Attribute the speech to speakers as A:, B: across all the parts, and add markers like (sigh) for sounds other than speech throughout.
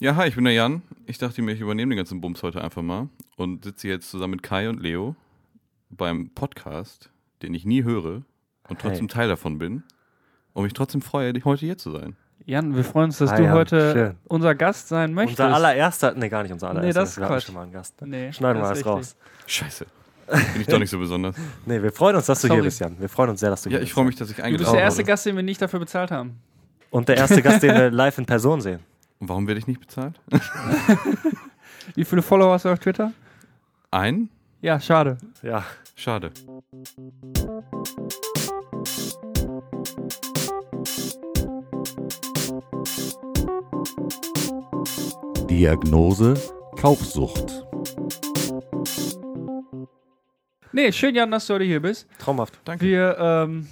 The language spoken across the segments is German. A: Ja, hi, ich bin der Jan. Ich dachte mir, ich übernehme den ganzen Bums heute einfach mal und sitze jetzt zusammen mit Kai und Leo beim Podcast, den ich nie höre und trotzdem Teil davon bin und mich trotzdem freue, dich heute hier zu sein.
B: Jan, wir freuen uns, dass
C: Ah,
B: du
C: ja,
B: heute
C: schön.
B: unser Gast sein möchtest.
C: Unser allererster, nee, gar nicht unser allererster.
B: Nee, das ist
C: wir hatten
B: Quatsch.
C: schon mal einen Gast. Ne?
B: Nee,
C: Schneiden wir
B: das
C: alles
B: ist
C: raus.
A: Scheiße. Bin ich doch nicht so besonders.
C: Nee, wir freuen uns, dass du
B: Sorry.
C: hier bist, Jan. Wir freuen uns sehr, dass du
A: Ja,
C: hier bist.
A: ich freue mich, dass ich
B: richtig. (laughs) Du
A: eingeladen
B: bist der erste
A: wurde.
B: Gast, den wir nicht dafür bezahlt haben.
C: Und der erste
A: (laughs)
C: Gast, den wir live in Person sehen.
A: Und warum werde ich nicht bezahlt?
B: Wie viele Follower hast du auf Twitter?
A: Ein?
B: Ja, schade.
C: Ja.
A: Schade.
D: Diagnose Kaufsucht.
B: Nee, schön, Jan, dass du heute hier bist.
C: Traumhaft.
A: Danke.
B: Wir, ähm,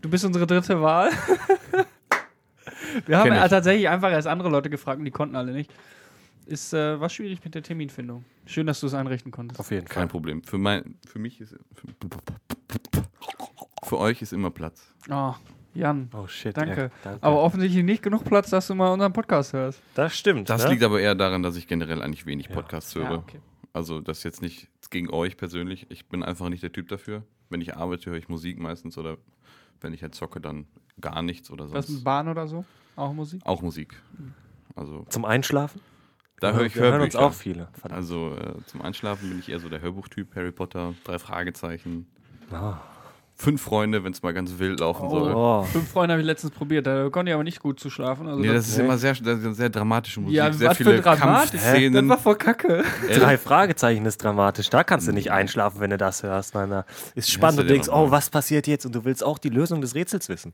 B: du bist unsere dritte Wahl. (laughs) wir haben
A: Kenn ich.
B: ja tatsächlich einfach erst andere Leute gefragt und die konnten alle nicht. Ist, äh, war schwierig mit der Terminfindung. Schön, dass du es einrichten konntest.
C: Auf jeden
A: Kein
C: Fall.
A: Problem. Für, mein, für mich ist. Für euch ist immer Platz.
B: Oh, Jan.
C: Oh shit.
B: Danke.
C: Ja, danke.
B: Aber offensichtlich nicht genug Platz, dass du mal unseren Podcast hörst.
C: das stimmt.
A: Das
C: ne?
A: liegt aber eher daran, dass ich generell eigentlich wenig Podcasts höre.
B: Ja, okay.
A: Also das jetzt nicht gegen euch persönlich. Ich bin einfach nicht der Typ dafür. Wenn ich arbeite, höre ich Musik meistens oder wenn ich halt zocke, dann gar nichts oder
B: Was mit
A: sonst.
B: Bahn oder so? Auch Musik?
A: Auch Musik. Also
C: Zum Einschlafen?
A: da höre ich
C: Wir hören uns
A: Hörbücher.
C: auch viele. Verdammt.
A: Also äh, zum Einschlafen bin ich eher so der Hörbuchtyp. Harry Potter, drei Fragezeichen, fünf Freunde, wenn es mal ganz wild laufen soll.
C: Oh.
B: Fünf Freunde habe ich letztens probiert, da konnte ich aber nicht gut zu schlafen. Also
A: Nee, das ist
C: Nee.
A: immer sehr, sehr, sehr dramatische Musik,
B: ja,
A: sehr
B: was
A: viele
B: für Dramatik. Das
A: Kampfszenen. Äh,
B: war voll kacke.
C: Drei Fragezeichen ist dramatisch. Da kannst du nicht einschlafen, wenn du das hörst. Nein, da ist
A: hast
C: spannend
A: du
C: und
A: denn
C: denkst,
A: noch mal?
C: oh, was passiert jetzt? Und du willst auch die Lösung des Rätsels wissen.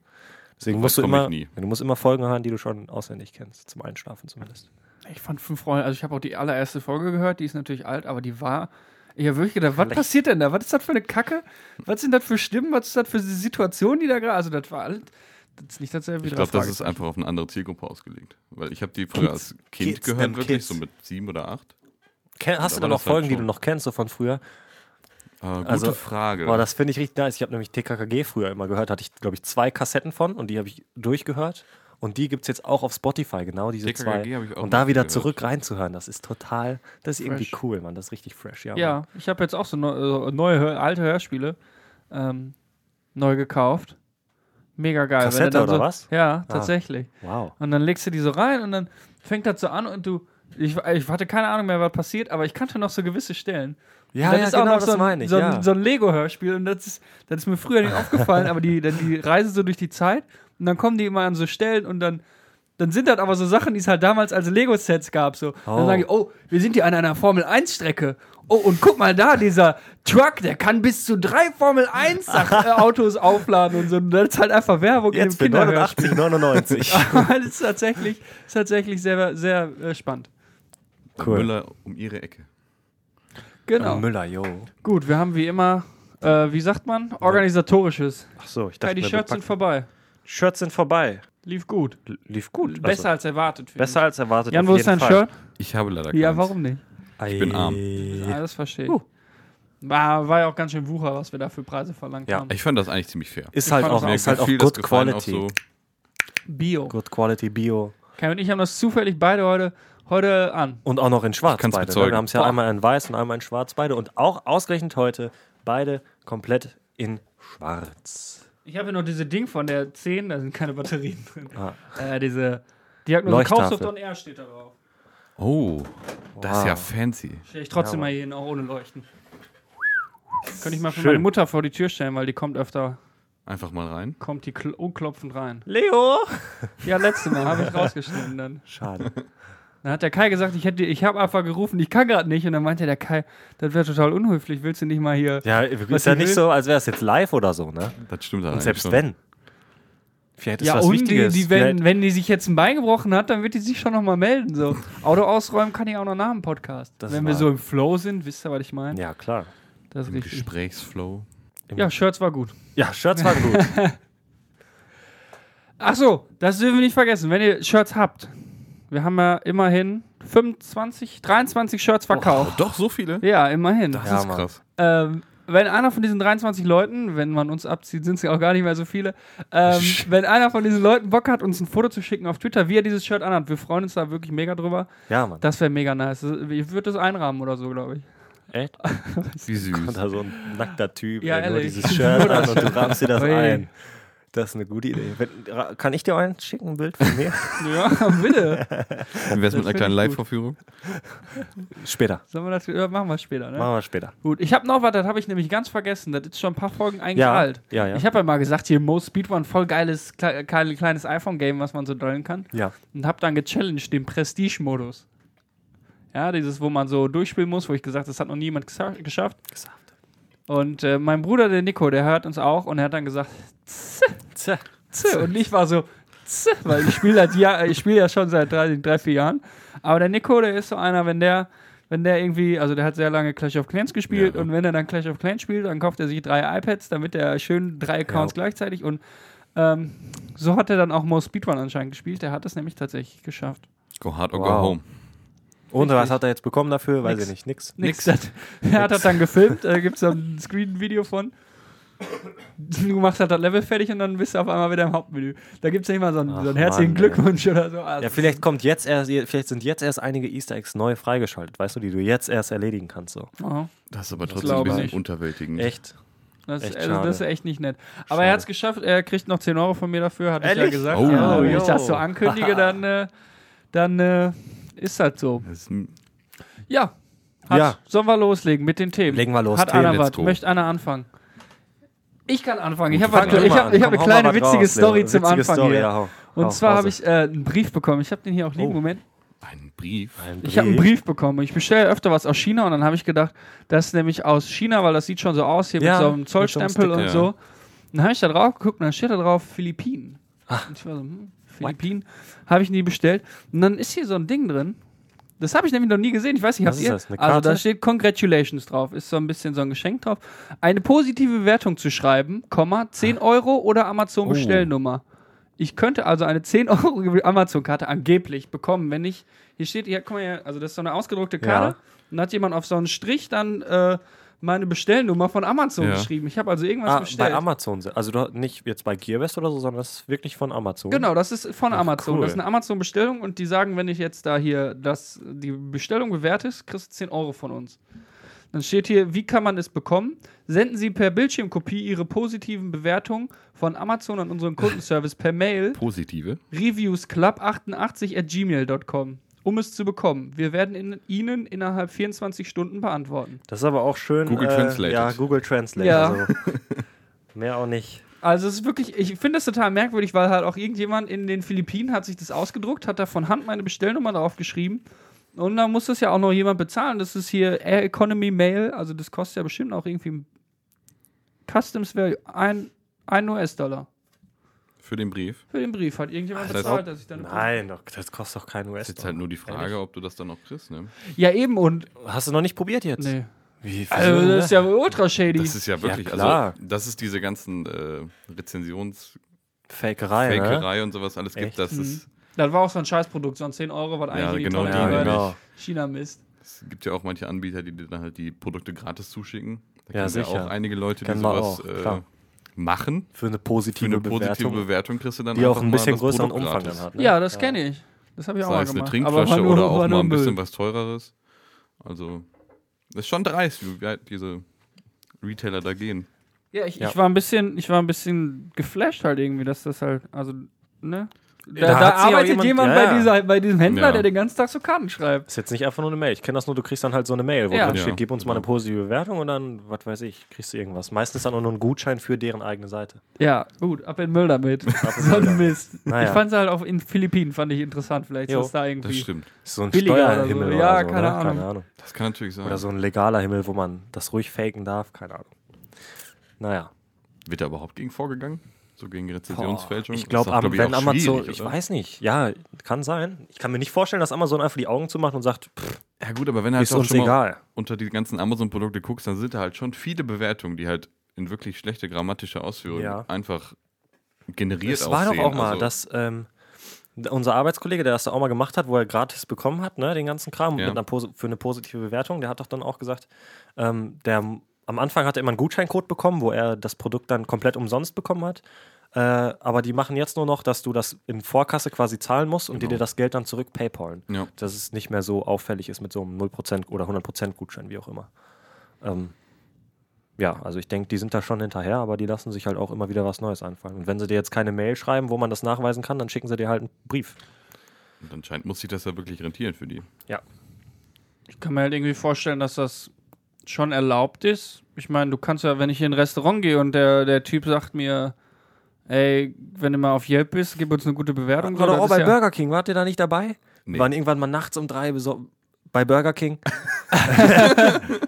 C: Deswegen musst du
A: komm ich
C: immer,
A: nie.
C: du musst immer Folgen hören, die du schon auswendig kennst, zum Einschlafen zumindest.
B: Ich fand fünf Freunde, also ich habe auch die allererste Folge gehört, die ist natürlich alt, aber die war. Ich habe wirklich gedacht, was passiert denn da? Was ist das für eine Kacke? Was sind das für Stimmen? Was ist das für die Situation, die da gerade. Also, das war alles. Das ist nicht dasselbe wie
A: Ich
B: drei
A: glaube, das ist
B: Fragezeichen.
A: einfach auf eine andere Zielgruppe ausgelegt. Weil ich habe die früher als Kind
C: Kids,
A: gehört,
C: them
A: wirklich
C: kids.
A: so mit sieben oder acht.
C: Ken, hast du
A: Aber
C: da noch
A: das war
C: Folgen, die
A: schon-
C: du noch kennst, so von früher?
A: Äh, gute
C: Also,
A: Frage.
C: Boah, das finde ich richtig nice. Ich habe nämlich TKKG früher immer gehört. Hatte ich, glaube ich, zwei Kassetten von und die habe ich durchgehört. Und die gibt es jetzt auch auf Spotify, genau diese
A: TKKG
C: zwei.
A: habe ich auch
C: und da
A: noch
C: wieder
A: gehört.
C: zurück reinzuhören, das ist total, das ist irgendwie
B: Fresh.
C: cool, Mann. Das ist richtig fresh, ja. Mann.
B: Ja, ich habe jetzt auch so neu, äh, neue, Hör- alte Hörspiele ähm, neu gekauft. Mega geil. wenn du
C: Kassette
B: dann
C: oder
B: so,
C: was?
B: Ja,
A: Ah.
B: tatsächlich.
C: Wow.
B: Und dann legst du die so rein und dann fängt das so an und du. Ich, ich hatte keine Ahnung mehr, was passiert, aber ich kannte noch so gewisse Stellen.
C: Ja,
B: Und
C: ja,
B: ist
C: genau,
B: auch noch
C: das
B: so ein,
C: meine ich,
B: So ein,
C: ja.
B: so ein Lego-Hörspiel und das ist, das ist mir
C: (laughs)
B: früher nicht aufgefallen, aber die, dann, die reisen so durch die Zeit und dann kommen die immer an so Stellen und dann, dann sind das aber so Sachen, die es halt damals als Lego-Sets gab. So. Dann
C: Oh.
B: sage ich, oh, wir sind hier an einer Formel-1-Strecke. Oh, und guck mal da, dieser Truck, der kann bis zu drei Formel-1-Autos aufladen und so. Und das ist halt einfach Werbung
C: Jetzt für
B: in dem Kinderhörspiel.
C: 89,
B: (laughs)
C: 99.
B: Aber das ist tatsächlich, ist tatsächlich sehr, sehr äh, spannend.
C: cool.
A: Müller um ihre Ecke.
B: Genau.
C: Müller, yo.
B: Gut, wir haben wie immer, äh, wie sagt man, organisatorisches.
C: Ach so, ich
B: Ja,
C: mir,
B: die
C: wir
B: Shirts sind
C: packen-
B: vorbei.
C: Shirts sind vorbei.
B: Lief gut.
C: L- Lief gut.
B: Besser als erwartet.
C: Also, besser als erwartet.
B: Jan,
C: auf
B: wo ist
C: jeden
B: dein
C: Fall.
B: Shirt?
A: Ich habe leider
B: Ja,
A: keins.
B: warum nicht?
C: Ich
A: bin arm.
B: Ja, das verstehe
C: Uh.
B: ich. War, war ja auch ganz schön Wucher, was wir da für Preise verlangt
C: Ja.
B: haben.
A: Ich fand das eigentlich ziemlich fair.
C: Ist
B: Ich
C: halt
B: fand
C: auch,
B: das auch
C: ist halt auch
A: Mir fiel das
C: good
A: Gefallen
C: quality.
A: Auch so.
B: Bio.
C: Good quality Bio.
B: Kai und ich haben das zufällig beide heute, heute an.
C: Und auch noch in schwarz
A: kann's
C: beide. ne?
A: bezeugen.
C: Wir haben es ja
B: Boah.
C: einmal in weiß und einmal in schwarz beide. Und auch ausgerechnet heute beide komplett in schwarz.
B: Ich habe ja noch diese Ding von der 10, da sind keine Batterien drin.
C: Ah.
B: Äh, diese Diagnose
C: Leuchttafel.
B: Kaufsucht on Air steht da drauf.
A: Oh, das ist ja
C: Wow.
A: fancy.
B: Stelle ich trotzdem
C: Ja,
B: mal hier hin, auch ohne Leuchten. Könnte ich mal für
C: Schön.
B: meine Mutter vor die Tür stellen, weil die kommt öfter,
A: Einfach mal rein.
B: kommt die kl- unklopfend rein.
C: Leo!
B: Ja, letzte Mal habe ich rausgeschnitten dann.
C: Schade.
B: Dann hat der Kai gesagt, ich hätte, ich habe einfach gerufen, ich kann gerade nicht. Und dann meinte der Kai, das wäre total unhöflich, willst du nicht mal hier.
C: Ja,
B: Was
C: ist ja
B: ich will-
C: nicht so, als wäre es jetzt live oder so, ne?
A: Das stimmt halt
C: Und
A: eigentlich
C: selbst
A: schon.
C: wenn. Vielleicht ist
B: Ja,
C: was
B: und die,
C: Wichtiges.
B: die, wenn, wenn die sich jetzt ein Bein gebrochen hat, dann wird die sich schon nochmal melden. So. Auto ausräumen kann ich auch noch nach dem Podcast.
C: Das ist
B: wenn wir
C: wahr.
B: so im Flow sind, wisst ihr, was ich meine?
C: ja, klar.
B: Das ist
A: Im
B: richtig.
A: Gesprächsflow.
B: Ja, Shirts war gut.
C: Ja, Shirts waren (laughs) gut.
B: Ach so, das dürfen wir nicht vergessen. Wenn ihr Shirts habt, wir haben ja immerhin 25, 23 Shirts verkauft.
A: Oh, Doch, so viele?
B: Ja, immerhin.
A: Das
C: Ja,
A: ist
C: Mann.
A: krass.
B: Ähm, wenn einer von diesen 23 Leuten, wenn man uns abzieht, sind es ja auch gar nicht mehr so viele,
A: (laughs)
B: ähm, wenn einer von diesen Leuten Bock hat, uns ein Foto zu schicken auf Twitter, wie er dieses Shirt anhat, wir freuen uns da wirklich mega drüber.
C: Ja, Mann.
B: Das wäre mega nice. Ich würde das einrahmen oder so,
A: (laughs)
B: glaube ich.
C: Echt?
A: Wie
C: Kommt
A: süß.
C: da so ein nackter Typ,
B: Ja,
C: ja, nur
B: ehrlich.
C: dieses Shirt an und
B: (laughs)
C: du rahmst dir das
B: Ui.
C: ein. Das ist eine gute Idee. Wenn, ra- kann ich dir einen schicken, ein Bild von mir?
B: Ja, bitte.
A: Wie wär's mit einer kleinen
B: find ich gut.
A: Live-Vorführung?
C: (laughs) später.
B: Sollen wir das, ja, machen wir später, ne?
C: Machen wir später.
B: Gut, ich habe noch was, das habe ich nämlich ganz vergessen. Das ist schon ein paar Folgen eigentlich
C: Ja,
B: alt.
C: ja, ja.
B: Ich habe ja mal gesagt, hier Mo Speedrun, voll geiles kle klein- kleines iPhone-Game, was man so dollen kann.
C: Ja.
B: Und habe dann gechallenged den Prestige-Modus. Ja, dieses, wo man so durchspielen muss, wo ich gesagt das hat noch niemand gesa- geschafft.
C: Gesagt.
B: Und äh, mein Bruder, der Nico, der hört uns auch und er hat dann gesagt, tse,
C: Tja.
B: tse. Und ich war so, tse, weil ich spiele halt ja, ich spiele ja schon seit drei, drei, vier Jahren. Aber der Nico, der ist so einer, wenn der, wenn der irgendwie, also der hat sehr lange Clash of Clans gespielt
A: Ja.
B: und wenn er dann Clash of Clans spielt, dann kauft er sich drei iPads, damit er schön drei Accounts gleichzeitig und ähm, so hat er dann auch Mo Speedrun anscheinend gespielt. Der hat es nämlich tatsächlich geschafft.
A: Go hard or
C: Wow.
A: go home.
C: Und
B: Richtig.
C: was hat er jetzt bekommen dafür? Weiß
B: Nix.
C: ich nicht. Nix.
B: Nix. Das, (laughs) er hat das dann gefilmt, da gibt es ein Screen-Video von. Du machst halt das Level fertig und dann bist du auf einmal wieder im Hauptmenü. Da gibt es ja immer so einen,
C: Ach,
B: so einen herzlichen
C: Mann, ey.
B: Glückwunsch oder so. Also,
C: Ja, vielleicht kommt jetzt erst, vielleicht sind jetzt erst einige Easter Eggs neu freigeschaltet, weißt du, die du jetzt erst erledigen kannst. So.
B: aha,
A: Das ist aber trotzdem ein
B: glaube
A: bisschen
B: nicht.
A: unterwältigend.
C: Echt?
B: das,
C: Echt
B: ist- also, das ist
C: schade.
B: echt nicht nett. Aber er hat es geschafft, er kriegt noch 10 Euro von mir dafür, hat ich ja
C: Ehrlich?
B: gesagt.
A: Oh.
B: ja, wenn
C: Oh,
B: ich das
C: yo. (laughs)
B: so ankündige, dann, äh, dann äh, ist halt so.
A: Das ist ein
B: Ja, hat,
C: Ja.
B: sollen wir loslegen mit den Themen?
C: Legen wir los.
B: Hat
C: Themen,
B: einer
A: let's
B: was?
A: go.
B: Möchte einer anfangen? Ich kann anfangen. Ich
A: Gut,
B: habe hab,
A: fang du
B: was- ich
A: mal
B: hab, ich hab eine kleine witzige Story zum Anfang hier. Und zwar habe ich äh, einen Brief bekommen. Ich habe den hier auch liegen.
C: Oh.
B: Moment.
A: ein Brief.
B: Ich habe einen Brief bekommen. Ich bestelle öfter was aus China und dann habe ich gedacht, das ist nämlich aus China, weil das sieht schon so aus hier
C: Ja,
B: mit so einem
C: mit so einem
B: Zollstempel
C: Sticker.
B: und
A: Ja.
B: so. Dann habe ich da drauf geguckt und dann steht da drauf Philippinen.
C: Ah.
B: Und ich war so, hm, Philippinen habe ich nie bestellt. Und dann ist hier so ein Ding drin. Das habe ich nämlich noch nie gesehen. Ich weiß nicht,
C: Was
B: habt
C: ist
B: ihr?
C: das, eine
B: also da
C: Karte?
B: steht Congratulations drauf. Ist so ein bisschen so ein Geschenk drauf. Eine positive Bewertung zu schreiben, Komma, 10
C: Ah.
B: Euro oder Amazon
C: Oh.
B: Bestellnummer. Ich könnte also eine 10 Euro Amazon-Karte angeblich bekommen, wenn ich. Hier steht, ja, guck mal hier, also das ist so eine ausgedruckte Karte.
C: Ja.
B: Und da hat jemand auf so einen Strich dann äh, meine Bestellnummer von Amazon
A: Ja.
B: geschrieben. Ich habe also irgendwas
C: ah,
B: bestellt.
C: bei Amazon. se- Also du, nicht jetzt bei Gearbest oder so, sondern das ist wirklich von Amazon.
B: Genau, das ist von Amazon.
C: cool.
B: Das ist eine Amazon-Bestellung und die sagen, wenn ich jetzt da hier das, die Bestellung bewertest, kriegst du 10 Euro von uns. Dann steht hier, wie kann man es bekommen? Senden Sie per Bildschirmkopie Ihre positiven Bewertungen von Amazon an unseren Kundenservice per Mail
A: Positive.
B: reviewsclub88 at gmail.com, um es zu bekommen. Wir werden in, Ihnen innerhalb 24 Stunden beantworten.
C: Das ist aber auch schön.
A: Google
C: äh,
A: Translated.
C: Ja, Google Translate.
B: Ja. (laughs)
C: Also, mehr auch nicht.
B: Also es ist wirklich, ich finde das total merkwürdig, weil halt auch irgendjemand in den Philippinen hat sich das ausgedruckt, hat da von Hand meine Bestellnummer drauf geschrieben. Und dann muss das ja auch noch jemand bezahlen. Das ist hier Air Economy Mail, also das kostet ja bestimmt auch irgendwie Customs wäre ein, ein US-Dollar.
A: Für den Brief.
B: Für den Brief hat irgendjemand
A: das heißt
B: bezahlt, dass ich dann.
C: Nein, doch, das kostet doch keinen
A: Ist
C: US.
A: jetzt halt nur die Frage, ob du das dann noch kriegst, ne?
B: Ja, eben und.
C: Hast du noch nicht probiert jetzt?
B: Nee.
C: Wie, wieso
B: Also,
C: denn?
B: das ist ja ultra shady.
A: Das ist ja
C: Ja,
A: wirklich,
C: klar.
A: also dass es diese ganzen äh, Rezensionsfakerei
C: Fakerei, ne?
A: und sowas alles
C: Echt? Hm.
A: gibt, das ist,
B: das war auch so ein Scheißprodukt, so ein 10 Euro, was
A: Ja,
B: eigentlich
A: genau
B: in die
A: die,
B: Tonne
C: Ja,
B: gehört.
C: genau.
B: China Mist.
A: es gibt ja auch manche Anbieter, die dir dann halt die Produkte gratis zuschicken. Da
C: Ja,
A: gibt's
C: sicher.
A: auch einige Leute, die
C: Kennen wir
A: sowas
C: auch,
A: äh,
C: klar.
A: machen.
C: Für eine
A: Für
C: positive
A: eine positive
C: Bewertung,
A: Bewertung kriegst du dann
C: die auch
A: einfach
C: ein bisschen
A: mal das
C: größeren
A: Produkt
C: Umfang
A: gratis.
C: dann hat. Ne?
B: Ja, das kenne ich. Das habe ich auch
A: Sei
B: mal
A: es
B: gemacht.
A: eine
B: war
A: Trinkflasche
B: nur-
A: oder auch
B: war
A: mal
B: nur
A: ein bisschen
B: Müll.
A: was teureres. Also, das ist schon dreist, wie weit diese Retailer da gehen.
B: Ja, ich,
C: Ja.
B: ich war ein bisschen, ich war ein bisschen geflasht halt irgendwie, dass das halt, also, ne? Da, da,
C: Da hat sich auch
B: arbeitet
C: jemand-
B: jemand
C: ja,
B: bei,
C: ja.
B: dieser, bei diesem Händler,
A: Ja.
B: der den ganzen Tag so Karten schreibt.
C: Ist jetzt nicht einfach nur eine Mail. Ich kenne das nur, du kriegst dann halt so eine Mail, wo
B: Ja.
C: drin
A: Ja. Genau.
C: steht, gib uns mal eine positive Bewertung und dann, was weiß ich, kriegst du irgendwas. Meistens dann auch nur einen Gutschein für deren eigene Seite.
B: Ja, gut, ab in den Müll damit.
C: in den
B: (laughs) so ein
C: Müll.
B: Mist.
C: Naja.
B: Ich fand es halt auch in Philippinen, fand ich interessant. Vielleicht
C: Jo,
B: ist das da
A: Das
B: irgendwie.
A: stimmt.
C: Ist so ein
B: Billiger oder so.
C: Steuerhimmel oder so.
B: Ja,
C: ne?
B: keine Ahnung.
C: keine Ahnung.
A: Das kann natürlich sein.
C: Oder so ein legaler Himmel, wo man das ruhig faken darf, keine Ahnung. Naja.
A: Wird da überhaupt gegen vorgegangen? So gegen Rezensionsfälschung?
C: Ich
A: Ist
C: glaube,
A: doch, glaub
C: wenn
A: auch
C: Amazon,
A: schwierig,
C: ich
A: oder?
C: weiß nicht, ja, kann sein. Ich kann mir nicht vorstellen, dass Amazon einfach die Augen zumacht und sagt, pff,
A: Ja gut, aber wenn du halt
C: Ist
A: auch
C: uns
A: schon mal
C: egal.
A: unter die ganzen Amazon-Produkte guckst, dann sind da halt schon viele Bewertungen, die halt in wirklich schlechte grammatische Ausführungen
C: Ja.
A: einfach generiert
C: es war doch
A: aussehen.
C: auch mal,
A: also,
C: dass ähm, d- unser Arbeitskollege, der das da auch mal gemacht hat, wo er gratis bekommen hat, ne, den ganzen Kram
A: Ja.
C: mit einer Posi- für eine positive Bewertung, der hat doch dann auch gesagt, ähm, der am Anfang hat er immer einen Gutscheincode bekommen, wo er das Produkt dann komplett umsonst bekommen hat. Äh, aber die machen jetzt nur noch, dass du das in Vorkasse quasi zahlen musst und die
A: Genau.
C: dir das Geld dann zurück paypalen.
A: Ja.
C: Dass es nicht mehr so auffällig ist mit so einem 0% oder 100% Gutschein, wie auch immer. Ähm, ja, also ich denke, die sind da schon hinterher, aber die lassen sich halt auch immer wieder was Neues einfallen. Und wenn sie dir jetzt keine Mail schreiben, wo man das nachweisen kann, dann schicken sie dir halt einen Brief.
A: Und anscheinend muss sich das ja wirklich rentieren für die.
C: Ja.
B: Ich kann mir halt irgendwie vorstellen, dass das schon erlaubt ist. Ich meine, du kannst ja, wenn ich in ein Restaurant gehe und der, der Typ sagt mir, ey, wenn du mal auf Yelp bist, gib uns eine gute Bewertung.
C: War
B: So,
C: doch
B: das
C: auch
B: ist
C: bei
B: ja,
C: Burger King, wart ihr da nicht dabei?
A: Nee.
C: Waren irgendwann mal nachts um drei beso- bei Burger King.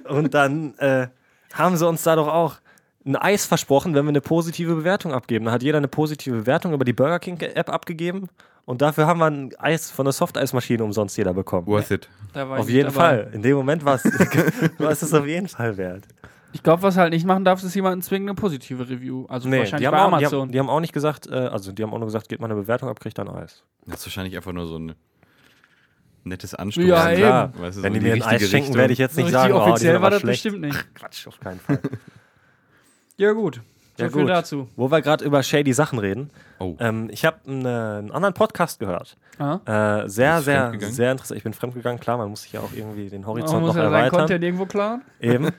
C: und dann äh, haben sie uns da doch auch ein Eis versprochen, wenn wir eine positive Bewertung abgeben. Dann hat jeder eine positive Bewertung über die Burger King App abgegeben und dafür haben wir ein Eis von der Softeismaschine umsonst jeder bekommen.
A: Worth it.
B: da war ich
C: Auf
B: nicht
C: jeden
B: dabei.
C: Fall. In dem Moment war es (laughs) war es das auf jeden Fall wert.
B: Ich glaube, was halt nicht machen darfst, ist jemanden zwingen, eine positive Review. Also wahrscheinlich
C: die haben,
B: bei
C: auch, die,
B: Amazon.
C: haben, die haben auch nicht gesagt, äh, also die haben auch nur gesagt, geht mal eine Bewertung ab, kriegt dann Eis.
A: Das ist wahrscheinlich einfach nur so ein nettes Anstoß.
B: Ja, eben.
A: klar. Weißt du,
C: Wenn
A: so
C: die
A: in
C: mir ein
A: richtige
C: Eis schenken,
A: Richtung.
C: werde ich jetzt
B: so
C: nicht
B: richtig
C: sagen, oh, die sind
B: offiziell
C: aber
B: war das
C: schlecht.
B: bestimmt nicht.
C: Quatsch, auf keinen
B: (laughs)
C: Fall.
B: Ja, gut. So
C: Ja,
B: viel
C: gut.
B: dazu.
C: Wo wir gerade über shady Sachen reden.
A: Oh.
C: Ähm, ich habe einen, äh, einen anderen Podcast gehört.
B: Ah?
C: Äh, sehr,
A: bist
C: sehr,
A: fremdgegangen?
C: sehr interessant. Ich bin fremdgegangen, klar, man muss sich ja auch irgendwie den Horizont
B: Man muss
C: noch
B: ja seinen
C: erweitern.
B: Content irgendwo klar.
C: (laughs) Eben.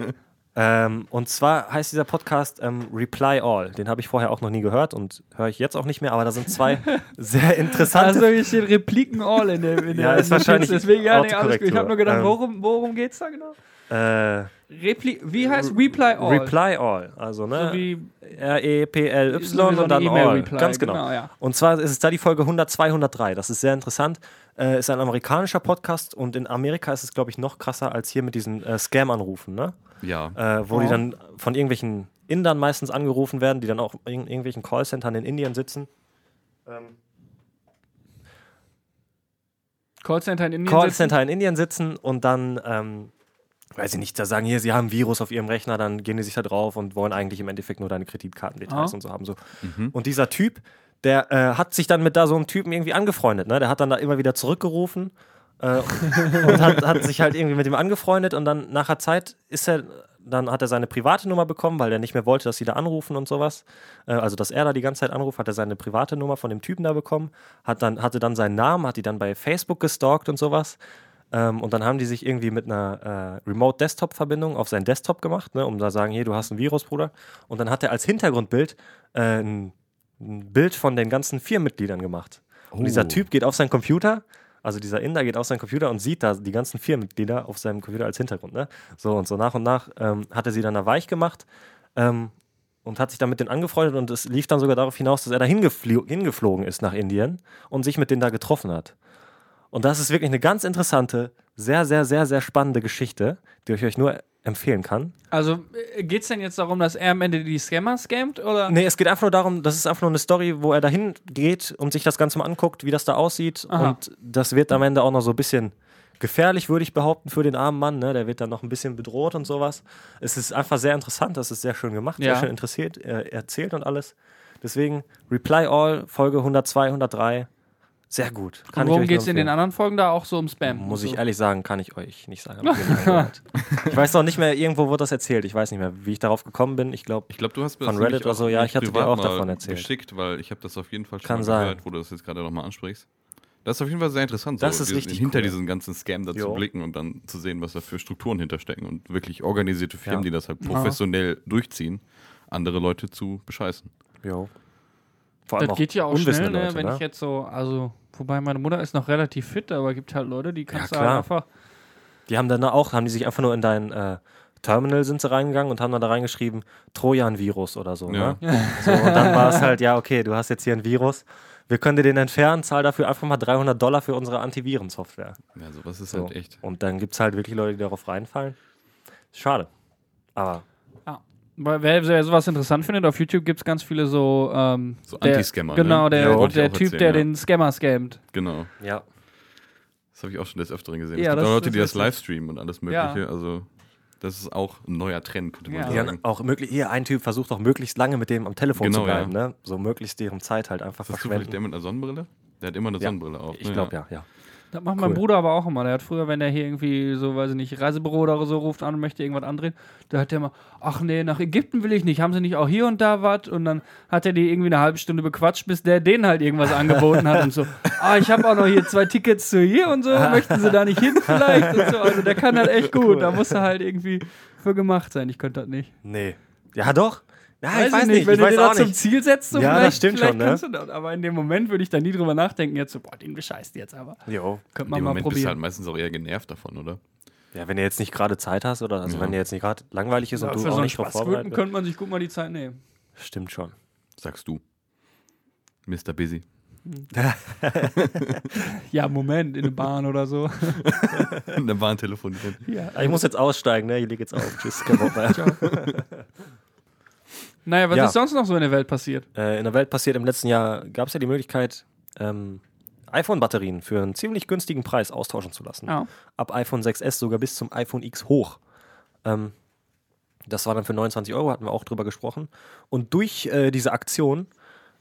B: (laughs)
C: ähm, und zwar heißt dieser Podcast ähm, Reply All. Den habe ich vorher auch noch nie gehört und höre ich jetzt auch nicht mehr, aber da sind zwei
B: (laughs)
C: sehr interessante.
B: Also hier steht Repliken all in der, in der
C: Ja, ist
B: in der
C: wahrscheinlich
B: Notiz, Deswegen, ja, nee, alles gut. Ich
C: Autokorrektur.
B: habe nur gedacht,
C: Ähm.
B: worum, worum geht's da genau?
C: äh,
B: Repli wie heißt Reply All?
C: Reply All. Also, ne?
B: So wie
C: E R-E-P-L-Y
B: So wie so
C: und dann
B: eine E-Mail
C: All.
B: Reply,
C: Ganz genau.
B: genau, ja.
C: Und zwar ist es da die Folge 100, 203. Das ist sehr interessant. Äh, ist ein amerikanischer Podcast und in Amerika ist es, glaube ich, noch krasser als hier mit diesen äh, Scam-Anrufen, ne?
A: ja.
C: Äh, wo
B: Ja.
C: die dann von irgendwelchen Indern meistens angerufen werden, die dann auch in irgendwelchen Callcentern in Indien sitzen.
B: Callcenter in Indien.
C: Callcenter in Indien sitzen und dann, ähm, weiß ich nicht, da sagen hier, sie haben ein Virus auf ihrem Rechner, dann gehen die sich da drauf und wollen eigentlich im Endeffekt nur deine Kreditkartendetails
B: Ah.
C: und so haben. So. Und dieser Typ, der äh, hat sich dann mit da so einem Typen irgendwie angefreundet, ne? Der hat dann da immer wieder zurückgerufen äh, (laughs) und hat, hat sich halt irgendwie mit ihm angefreundet und dann nach einer Zeit ist er. Dann hat er seine private Nummer bekommen, weil er nicht mehr wollte, dass sie da anrufen und sowas. Äh, Also, dass er da die ganze Zeit anruft, hat er seine private Nummer von dem Typen da bekommen, hat dann, hatte dann seinen Namen, hat die dann bei Facebook gestalkt und sowas. Ähm, und dann haben die sich irgendwie mit einer äh, Remote-Desktop-Verbindung auf seinen Desktop gemacht, ne, um da sagen, hier, du hast ein Virus, Bruder. Und dann hat er als Hintergrundbild äh, ein, ein Bild von den ganzen Firmenmitgliedern gemacht.
A: Oh.
C: Und dieser Typ geht auf seinen Computer, also dieser Inder geht auf seinen Computer und sieht da die ganzen Firmenmitglieder auf seinem Computer als Hintergrund. Ne? So und so nach und nach ähm, hat er sie dann da weich gemacht ähm, und hat sich dann mit denen angefreundet und es lief dann sogar darauf hinaus, dass er da hingeflo hingeflogen ist nach Indien und sich mit denen da getroffen hat. Und das ist wirklich eine ganz interessante, sehr, sehr, sehr, sehr spannende Geschichte, die ich euch nur empfehlen kann.
B: Also äh, geht's denn jetzt darum, dass er am Ende die Scammer scammt? Oder?
C: Nee, es geht einfach nur darum, das ist einfach nur eine Story, wo er dahin geht und sich das Ganze mal anguckt, wie das da aussieht.
B: Aha.
C: Und das wird am Ende auch noch so ein bisschen gefährlich, würde ich behaupten, für den armen Mann. Ne? Der wird dann noch ein bisschen bedroht und sowas. Es ist einfach sehr interessant, das ist sehr schön gemacht,
B: Ja.
C: sehr schön interessiert, äh, erzählt und alles. Deswegen Reply All, Folge 102, 103. Sehr gut.
B: Und
C: ich
B: worum
C: euch nur
B: geht's in den
C: empfehlen.
B: anderen Folgen da auch so um Spam?
C: Muss
B: und
C: ich
B: so.
C: ehrlich sagen, kann ich euch nicht sagen. hab ich mir nicht angehört. ich weiß noch nicht mehr, irgendwo wurde das erzählt. Ich weiß nicht mehr, wie ich darauf gekommen bin. Ich glaube,
A: Ich glaube, du hast mir
C: Von
A: das
C: Reddit
A: nämlich
C: oder so, ja, ich hatte dir
A: privat
C: auch
A: mal
C: davon erzählt.
A: geschickt, weil ich habe das auf jeden Fall schon
C: Kann
A: mal
C: sein.
A: gehört, wo du das jetzt gerade nochmal ansprichst. Das ist auf jeden Fall sehr interessant,
C: Das ist
A: diesen-
C: richtig
A: hinter
C: cool.
A: diesen ganzen Scam da zu
C: Jo.
A: blicken und dann zu sehen, was da für Strukturen hinterstecken und wirklich organisierte Firmen,
C: Ja.
A: die das halt professionell durchziehen, andere Leute zu bescheißen.
C: Jo. Vor
B: Das
C: auch
B: geht ja auch
C: unwissende
B: schnell, ne,
C: Leute,
B: wenn ich jetzt so, also, wobei meine Mutter ist noch relativ fit, aber gibt halt Leute, die kannst du halt
C: klar.
B: einfach.
C: Die haben dann auch, haben die sich einfach nur in dein äh, Terminal sind sie reingegangen und haben dann da reingeschrieben, Trojan-Virus oder so.
A: Ja.
C: Ne? so. Und dann war es halt, ja, okay, du hast jetzt hier ein Virus. Wir können dir den entfernen, zahl dafür einfach mal 300 Dollar für unsere Antivirensoftware.
A: Ja, sowas ist
C: So.
A: halt echt.
C: Und dann gibt es halt wirklich Leute, die darauf reinfallen. Schade. Aber
B: Weil wer, wer sowas interessant findet, auf YouTube gibt's ganz viele so. Ähm,
A: So
B: der-
A: Anti-Scammer, ne?
B: Genau, der,
A: Ja, wollte ich
B: der
A: auch
B: Typ,
A: erzählen,
B: der
A: ja.
B: den Scammer scammt.
A: Genau.
C: ja,
A: Das habe ich auch schon des Öfteren gesehen.
B: Ja,
A: es gibt
B: das-
A: auch Leute,
B: das
A: die das
B: ist-
A: livestreamen und alles Mögliche. Also, das ist auch ein neuer Trend, könnte man
B: Ja.
C: die
A: sagen.
C: dann auch möglich, hier ein Typ versucht auch möglichst lange mit dem am Telefon
A: Genau,
C: zu bleiben,
A: ja.
C: ne? So möglichst deren Zeit halt einfach
A: Ist das zufällig
C: verschwenden.
A: der mit einer Sonnenbrille? Der hat immer eine
C: Ja.
A: Sonnenbrille auf. ne?
C: Ich glaube ja, ja.
B: Das macht mein
C: Cool.
B: Bruder aber auch immer. Der hat früher, wenn er hier irgendwie so, weiß ich nicht, Reisebüro oder so ruft an und möchte irgendwas andrehen, da hat der immer, ach nee, nach Ägypten will ich nicht. Haben sie nicht auch hier und da was? Und dann hat er die irgendwie eine halbe Stunde bequatscht, bis der denen halt irgendwas angeboten hat und so. Ah, ich habe auch noch hier zwei Tickets zu hier und so. Möchten sie da nicht hin vielleicht? Und so. Also der kann halt echt gut. Da muss er halt irgendwie für gemacht sein. Ich könnte das nicht.
C: Nee. Ja, doch. Ja, Ah, ich
B: ich
C: weiß nicht.
B: Wenn
C: Ich
B: du
C: weiß
B: dir da
C: auch
B: zum
C: nicht.
B: Ziel setzt, so
C: Ja, das
B: vielleicht,
C: stimmt
B: vielleicht
C: schon, ne?
B: kannst du das. Aber in dem Moment würde ich da nie drüber nachdenken. Jetzt so, boah, den bescheißt jetzt aber.
C: Jo.
B: Könnte
A: In
B: man
A: dem
B: mal
A: Moment bist du halt
B: probieren.
A: meistens auch eher genervt davon, oder?
C: Ja, wenn ihr jetzt nicht gerade Zeit hast oder also
A: Ja.
C: wenn dir jetzt nicht gerade langweilig ist und
B: Ja,
C: du
B: für
C: auch
B: so einen
C: nicht drauf vorbereitet
B: Spaßgurken
C: bist.
B: könnte man sich gut mal die Zeit nehmen.
C: Stimmt schon.
A: Sagst du. Mr.
C: (laughs)
A: Busy.
B: Ja, Moment, in der Bahn oder so.
A: Und dann war ein (laughs) Telefon drin.
B: (laughs) Ja.
C: Ich muss jetzt aussteigen, ne? Ich leg jetzt (laughs) auf. Tschüss, kein Bock mehr.
B: Naja, was
C: Ja.
B: ist sonst noch so in der Welt passiert?
C: äh, in der Welt passiert. Im letzten Jahr gab es ja die Möglichkeit, ähm, iPhone-Batterien für einen ziemlich günstigen Preis austauschen zu lassen.
B: Ja.
C: Ab iPhone 6S sogar bis zum iPhone X hoch. Ähm, das war dann für 29 Euro, hatten wir auch drüber gesprochen. Und durch äh, diese Aktion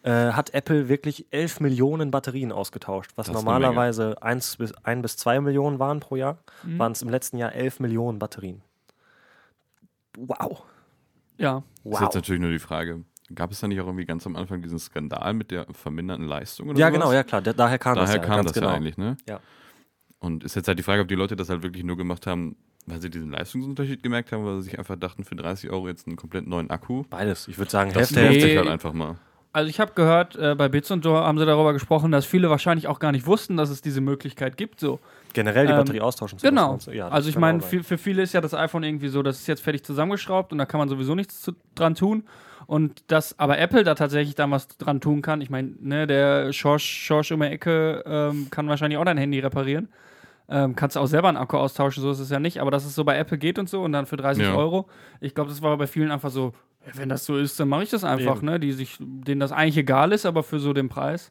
C: äh, hat Apple wirklich 11 Millionen Batterien ausgetauscht, was
A: Das ist eine
C: normalerweise 1 bis, 1 bis 2 Millionen waren pro Jahr,
A: Mhm.
C: waren es im letzten Jahr 11 Millionen Batterien. Wow.
B: Ja.
A: Das ist jetzt
C: Wow.
A: natürlich nur die Frage, gab es da nicht auch irgendwie ganz am Anfang diesen Skandal mit der verminderten Leistung oder
C: Ja,
A: sowas?
C: genau, ja klar. Da, daher kam das
A: Daher
C: ja.
A: kam
C: ganz
A: das
C: genau.
A: ja eigentlich, ne?
C: Ja.
A: Und ist jetzt halt die Frage, ob die Leute das halt wirklich nur gemacht haben, weil sie diesen Leistungsunterschied gemerkt haben, weil sie sich einfach dachten, für 30 Euro jetzt einen komplett neuen Akku.
C: Beides. Ich würde sagen,
A: Das
C: Hälfte,
B: Nee.
A: nervt
C: Hälfte.
A: sich halt einfach mal.
B: Also ich habe gehört, äh, bei Bits und Door haben sie darüber gesprochen, dass viele wahrscheinlich auch gar nicht wussten, dass es diese Möglichkeit gibt. So.
C: Generell die
B: Ähm,
C: Batterie austauschen zu
B: Genau.
C: lassen. Ja, das
B: also ich
C: kann
B: meine,
C: auch sein.
B: für, für viele ist ja das iPhone irgendwie so, das ist jetzt fertig zusammengeschraubt und da kann man sowieso nichts zu, dran tun. Und dass aber Apple da tatsächlich dann was dran tun kann, ich meine, ne, der Schorsch, Schorsch um die Ecke ähm, kann wahrscheinlich auch dein Handy reparieren. Ähm, kannst auch selber einen Akku austauschen, so ist es ja nicht, aber dass es so bei Apple geht und so und dann für 30
A: Ja.
B: Euro. Ich glaube, das war bei vielen einfach so, ja, wenn das so ist, dann mache ich das einfach, ne? Die sich, denen das eigentlich egal ist, aber für so den Preis.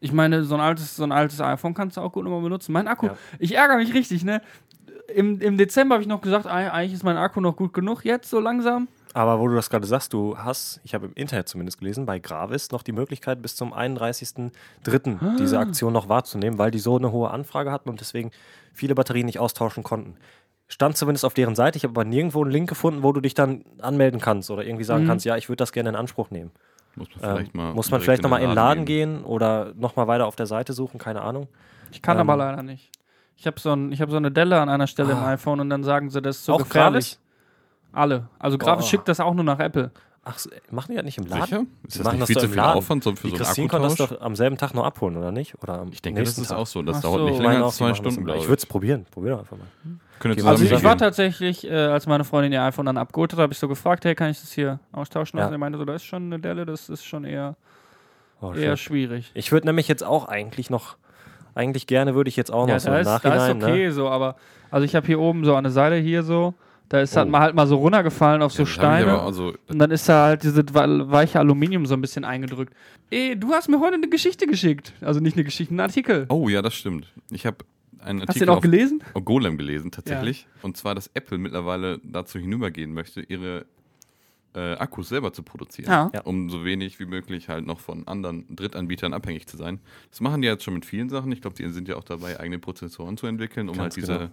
B: Ich meine, so ein altes, so ein altes iPhone kannst du auch gut nochmal benutzen. Mein Akku,
C: Ja.
B: ich ärgere mich richtig, ne? Im, im Dezember habe ich noch gesagt, "Ei, eigentlich ist mein Akku noch gut genug, jetzt so langsam.
C: Aber wo du das gerade sagst, du hast, ich habe im Internet zumindest gelesen, bei Gravis noch die Möglichkeit, bis zum 31.03. diese
B: Ah.
C: Aktion noch wahrzunehmen, weil die so eine hohe Anfrage hatten und deswegen viele Batterien nicht austauschen konnten. Stand zumindest auf deren Seite. Ich habe aber nirgendwo einen Link gefunden, wo du dich dann anmelden kannst oder irgendwie
B: Mhm.
C: sagen kannst, ja, ich würde das gerne in Anspruch nehmen.
A: Muss man
C: Ähm,
A: vielleicht mal.
C: muss man
A: direkt
C: vielleicht nochmal in den Laden
A: gehen.
C: gehen oder nochmal weiter auf der Seite suchen, keine Ahnung.
B: Ich kann
C: Ähm.
B: aber leider nicht. Ich habe so, ein, ich hab so eine Delle an einer Stelle im
C: Ah.
B: iPhone und dann sagen sie, das ist so
C: Auch Oh. Gravis?
B: gefährlich. Alle. Also Grafisch
C: Boah.
B: schickt das auch nur nach Apple.
C: Ach, so, machen die das nicht im Laden?
A: Sicher? Ist
C: Die
A: das
C: machen
A: nicht
C: das
A: viel
C: doch
A: zu
C: im
A: viel
C: Laden.
A: Aufwand so für
C: Die
A: so einen
C: Christine konnte das
A: Akkutausch?
C: doch am selben Tag noch abholen, oder nicht? Oder am
A: Ich denke, das
C: nächsten
A: ist
C: Tag.
A: auch so. Das
B: Ach
A: dauert
B: so.
A: nicht
B: Ich
C: Ich meine
A: länger
C: auch,
A: als
C: die
A: zwei
C: Oh, machen das
A: Stunden,
C: im
A: glaube
C: Laden.
A: ich.
C: Ich würde es probieren. Probier doch einfach mal.
A: Können wir
C: Also
B: Also
A: zusammen
B: ich
A: hingehen.
B: war tatsächlich, äh, als meine Freundin ihr iPhone dann abgeholt hat, habe ich so gefragt, hey, kann ich das hier austauschen?
C: Ja.
B: Und er meinte so, da ist schon eine Delle, das ist schon eher,
C: Oh, schön.
B: eher schwierig.
C: ich würde nämlich jetzt auch eigentlich noch, eigentlich gerne würde ich jetzt auch noch
B: Ja,
C: so
B: da,
C: im
B: ist, da ist
C: Nachhinein.
B: okay
C: ne?
B: so, aber also ich habe hier oben so an der Seile hier so, da ist halt
C: Oh.
B: mal halt mal so runtergefallen auf so
A: Das hab ich aber
B: Steine.
A: Also,
B: Und dann ist da halt dieses wa- weiche Aluminium so ein bisschen eingedrückt. Ey, du hast mir heute eine Geschichte geschickt. Also nicht eine Geschichte, einen Artikel.
A: oh ja, das stimmt. Ich habe einen Artikel
B: hast du den auch
A: auf
B: gelesen?
C: Hm?
A: Oh, Golem gelesen, tatsächlich. Und zwar, dass Apple mittlerweile dazu hinübergehen möchte, ihre äh, Akkus selber zu produzieren,
B: Ja.
C: Ja.
A: um so wenig wie möglich halt noch von anderen Drittanbietern abhängig zu sein. Das machen die jetzt schon mit vielen Sachen. Ich glaube, die sind ja auch dabei, eigene Prozessoren zu entwickeln, um
C: Ganz
A: halt diese
C: genau.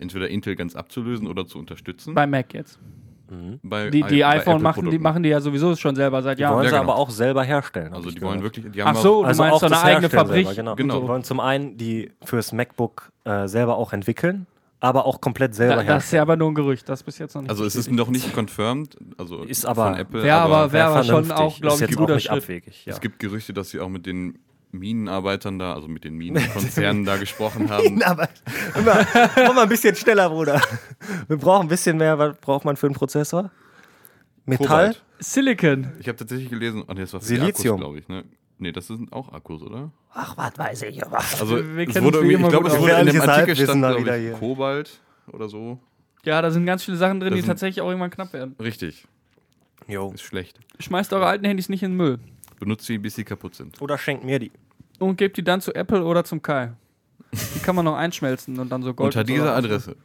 A: entweder Intel ganz abzulösen oder zu unterstützen.
B: Bei Mac jetzt.
A: Bei
B: Die,
A: i-
B: die
A: bei
B: iPhone machen, die
A: Apple-Produkten.
B: machen die ja sowieso schon selber seit
C: Die wollen
B: Jahren.
A: Ja,
C: sie
A: genau.
C: aber auch selber herstellen. hab
A: Also
C: ich
A: die wollen
C: gehört.
A: wirklich, die haben
B: Ach so,
A: auch,
B: Oh, du
C: Also
B: meinst
C: auch
B: so eine
C: das
B: eigene
C: Herstellen
B: Fabrik.
C: Selber, genau.
A: Genau.
C: Die wollen zum einen die fürs MacBook äh, selber auch entwickeln, aber auch komplett selber
B: Da, das ist
C: herstellen.
B: ja aber nur ein Gerücht, das ist bis jetzt noch nicht.
A: also es ist noch nicht confirmed, also
C: Ist aber-
A: von Apple,
B: Wäre aber, wär
C: Wär
B: aber schon
C: vernünftig.
B: auch, glaube
C: ist
B: ich, ein
C: jetzt
B: guter
C: auch nicht
B: Schritt.
C: abwegig. Ja.
B: (laughs)
A: Es gibt Gerüchte, dass sie auch mit den Minenarbeitern da, also mit den Minenkonzernen da gesprochen
B: (laughs)
A: haben.
C: (laughs) aber immer, komm mal ein bisschen schneller, Bruder. Wir brauchen ein bisschen mehr. Was braucht man für einen Prozessor? Metall?
A: Kobalt.
B: Silicon.
A: Ich habe tatsächlich gelesen, und jetzt war für
C: Silizium.
A: die Akkus, glaube ich. Ne? Nee, das sind auch Akkus, oder?
C: Ach, was weiß ich. Was?
A: Also
B: Wir
A: es
B: kennen
A: wurde
B: uns
A: irgendwie,
B: wie immer
A: ich glaube,
B: gut
A: es
B: aus.
A: wurde in dem
C: Gefährliches
A: Artikel
C: Halbwissen
A: stand,
C: da
A: glaub
C: wieder
A: ich,
C: hier.
A: Kobalt oder so.
B: Ja, da sind ganz viele Sachen drin,
A: Das
B: die
A: sind-
B: tatsächlich auch irgendwann knapp werden.
A: Richtig, ist schlecht.
B: Schmeißt eure alten Handys nicht in den Müll.
A: Benutzt sie, bis sie kaputt sind.
C: Oder schenk mir die.
B: Und gebt die dann zu Apple oder zum Kai. Die kann man noch einschmelzen und dann so Gold.
A: Unter
B: und so
A: dieser
B: drauf.
A: Adresse.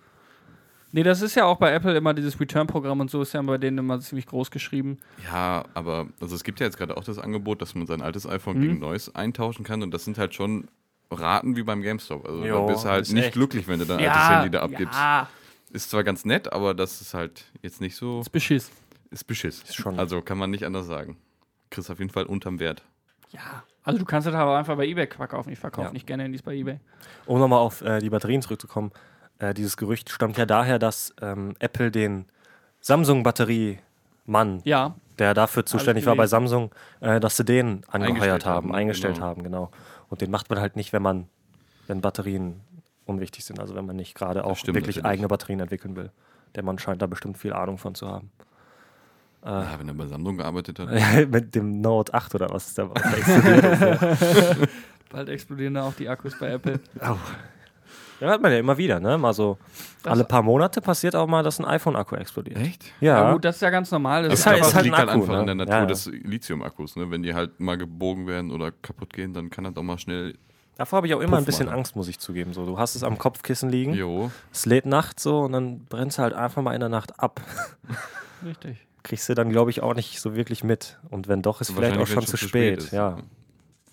B: Nee, das ist ja auch bei Apple immer dieses Return-Programm und so ist ja bei denen immer ziemlich groß geschrieben.
A: Ja,
C: Mhm.
A: aber also es gibt ja jetzt gerade auch das Angebot, dass man sein altes iPhone gegen neues eintauschen kann und das sind halt schon raten wie beim GameStop. Also
C: Jo,
A: da bist du halt
C: ist
A: nicht
C: echt.
A: glücklich, wenn du dein altes Handy da abgibst.
B: Ja,
A: Ist zwar ganz nett, aber das ist halt jetzt nicht so.
B: ist beschiss.
A: Ist Beschiss. Ist
C: schon-
A: also kann man nicht anders sagen. Kriegst auf jeden Fall unterm Wert.
B: Ja. Also du kannst das aber einfach bei Ebay verkaufen. Ich verkaufe
C: Ja.
B: nicht gerne Handys bei Ebay.
C: Um nochmal auf äh, die Batterien zurückzukommen, äh, dieses Gerücht stammt ja daher, dass ähm, Apple den Samsung-Batteriemann,
B: Ja.
C: der dafür zuständig war bei
B: gelesen.
C: Samsung, äh, dass sie den angeheuert
A: Eingestellt
C: haben,
A: haben,
C: eingestellt
A: genau.
C: haben, genau. Und den macht man halt nicht, wenn man, wenn Batterien unwichtig sind, also wenn man nicht gerade auch
A: stimmt
C: wirklich
A: natürlich.
C: eigene Batterien entwickeln will. Der Mann scheint da bestimmt viel Ahnung von zu haben. (laughs) Ah.
A: Ja, wenn er bei Samsung gearbeitet hat.
C: Mit dem Note 8 oder was ist der? was da explodiert ist, ja.
B: Bald explodieren da auch die Akkus bei Apple.
C: Ja, hat man ja immer wieder, ne? Mal so
B: Das-
C: alle paar Monate passiert auch mal, dass ein iPhone-Akku explodiert.
A: Echt?
C: Ja.
B: gut, das ist ja ganz normal. Das
A: Das
C: Ist
B: ist
C: halt-
B: einfach-
C: ist halt
A: liegt
C: ein
A: halt
C: Akku,
A: einfach in der
C: ne?
A: Natur
C: Ja, ja.
A: des Lithium-Akkus. Ne? Wenn die halt mal gebogen werden oder kaputt gehen, dann kann das auch mal schnell.
C: Davor habe ich auch immer
A: Puff
C: ein bisschen
A: machen.
C: Angst, muss ich zugeben. So, du hast es am Kopfkissen liegen,
A: Jo.
C: es lädt nachts so und dann brennst du halt einfach mal in der Nacht ab.
B: Richtig.
C: Kriegst du dann, glaube ich, auch nicht so wirklich mit. Und wenn doch, ist vielleicht auch
A: Also Wahrscheinlich,
C: schon
A: wenn's
C: zu spät.
A: ist.
C: ja.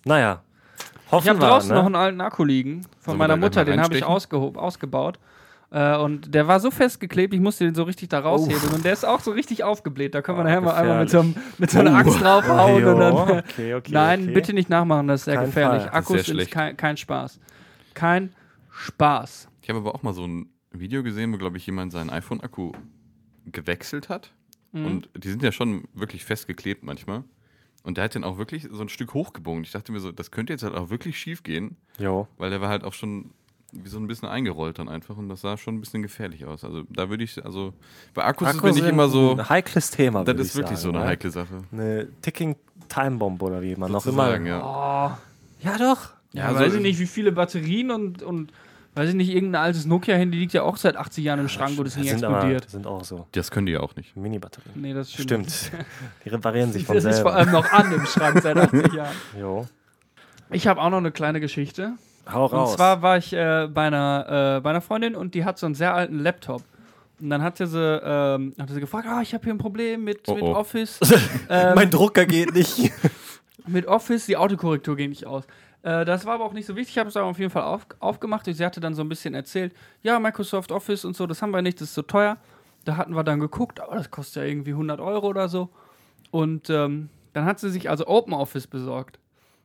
C: Naja,
B: Ich habe
C: hoffen wir.
B: draußen noch
C: Ne?
B: einen alten Akku liegen von
A: Sollen wir
B: meiner
A: da gleich
B: Mutter,
A: mal
B: den habe ich ausgehob, ausgebaut. Äh, und der war so festgeklebt, ich musste den so richtig da raushebeln. Und der ist auch so richtig aufgebläht. Da können wir
C: Ah,
B: nachher mal einmal mit so,
C: gefährlich.
B: einem, mit so einer Axt draufhauen.
C: Jo,
B: und dann,
C: (laughs) okay, okay,
B: (laughs) Nein,
C: okay.
B: bitte nicht nachmachen, das ist sehr
C: Kein
B: gefährlich.
C: Fall.
A: Das ist sehr
B: Akkus sind
A: schlecht.
B: kein, kein Spaß. Kein Spaß.
A: Ich habe aber auch mal so ein Video gesehen, wo, glaube ich, jemand seinen iPhone-Akku gewechselt hat.
C: Mhm.
A: Und die sind ja schon wirklich festgeklebt manchmal. Und der hat den auch wirklich so ein Stück hochgebogen. Ich dachte mir so, das könnte jetzt halt auch wirklich schief gehen,
C: Jo.
A: weil der war halt auch schon wie so ein bisschen eingerollt dann einfach und das sah schon ein bisschen gefährlich aus. Also da würde ich, also bei Akkus,
C: Akkus
A: bin ich
C: sind
A: immer so,
C: Ein heikles Thema.
A: das
C: würd
A: ist
C: ich
A: wirklich so
C: sagen,
A: eine
C: ne?
A: heikle Sache.
C: Eine Ticking-Time-Bombe oder wie man noch immer.
A: sozusagen, ja.
B: Oh.
C: ja, doch.
B: Ja,
A: Ja, so
B: weiß ich
A: ist-
B: nicht, wie viele Batterien und, und weiß ich nicht, irgendein altes Nokia-Handy liegt ja auch seit 80 Jahren im Schrank und ist nie
C: sind aber-
B: explodiert.
C: sind auch so
A: Das können die ja auch nicht.
C: Mini-Batterien.
B: Nee, das ist schön.
C: Stimmt. Die reparieren sich von
B: Das ist vor
C: selber.
B: allem noch an im Schrank
C: (laughs)
B: seit 80 Jahren.
C: Jo.
B: Ich habe auch noch eine kleine Geschichte.
C: Hau raus.
B: Und zwar war ich äh, bei, einer, äh, bei einer Freundin und die hat so einen sehr alten Laptop. Und dann hatte sie, ähm, hatte sie gefragt, ah, ich habe hier ein Problem mit,
A: Oh,
B: mit
A: oh.
B: Office.
C: mein Drucker geht nicht.
B: Mit Office, die Autokorrektur ging nicht aus. Äh, das war aber auch nicht so wichtig. Ich habe es aber auf jeden Fall auf, aufgemacht. Und sie hatte dann so ein bisschen erzählt, ja, Microsoft Office und so, das haben wir nicht, das ist so teuer. Da hatten wir dann geguckt, aber das kostet ja irgendwie 100 Euro oder so. Und ähm, dann hat sie sich also Open Office besorgt.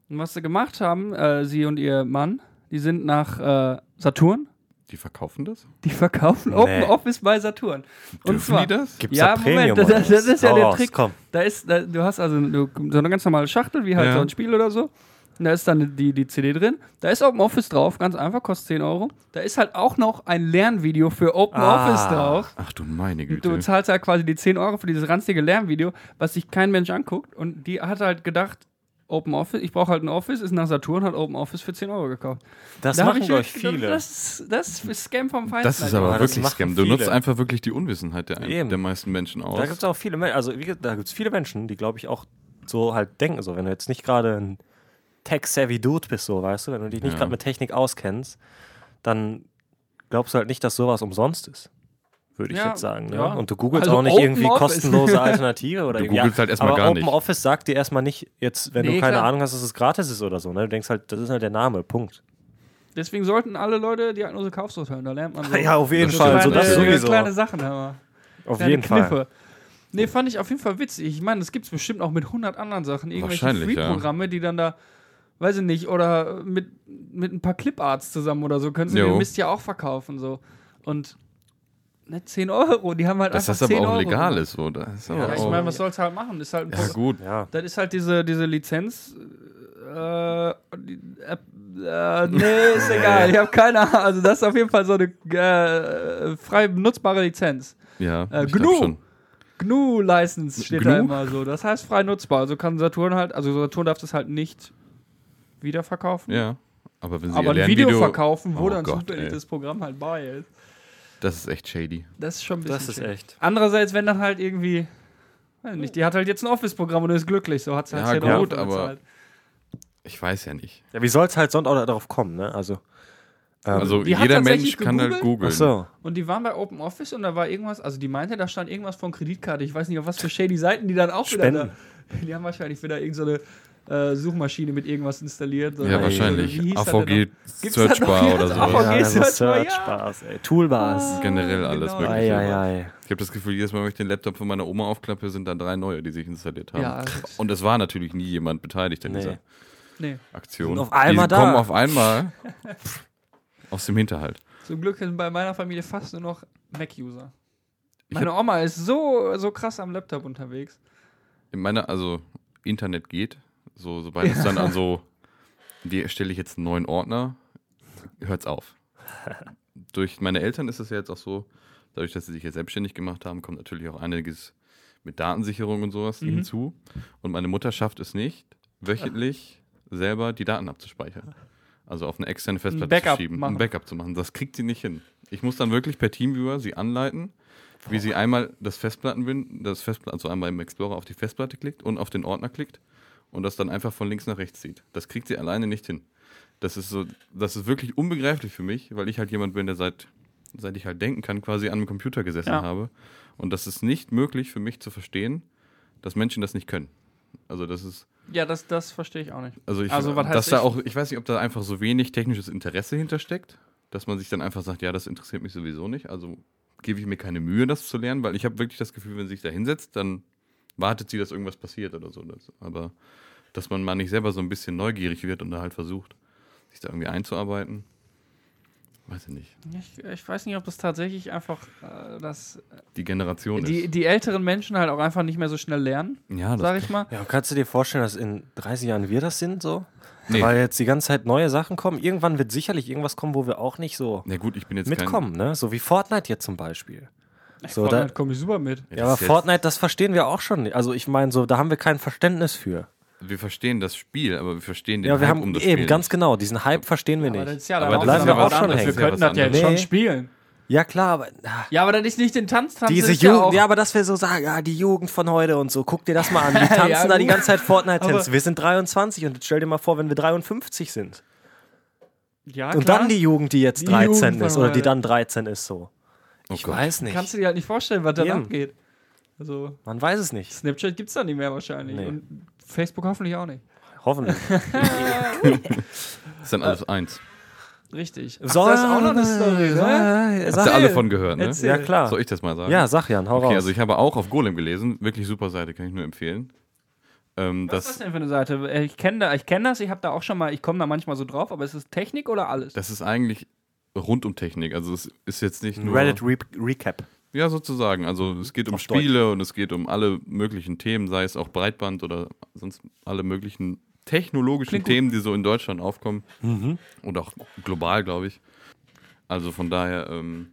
B: Und was sie gemacht haben, äh, sie und ihr Mann, die sind nach äh, Saturn.
A: Die verkaufen das?
B: Die verkaufen
C: Nee.
B: Open Office bei Saturn. Und
A: Dürfen die das?
C: Gibt's
B: ja,
C: da
B: Moment,
C: Premium
B: das,
C: oder
B: das, das
C: was?
B: ist ja
C: Hau
B: der
C: raus,
B: Trick.
C: komm.
B: Da ist, da, du hast also du, so eine ganz normale Schachtel, wie halt
A: Ja.
B: so ein Spiel oder so. Und da ist dann die, die CD drin. Da ist Open Office drauf, ganz einfach, kostet 10 Euro. Da ist halt auch noch ein Lernvideo für Open
C: Ah.
B: Office drauf.
A: Ach du meine Güte.
B: Du zahlst halt quasi die 10 Euro für dieses ranzige Lernvideo, was sich kein Mensch anguckt. Und die hat halt gedacht, Open Office, ich brauche halt ein Office, ist nach Saturn, hat Open Office für 10 Euro gekauft.
C: (laughs) Das
B: Da hab
C: machen
B: ich
C: euch
B: wirklich gedacht,
C: viele.
B: Das ist, das ist Scam vom Feinsten.
A: das ist aber
C: Ja, das
A: wirklich
C: machen
A: Scam. Du
C: viele.
A: nutzt einfach wirklich die Unwissenheit der,
C: Eben.
A: ein, der meisten Menschen aus.
C: Da gibt es auch viele Menschen, also wie gesagt, da gibt's viele Menschen, die glaube ich auch so halt denken, so wenn du jetzt nicht gerade ein tech-savvy Dude bist, so weißt du, wenn du dich nicht
A: Ja.
C: gerade mit Technik auskennst, dann glaubst du halt nicht, dass sowas umsonst ist. Würde ich
B: Ja,
C: jetzt sagen. Ne?
B: ja.
C: Und du googelst
B: Also
C: auch nicht
B: Open
C: irgendwie
B: Office.
C: kostenlose
B: (laughs)
C: Alternative oder
A: Du
C: irgendwie-
A: googelst halt erstmal
C: aber
A: gar
C: Open
A: nicht.
C: Office sagt dir erstmal nicht, jetzt, wenn
B: Nee,
C: du keine
B: klar.
C: Ahnung hast, dass es gratis ist oder so. Ne? Du denkst halt, das ist halt der Name, Punkt.
B: Deswegen sollten alle Leute Diagnose Kaufsucht hören, da lernt man
C: (laughs)
B: so.
C: auf
A: jeden Fall,
B: kleine,
A: so das
B: äh,
A: sowieso.
B: kleine Sachen haben wir.
C: Auf
B: Kleine
C: jeden Fall.
B: Kniffe. Nee, fand ich auf jeden Fall witzig. Ich meine, das gibt es bestimmt auch mit 100 anderen Sachen. Irgendwelche
A: Wahrscheinlich, ja.
B: Free-Programme, die dann da, weiß ich nicht, oder mit, mit ein paar Cliparts zusammen oder so, können sie
A: Jo.
B: den Mist ja auch verkaufen. so. Und ne, 10 Euro, die haben halt
A: dass
B: einfach
A: das aber
B: 10
A: auch
B: Euro
A: legal
B: gemacht.
A: ist. So. Das ist aber
B: Ja, ich
A: auch,
B: meine, was soll's halt machen? Ist halt ein
A: ja, gut.
C: Ja.
B: das ist halt diese, diese Lizenz. Äh, die App- äh, nee,
A: (laughs)
B: ist egal. Ich habe keine Ahnung. Also, das ist auf jeden Fall so eine äh, frei benutzbare Lizenz.
A: Ja,
B: Äh,
A: ich glaub
B: GNU.
A: schon.
B: GNU-License steht da
A: GNU?
B: immer so. Das heißt frei nutzbar. Also kann Saturn halt, also Saturn darf das halt nicht wiederverkaufen.
A: Ja, aber wenn sie
B: aber
A: ihr
B: ein Video,
A: Lernvideo-
B: verkaufen, wo
A: Oh
B: dann
A: Gott,
B: zufällig
A: ey.
B: das Programm halt bei ist.
A: Das ist echt shady.
B: Das ist schon ein bisschen.
C: Das ist
B: shady.
C: echt.
B: Andererseits, wenn dann halt irgendwie. Weiß nicht, die hat halt jetzt ein Office-Programm und ist glücklich. So hat sie halt
A: Ja,
B: 10 Euro
A: gut,
B: für
A: aber-
B: bezahlt.
A: Ich weiß ja nicht.
C: Ja, wie soll es halt sonst auch darauf kommen, ne? Also. ähm,
A: Also
B: die hat
A: jeder
B: tatsächlich
A: Mensch kann halt googeln.
B: gegoogelt?
C: Ach so.
B: Und die waren bei Open Office und da war irgendwas, also die meinte, da stand irgendwas von Kreditkarte. Ich weiß nicht, auf was für shady Seiten (laughs) die dann auch wieder
C: Spenden.
B: da. Die haben wahrscheinlich wieder irgendeine so eine äh, Suchmaschine mit irgendwas installiert. sondern-
A: Ja,
B: Oder wie
A: wahrscheinlich.
B: hieß das denn
A: AVG
B: noch? Gibt's da noch
A: Searchbar
B: jetzt
A: oder
B: AVG?
A: sowas.
B: Ja,
C: das
B: das
C: ist
B: ist mal, ja.
C: Searchbars, also ey. Toolbars.
A: Generell alles
C: Ah,
B: Genau.
A: mögliche.
C: Eieiei.
A: Ich habe das Gefühl, jedes Mal, wenn ich den Laptop von meiner Oma aufklappe, sind da drei neue, die sich installiert haben.
B: Ja, also-
A: Und es war natürlich nie jemand beteiligt an
C: Nee.
A: dieser
B: Nee,
A: Aktion.
C: Sind auf einmal
A: die
C: da.
A: kommen auf einmal (laughs) aus dem Hinterhalt.
B: zum Glück sind bei meiner Familie fast nur noch Mac-User. Meine Oma ist so, so krass am Laptop unterwegs.
A: In meiner, also Internet geht, so, sobald es dann an so, wie erstelle ich jetzt einen neuen Ordner, hört's auf. Durch meine Eltern ist es ja jetzt auch so, dadurch, dass sie sich jetzt selbstständig gemacht haben, kommt natürlich auch einiges mit Datensicherung und sowas
B: Mhm.
A: hinzu. Und meine Mutter schafft es nicht, wöchentlich selber die Daten abzuspeichern. Also auf eine externe Festplatte
B: Backup
A: zu schieben,
B: machen.
A: ein Backup zu machen. Das kriegt sie nicht hin. Ich muss dann wirklich per Teamviewer sie anleiten, wie sie einmal das Festplattenbind, das Festplatte, also einmal im Explorer auf die Festplatte klickt und auf den Ordner klickt und das dann einfach von links nach rechts zieht. Das kriegt sie alleine nicht hin. Das ist so, das ist wirklich unbegreiflich für mich, weil ich halt jemand bin, der seit, seit ich halt denken kann, quasi an einem Computer gesessen
B: Ja.
A: habe. Und das ist nicht möglich für mich zu verstehen, dass Menschen das nicht können. Also das ist,
B: Ja, das, das verstehe ich auch nicht.
A: also ich,
B: Also, was heißt
A: dass da
B: ich-
A: auch, ich weiß nicht, ob da einfach so wenig technisches Interesse hintersteckt, dass man sich dann einfach sagt, ja, das interessiert mich sowieso nicht, also gebe ich mir keine Mühe, das zu lernen, weil ich habe wirklich das Gefühl, wenn sie sich da hinsetzt, dann wartet sie, dass irgendwas passiert oder so. Das, aber dass man mal nicht selber so ein bisschen neugierig wird und da halt versucht, sich da irgendwie einzuarbeiten, weiß ich nicht.
B: Ich, ich weiß nicht, ob das tatsächlich einfach äh, das,
A: Die Generation
B: die,
A: ist.
B: die älteren Menschen halt auch einfach nicht mehr so schnell lernen,
A: Ja,
B: sag
A: das (laughs)
B: ich mal.
C: Ja, und kannst du dir vorstellen, dass in 30 Jahren wir das sind, so?
A: Nee.
C: Weil jetzt die ganze Zeit neue Sachen kommen. Irgendwann wird sicherlich irgendwas kommen, wo wir auch nicht so
A: Na gut, ich bin jetzt
C: mitkommen, ne? So wie Fortnite jetzt zum Beispiel. So, da,
B: Fortnite komme ich super mit.
A: kein...
C: ja,
A: das
C: aber
A: ist jetzt-
C: Fortnite, das verstehen wir auch schon nicht. Also ich meine, so, da haben wir kein Verständnis für.
A: Wir verstehen das Spiel, aber wir verstehen den
C: ja, wir
A: Hype
C: haben
A: um das
C: eben
A: Spiel
C: ganz
A: nicht.
C: genau, diesen Hype verstehen wir
B: Aber das
C: nicht.
B: ist ja
A: Aber
B: dann
A: da bleiben wir
B: was
A: auch schon
B: anderes.
A: hängen.
B: Wir könnten
A: Ja,
B: das ja jetzt
A: was
B: schon
C: anderes.
B: spielen.
C: Ja, klar, aber ah,
B: Ja, aber dann ist nicht den Tanz tanzen.
C: diese
B: ist ja
C: Jugend,
B: auch-
C: ja, aber dass wir so sagen, ja, die Jugend von heute und so, guck dir das mal an. Die tanzen
B: (laughs) Ja,
C: da die
B: gut.
C: ganze Zeit Fortnite-Tanz.
B: Aber-
C: Wir sind 23 und jetzt stell dir mal vor, wenn wir 53 sind.
B: Ja,
C: Und
B: klar.
C: dann die Jugend, die jetzt
B: Die
C: 13
B: Jugend von
C: ist oder die
B: heute.
C: dann 13 ist so.
A: Oh
C: ich
A: Gott.
C: weiß nicht.
B: Kannst du dir halt nicht vorstellen, was dann
C: Eben.
B: abgeht. Also,
C: Man weiß es nicht.
B: Snapchat gibt's da nicht mehr wahrscheinlich.
C: Nee.
B: Und Facebook hoffentlich auch nicht. (laughs)
C: Hoffentlich.
A: Ist dann
C: Äh,
A: alles eins.
B: Richtig. Ach,
C: So,
B: das ist auch noch eine Story, ne?
C: Ja,
A: Habt
C: sag,
A: ihr alle von gehört, ne?
C: ja, klar.
A: Soll ich das mal sagen?
C: ja, sag Jan, hau
A: Okay,
C: raus.
A: also ich habe auch auf Golem gelesen, wirklich super Seite, kann ich nur empfehlen. Ähm,
B: Was ist das
A: das,
B: denn für eine Seite? Äh, Ich kenne da, ich kenn das, ich habe da auch schon mal, ich komme da manchmal so drauf, aber ist es Technik oder alles?
A: das ist eigentlich rund um Technik, also es ist jetzt nicht nur...
C: Reddit Re Recap.
A: Ja, sozusagen, also es geht um
C: Auf
A: Spiele und es geht um alle möglichen Themen, sei es auch Breitband oder sonst alle möglichen technologischen
B: Klingt gut.
A: Themen, die so in Deutschland aufkommen
C: Mhm.
A: und auch global, glaube ich. Also von daher ähm,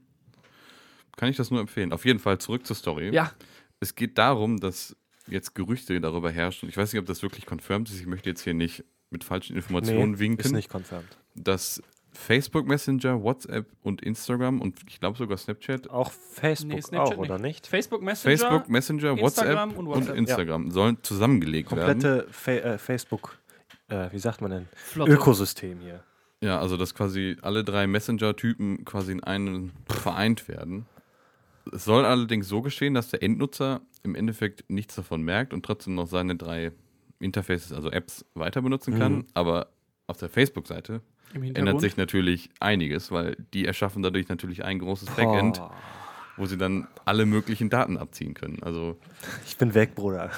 A: kann ich das nur empfehlen. Auf jeden Fall zurück zur Story.
B: Ja,
A: es geht darum, dass jetzt Gerüchte darüber herrschen. Ich weiß nicht, ob das wirklich confirmed ist. Ich möchte jetzt hier nicht mit falschen Informationen winken,
C: ist nicht confirmed.
A: dass Facebook Messenger, WhatsApp und Instagram und ich glaube sogar Snapchat,
C: Auch Facebook
B: nee,
C: auch,
B: Snapchat nicht.
C: oder nicht?
B: Facebook Messenger.
A: Facebook Messenger,
B: Instagram
A: WhatsApp
B: und
A: und,
B: WhatsApp.
A: Instagram sollen zusammengelegt werden.
C: Komplette Fa äh, Facebook, äh, wie sagt man denn?
B: Flotte.
C: Ökosystem hier.
A: Ja, also dass quasi alle drei Messenger-Typen quasi in einen vereint werden. Es soll allerdings so geschehen, dass der Endnutzer im Endeffekt nichts davon merkt und trotzdem noch seine drei Interfaces, also Apps, weiter benutzen kann. Aber auf der Facebook-Seite
B: Im
A: ändert
B: Hintergrund.
A: sich natürlich einiges, weil die erschaffen dadurch natürlich ein großes Backend,
C: Boah,
A: wo sie dann alle möglichen Daten abziehen können. Also
C: ich bin weg, Bruder.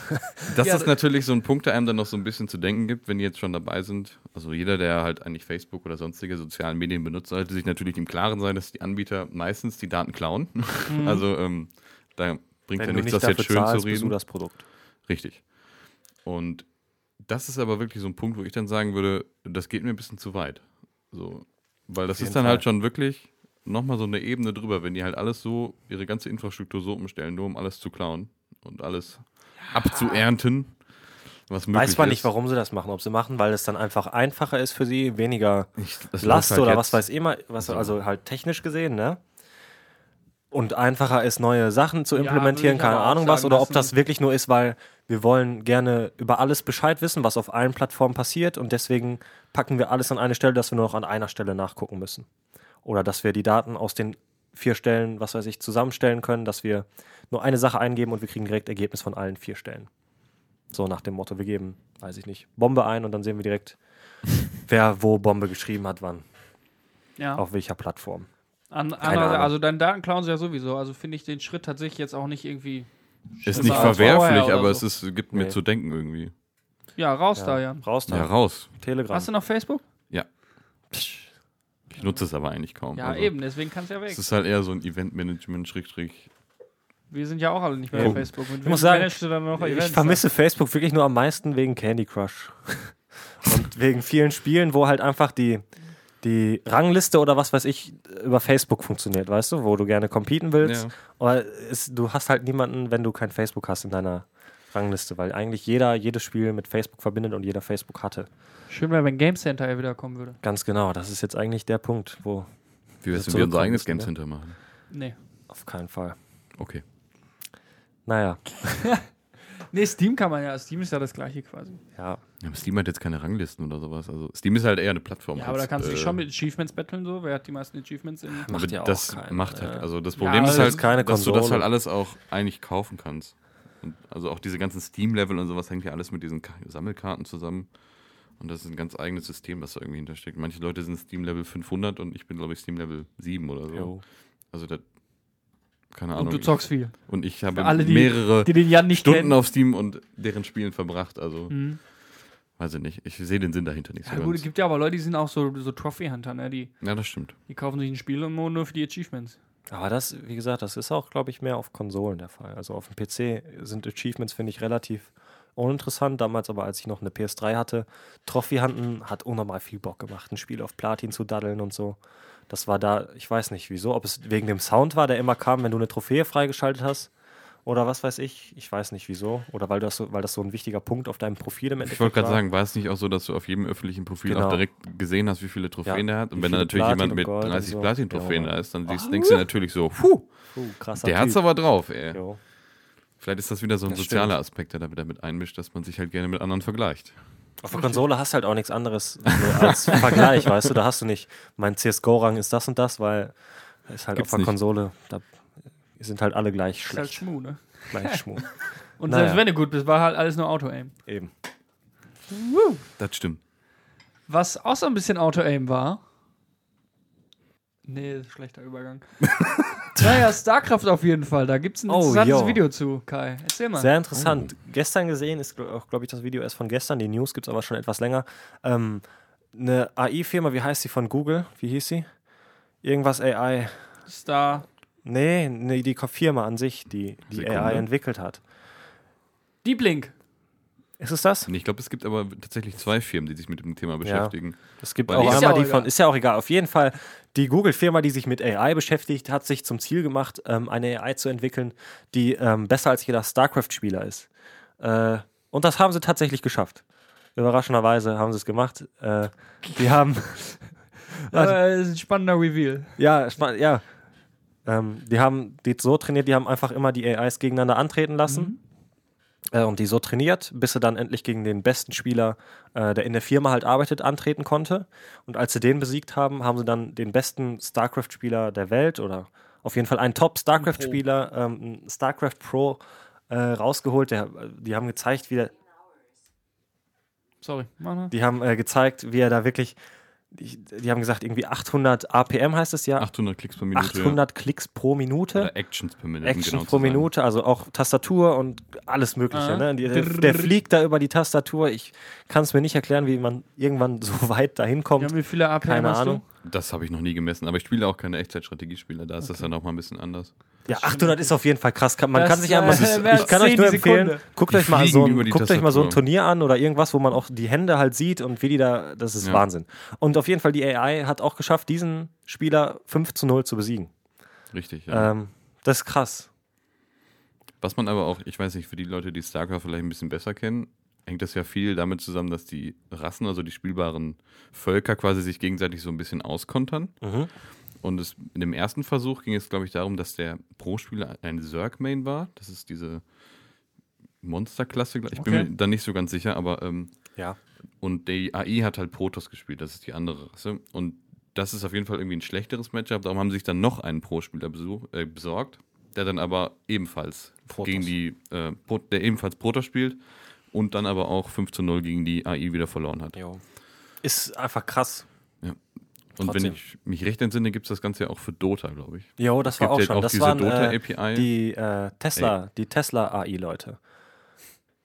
A: das
B: Ja,
A: ist natürlich so ein Punkt, der einem dann noch so ein bisschen zu denken gibt, wenn die jetzt schon dabei sind. Also jeder, der halt eigentlich Facebook oder sonstige sozialen Medien benutzt, sollte sich natürlich im Klaren sein, dass die Anbieter meistens die Daten klauen. (laughs) Also ähm, da bringt ja nichts, das jetzt schön zu
C: bist du
A: reden.
C: das Produkt.
A: Richtig. Und das ist aber wirklich so ein Punkt, wo ich dann sagen würde, das geht mir ein bisschen zu weit. So, weil das ist dann halt schon wirklich nochmal so eine Ebene drüber, wenn die halt alles so, ihre ganze Infrastruktur so umstellen, nur um alles zu klauen und alles abzuernten, was möglich
C: Weiß man
A: ist.
C: nicht, warum sie das machen. Ob sie machen, weil es dann einfach einfacher ist für sie, weniger
A: Ich, das läuft
C: Last
A: halt
C: oder
A: jetzt.
C: was weiß immer, was,
A: So.
C: also halt technisch gesehen, ne? Und einfacher ist, neue Sachen zu
B: Ja,
C: implementieren,
B: würde ich
C: keine
B: aber auch
C: Ahnung was,
B: sagen,
C: oder
B: dass
C: ob das wirklich nur ist, weil wir wollen gerne über alles Bescheid wissen, was auf allen Plattformen passiert und deswegen packen wir alles an eine Stelle, dass wir nur noch an einer Stelle nachgucken müssen. Oder dass wir die Daten aus den vier Stellen, was weiß ich, zusammenstellen können, dass wir nur eine Sache eingeben und wir kriegen direkt Ergebnis von allen vier Stellen. So nach dem Motto, wir geben, weiß ich nicht, Bombe ein und dann sehen wir
B: (laughs)
C: direkt, wer wo Bombe geschrieben hat, wann,
B: Ja.
C: auf welcher Plattform.
B: An,
C: Keine
B: anderer-
C: Ahnung.
B: also deinen Daten klauen sie ja sowieso. Also finde ich den Schritt tatsächlich jetzt auch nicht irgendwie.
A: Ist
B: schlimmer
A: nicht
B: als vorher
A: verwerflich,
B: oder
A: aber
B: so.
A: es ist, gibt mir
C: Nee.
A: zu denken irgendwie.
B: Ja, raus da, Jan.
C: Raus da.
A: Ja, raus.
C: Telegram.
B: Hast du noch Facebook?
C: Psch.
A: Ich nutze es aber eigentlich kaum.
B: Ja,
A: also.
B: eben, deswegen kannst du ja weg.
A: Es ist halt eher so ein Eventmanagement, Schrägstrich.
B: Wir sind ja auch alle nicht mehr
A: Eben.
B: auf Facebook. Und ich
C: muss sagen,
B: du dann noch
C: Ich
B: Events
C: vermisse Facebook wirklich nur am meisten wegen Candy Crush. (laughs) Und wegen vielen Spielen, wo halt einfach die, die Rangliste oder was weiß ich über Facebook funktioniert, weißt du, wo du gerne competen willst.
A: Ja.
C: Aber es, du hast halt niemanden, wenn du kein Facebook hast in deiner Rangliste, weil eigentlich jeder jedes Spiel mit Facebook verbindet und jeder Facebook hatte.
B: dann. Schön wäre, wenn Game Center ja wieder kommen würde.
C: Ganz genau, das ist jetzt eigentlich der Punkt, wo
A: Wie wär's,
C: Das
A: wenn wir unser
C: zurückkommen
A: eigenes
C: müssen,
A: Game
C: ne?
A: Center machen?
B: Nee.
C: auf keinen Fall.
A: Okay.
C: Naja,
B: Nee, Steam kann man ja. Steam ist ja das gleiche quasi.
C: ja.
A: Ja, aber Steam hat jetzt keine Ranglisten oder sowas. Also Steam ist halt eher eine Plattform.
B: Ja, aber da
A: als,
B: kannst du dich
A: äh,
B: schon mit Achievements betteln, so. Wer hat die meisten Achievements in.
A: aber
C: Macht ja auch
A: das
C: keinen,
A: macht halt.
C: äh,
A: Also das
B: Ja,
A: Problem
B: aber
A: ist
B: das
A: halt,
B: ist
C: keine
A: dass du das
C: Konsole.
A: halt alles auch eigentlich kaufen kannst. Und also auch diese ganzen Steam-Level und sowas hängt ja alles mit diesen Ka- Sammelkarten zusammen. Und das ist ein ganz eigenes System, was da irgendwie hintersteckt. Manche Leute sind Steam-Level 500 und ich bin, glaube ich, Steam-Level 7 oder so.
C: Jo.
A: Also das, keine Ahnung.
B: Und du zockst viel.
A: Ich, und ich habe
B: alle, die-
A: mehrere
B: Die den Jan nicht
A: Stunden
B: kennen.
A: auf Steam und deren Spielen verbracht. Also
B: Mhm.
A: Weiß ich nicht. Ich sehe den Sinn dahinter nicht so
B: Ja, gut,
A: ganz.
B: es gibt ja aber Leute, die sind auch so, so Trophy-Hunter, ne? Die,
A: Ja, das stimmt.
B: die kaufen sich ein Spiel und nur für die Achievements.
C: Aber das, wie gesagt, das ist auch, glaube ich, mehr auf Konsolen der Fall. Also auf dem PC sind Achievements, finde ich, relativ uninteressant. Damals aber, als ich noch eine PS3 hatte, Trophy-Hunten hat unnormal viel Bock gemacht, ein Spiel auf Platin zu daddeln und so. Das war da, ich weiß nicht wieso, ob es wegen dem Sound war, der immer kam, wenn du eine Trophäe freigeschaltet hast. Oder was weiß ich, ich weiß nicht wieso. Oder weil, du das so, weil das so ein wichtiger Punkt auf deinem Profil im
A: Ich
C: Endeffekt
A: wollte gerade
C: war.
A: sagen, war es nicht auch so, dass du auf jedem öffentlichen Profil
C: Genau.
A: auch direkt gesehen hast, wie viele Trophäen
C: Ja,
A: er hat? Und
C: wie
A: wenn da
C: viele
A: natürlich
C: Platin
A: jemand
C: und
A: mit
C: Gold und
A: 30
C: so.
A: Platin-Trophäen
C: Ja.
A: da ist, dann siehst, denkst du natürlich so, puh,
C: Puh, krasser
A: der hat's
C: Typ.
A: aber drauf, ey.
C: Jo.
A: Vielleicht ist das wieder so ein
C: Das
A: sozialer Aspekt, der damit, damit einmischt, dass man sich halt gerne mit anderen vergleicht.
C: Auf der Konsole hast du halt auch nichts anderes so als Vergleich, weißt du? Da hast du nicht, mein CSGO-Rang ist das und das, weil ist halt
A: Gibt's
C: auf der
A: nicht.
C: Konsole, da sind halt alle gleich
B: Ist halt
C: schlecht,
B: Schmuh, ne?
C: gleich schmuh.
B: Und
C: Naja.
B: selbst wenn du gut bist, war halt alles nur Auto-Aim.
C: Eben.
A: Das stimmt.
B: Was auch so ein bisschen Auto-Aim war. Nee, schlechter Übergang. (laughs) naja, StarCraft auf jeden Fall. Da gibt es ein
C: Oh,
B: interessantes
C: yo.
B: Video zu, Kai. Erzähl mal.
C: Sehr interessant. Gestern gesehen ist, gl- auch glaube ich, das Video erst von gestern, die News gibt es aber schon etwas länger. Ähm, eine AI-Firma, wie heißt sie von Google? Wie hieß sie? Irgendwas AI.
B: Star.
C: Nee, nee die Firma an sich, die die
A: Sekunde.
C: AI entwickelt hat.
B: Deep Link.
C: Ist es das?
A: Und ich glaube, es gibt aber tatsächlich zwei Firmen, die sich mit dem Thema beschäftigen.
C: Es gibt
A: Weil
C: auch
A: die-
B: Ist ja
C: einmal
B: auch
C: die von,
B: egal.
C: ist ja auch egal. Auf jeden Fall, die Google-Firma, die sich mit AI beschäftigt, hat sich zum Ziel gemacht, ähm, eine AI zu entwickeln, die ähm, besser als jeder StarCraft-Spieler ist. Äh, und das haben sie tatsächlich geschafft. Überraschenderweise haben sie es gemacht. Äh, die haben, Also-
B: Aber es ist ein spannender Reveal.
C: ja, spa- ja. Ähm, die haben die so trainiert, die haben einfach immer die AIs gegeneinander antreten lassen. Äh, und die so trainiert, bis sie dann endlich gegen den besten Spieler, äh, der in der Firma halt arbeitet, antreten konnte. Und als sie den besiegt haben, haben sie dann den besten StarCraft-Spieler der Welt oder auf jeden Fall einen Top-StarCraft-Spieler, ähm, einen StarCraft Pro, äh, rausgeholt. Der, die haben gezeigt, wie der,
B: Sorry. Mach mal.
C: die haben äh, gezeigt, wie er da wirklich. Die, die haben gesagt, irgendwie 800 APM heißt es ja.
A: 800 Klicks pro Minute.
C: 800 Klicks pro Minute.
A: oder Actions per Minute. um
C: Action
A: genau
C: pro
A: zu sein.
C: Minute, also auch Tastatur und alles Mögliche.
B: Ah.
C: Ne? Die, der,
B: Drrrr.
C: der fliegt da über die Tastatur. Ich kann es mir nicht erklären, wie man irgendwann (laughs) so weit dahin kommt.
B: Ja, wie viele APM
C: Keine
B: hast
C: Ahnung.
B: du?
A: Das habe ich noch nie gemessen, aber ich spiele auch keine Echtzeitstrategiespiele. Da ist das dann auch mal ein bisschen anders.
C: Ja, 800 ist auf jeden Fall krass. Kann, man
B: Das,
C: kann sich ja
B: äh,
C: mal,
B: wär
C: ich kann euch
B: zehn
C: nur
B: die
C: empfehlen,
B: Sekunde.
C: guckt
A: Die
C: euch, mal
A: fliegen
C: so
A: über
C: ein,
A: die
C: guckt euch mal so ein
A: Tastatur.
C: Turnier an oder irgendwas, wo man auch die Hände halt sieht und wie die da, das ist
A: Ja.
C: Wahnsinn. Und auf jeden Fall, die AI hat auch geschafft, diesen Spieler 5 zu 0 zu besiegen.
A: Richtig, ja.
C: Ähm, das ist krass.
A: Was man aber auch, ich weiß nicht, für die Leute, die StarCraft vielleicht ein bisschen besser kennen, hängt das ja viel damit zusammen, dass die Rassen, also die spielbaren Völker quasi sich gegenseitig so ein bisschen auskontern.
C: Mhm.
A: Und es, in dem ersten Versuch ging es, glaube ich, darum, dass der Pro-Spieler ein Zerg-Main war. Das ist diese Monsterklasse. glaub- Ich
B: Okay.
A: bin mir da nicht so ganz sicher, aber ähm,
C: Ja.
A: und die AI hat halt Protoss gespielt, das ist die andere Rasse. Und das ist auf jeden Fall irgendwie ein schlechteres Matchup. Darum haben sie sich dann noch einen Pro-Spieler besuch- äh, besorgt, der dann aber ebenfalls
C: Protoss.
A: gegen die, äh, Pro- der ebenfalls Protoss spielt und dann aber auch 5 zu 0 gegen die AI wieder verloren hat.
C: Jo. Ist einfach krass.
A: Und
C: Trotzdem.
A: wenn ich mich recht entsinne, gibt es das Ganze ja auch für Dota, glaube ich.
C: Jo, das
A: Gibt
C: war auch
A: ja
C: schon.
A: auch
C: das
A: diese
C: waren
A: Dota-API.
C: äh, die äh, Tesla, die Tesla AI Leute.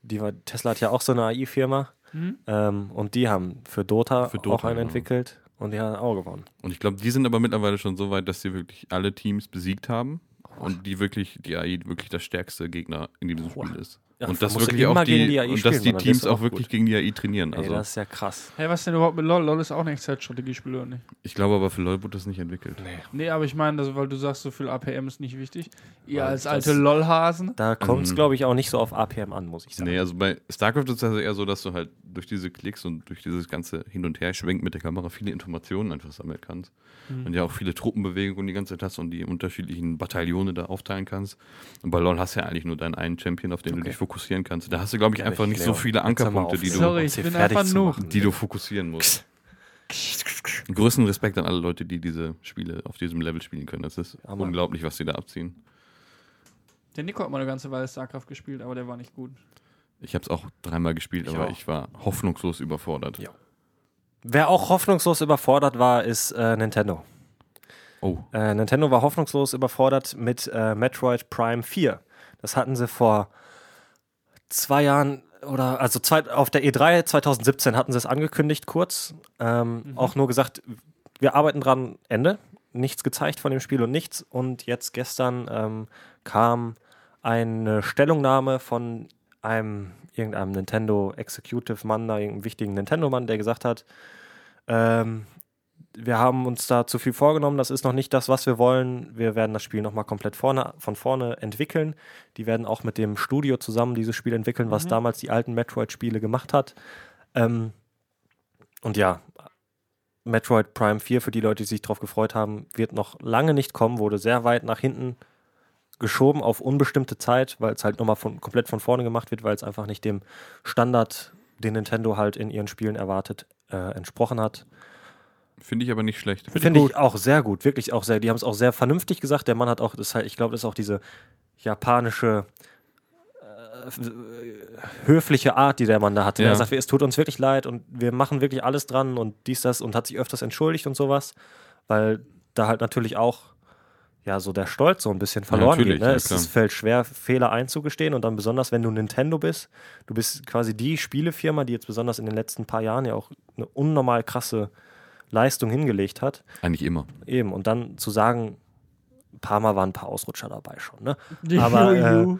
C: Die war, Tesla hat ja auch so eine AI Firma
B: Mhm.
C: ähm, und die haben für Dota,
A: Für Dota,
C: auch einen
A: genau.
C: entwickelt und die haben auch gewonnen.
A: Und ich glaube, die sind aber mittlerweile schon so weit, dass sie wirklich alle Teams besiegt haben und die wirklich, die AI wirklich der stärkste Gegner in diesem
C: Boah.
A: Spiel ist.
C: Ja,
A: und
C: da
A: dass
C: musst du
A: wirklich auch
C: immer
A: die,
C: gegen die AI
A: und
C: spielen,
A: dass die
C: dann wirst
A: Teams
C: du auch
A: auch wirklich
C: gut.
A: gegen die AI trainieren.
C: Ey,
A: Also
C: das ist ja krass.
B: Hey, was denn überhaupt mit LOL? LOL ist auch ein Echtzeitstrategiespiel, oder nicht?
A: ich glaube aber für LoL wurde das nicht entwickelt.
B: Nee, aber ich meine, das, weil du sagst, so viel APM ist nicht wichtig. Ihr
C: Weil
B: als
C: das-
B: alte LOL-Hasen.
C: Da kommt es, glaube ich, auch nicht so auf APM an, muss ich sagen.
A: Mhm. Nee, also bei StarCraft ist es also eher so, dass du halt durch diese Klicks und durch dieses ganze Hin- und Herschwenken mit der Kamera viele Informationen einfach sammeln kannst.
C: Mhm.
A: Und ja auch viele Truppenbewegungen die ganze Zeit hast und die unterschiedlichen Bataillone da aufteilen kannst. Und bei LoL hast du ja eigentlich nur deinen einen Champion, auf den du dich fokussieren kannst. Da hast du, glaube ich, einfach nicht so
C: Leon,
A: viele
C: jetzt hör mal
A: Ankerpunkte,
C: auf,
A: die du,
B: Sorry,
C: uns
B: ich
C: hier
B: bin
C: fertig
B: einfach
C: zu
B: nur.
C: machen.
A: die du fokussieren musst. Größten Respekt an alle Leute, die diese Spiele auf diesem Level spielen können. Das ist
C: Mann.
A: unglaublich, was die da abziehen.
B: Der Nico hat mal eine ganze Weile StarCraft gespielt, aber der war nicht gut.
A: Ich habe es auch dreimal gespielt,
C: Ich
A: aber
C: auch.
A: ich war hoffnungslos überfordert.
C: Ja. Wer auch hoffnungslos überfordert war, ist äh, Nintendo.
A: Oh,
C: Äh, Nintendo war hoffnungslos überfordert mit äh, Metroid Prime 4. Das hatten sie vor zwei Jahren oder also zwei, auf der E3 2017 hatten sie es angekündigt, kurz. Ähm, Auch nur gesagt, wir arbeiten dran, Ende. Nichts gezeigt von dem Spiel und nichts. Und jetzt gestern ähm, kam eine Stellungnahme von einem irgendeinem Nintendo Executive Mann, da irgendeinem wichtigen Nintendo Mann, der gesagt hat, ähm, wir haben uns da zu viel vorgenommen, das ist noch nicht das, was wir wollen. Wir werden das Spiel nochmal komplett vorne, von vorne entwickeln. Die werden auch mit dem Studio zusammen dieses Spiel entwickeln, was
B: Mhm.
C: damals die alten Metroid-Spiele gemacht hat. Ähm, und ja, Metroid Prime 4, für die Leute, die sich drauf gefreut haben, wird noch lange nicht kommen, wurde sehr weit nach hinten geschoben auf unbestimmte Zeit, weil es halt nochmal von, komplett von vorne gemacht wird, weil es einfach nicht dem Standard, den Nintendo halt in ihren Spielen erwartet, äh, entsprochen hat.
A: finde ich aber nicht schlecht.
C: Finde ich auch sehr gut, wirklich auch sehr. Die haben es auch sehr vernünftig gesagt. Der Mann hat auch, das ist halt, ich glaube, das ist auch diese japanische äh, f- äh, höfliche Art, die der Mann da hatte.
A: Ja.
C: Er sagt, es tut uns wirklich leid und wir machen wirklich alles dran und dies, das und hat sich öfters entschuldigt und sowas, weil da halt natürlich auch ja so der Stolz so ein bisschen verloren
A: natürlich,
C: geht. Ne?
A: ja,
C: es,
A: klar.
C: es fällt schwer, Fehler einzugestehen und dann besonders, wenn du Nintendo bist, du bist quasi die Spielefirma, die jetzt besonders in den letzten paar Jahren ja auch eine unnormal krasse Leistung hingelegt hat.
A: Eigentlich immer.
C: Eben, und dann zu sagen, ein paar Mal waren ein paar Ausrutscher dabei schon, ne?
B: (laughs)
C: Aber, (laughs)
B: Juju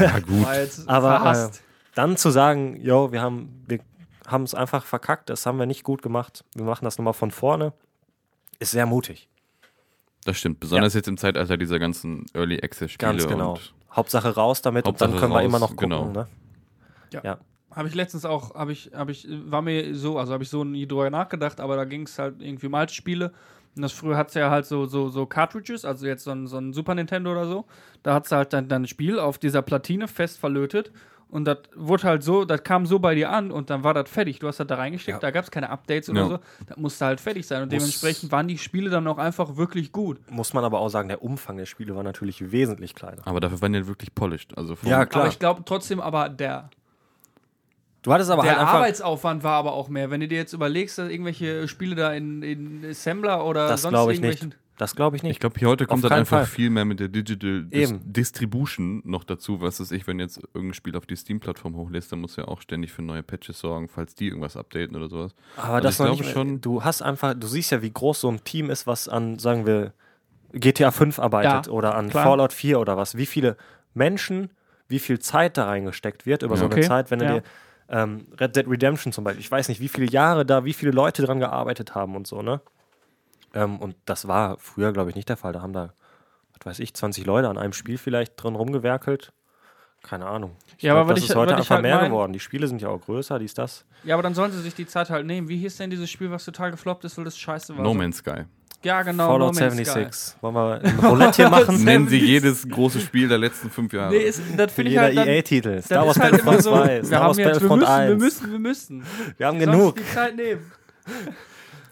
A: Ja, gut.
B: war jetzt
C: Aber äh,
B: verhasst.
C: dann zu sagen, yo, wir haben wir haben es einfach verkackt, das haben wir nicht gut gemacht, wir machen das nochmal von vorne, ist sehr mutig.
A: Das stimmt. Besonders jetzt im Zeitalter dieser ganzen Early Access Spiele.
C: Ganz genau.
A: Und
C: Hauptsache raus damit und
A: Hauptsache
C: dann können wir
A: raus,
C: immer noch gucken,
A: genau.
C: ne?
B: Habe ich letztens auch, habe ich, habe ich, war mir so, also habe ich so nie drüber nachgedacht, aber da ging es halt irgendwie um alte Spiele. Und das früher hat's ja halt so, so, so Cartridges, also jetzt so ein, so ein Super Nintendo oder so. Da hat's halt dann dein Spiel auf dieser Platine fest verlötet. Und das wurde halt so, das kam so bei dir an und dann war das fertig. Du hast das da reingesteckt,
C: Ja.
B: da gab's keine Updates oder
A: Ja.
B: so. Das musste halt fertig sein. Und
C: Muss-
B: dementsprechend waren die Spiele dann auch einfach wirklich gut.
C: Muss man aber auch sagen, der Umfang der Spiele war natürlich wesentlich kleiner.
A: Aber dafür waren die wirklich polished. Also vom-
C: Ja, klar.
B: Aber ich glaube trotzdem, aber der
C: Du hattest aber
B: der
C: halt einfach
B: Arbeitsaufwand war aber auch mehr. Wenn du dir jetzt überlegst, dass irgendwelche Spiele da in, in Assembler oder
C: das
B: sonst
C: glaube ich
B: irgendwelchen.
C: nicht. Das glaube ich nicht.
A: Ich glaube, hier heute kommt
C: Auf
A: dann
C: keinen
A: einfach
C: Fall.
A: viel mehr mit der Digital Dis
C: Eben.
A: Distribution noch dazu. Was ist ich, wenn jetzt irgendein Spiel auf die Steam-Plattform hochlässt, dann muss ja auch ständig für neue Patches sorgen, falls die irgendwas updaten oder sowas.
C: Aber
A: Also
C: das
A: ich
C: noch
A: glaube
C: nicht,
A: schon-
C: Du hast einfach, du siehst ja, wie groß so ein Team ist, was an, sagen wir, GTA 5 arbeitet
B: Ja,
C: oder an
B: klar.
C: Fallout 4 oder was. Wie viele Menschen, wie viel Zeit da reingesteckt wird über so eine
B: Okay,
C: Zeit, wenn du
B: ja.
C: dir ähm, Red Dead Redemption zum Beispiel, ich weiß nicht, wie viele Jahre da, wie viele Leute dran gearbeitet haben und so, ne? Ähm, und das war früher, glaube ich, nicht der Fall. Da haben da, was weiß ich, 20 Leute an einem Spiel vielleicht drin rumgewerkelt. Keine Ahnung. Ich
B: Ja,
C: glaub,
B: aber was
C: das
B: ich-
C: ist heute
B: was ich
C: einfach
B: halt
C: mehr
B: mein-
C: geworden. Die Spiele sind ja auch größer, dies, das.
B: Ja, aber dann sollen sie sich die Zeit halt nehmen. Wie hieß denn dieses Spiel, was total gefloppt ist, weil das scheiße war?
A: No Man's
C: (laughs)
A: Sky.
B: Ja, genau.
C: Fallout
B: No Man's
C: 76. Wollen wir ein Roulette hier
B: (laughs)
C: machen?
A: Nennen Sie jedes große Spiel der letzten fünf
B: Sky.
A: Jahre.
B: Nee, ist, das finde ich
C: Jeder
B: halt. Dann,
C: EA-Titel. E Star
B: dann (laughs)
C: Wars
B: ist halt immer
C: Battlefront
B: so,
C: 2,
B: wir
C: Star
B: haben
C: Wars
B: jetzt, wir
C: Battlefront
B: müssen, wir
C: 1.
B: müssen, wir müssen.
C: Wir haben
B: Sonst
C: genug.
B: die Zeit nehmen.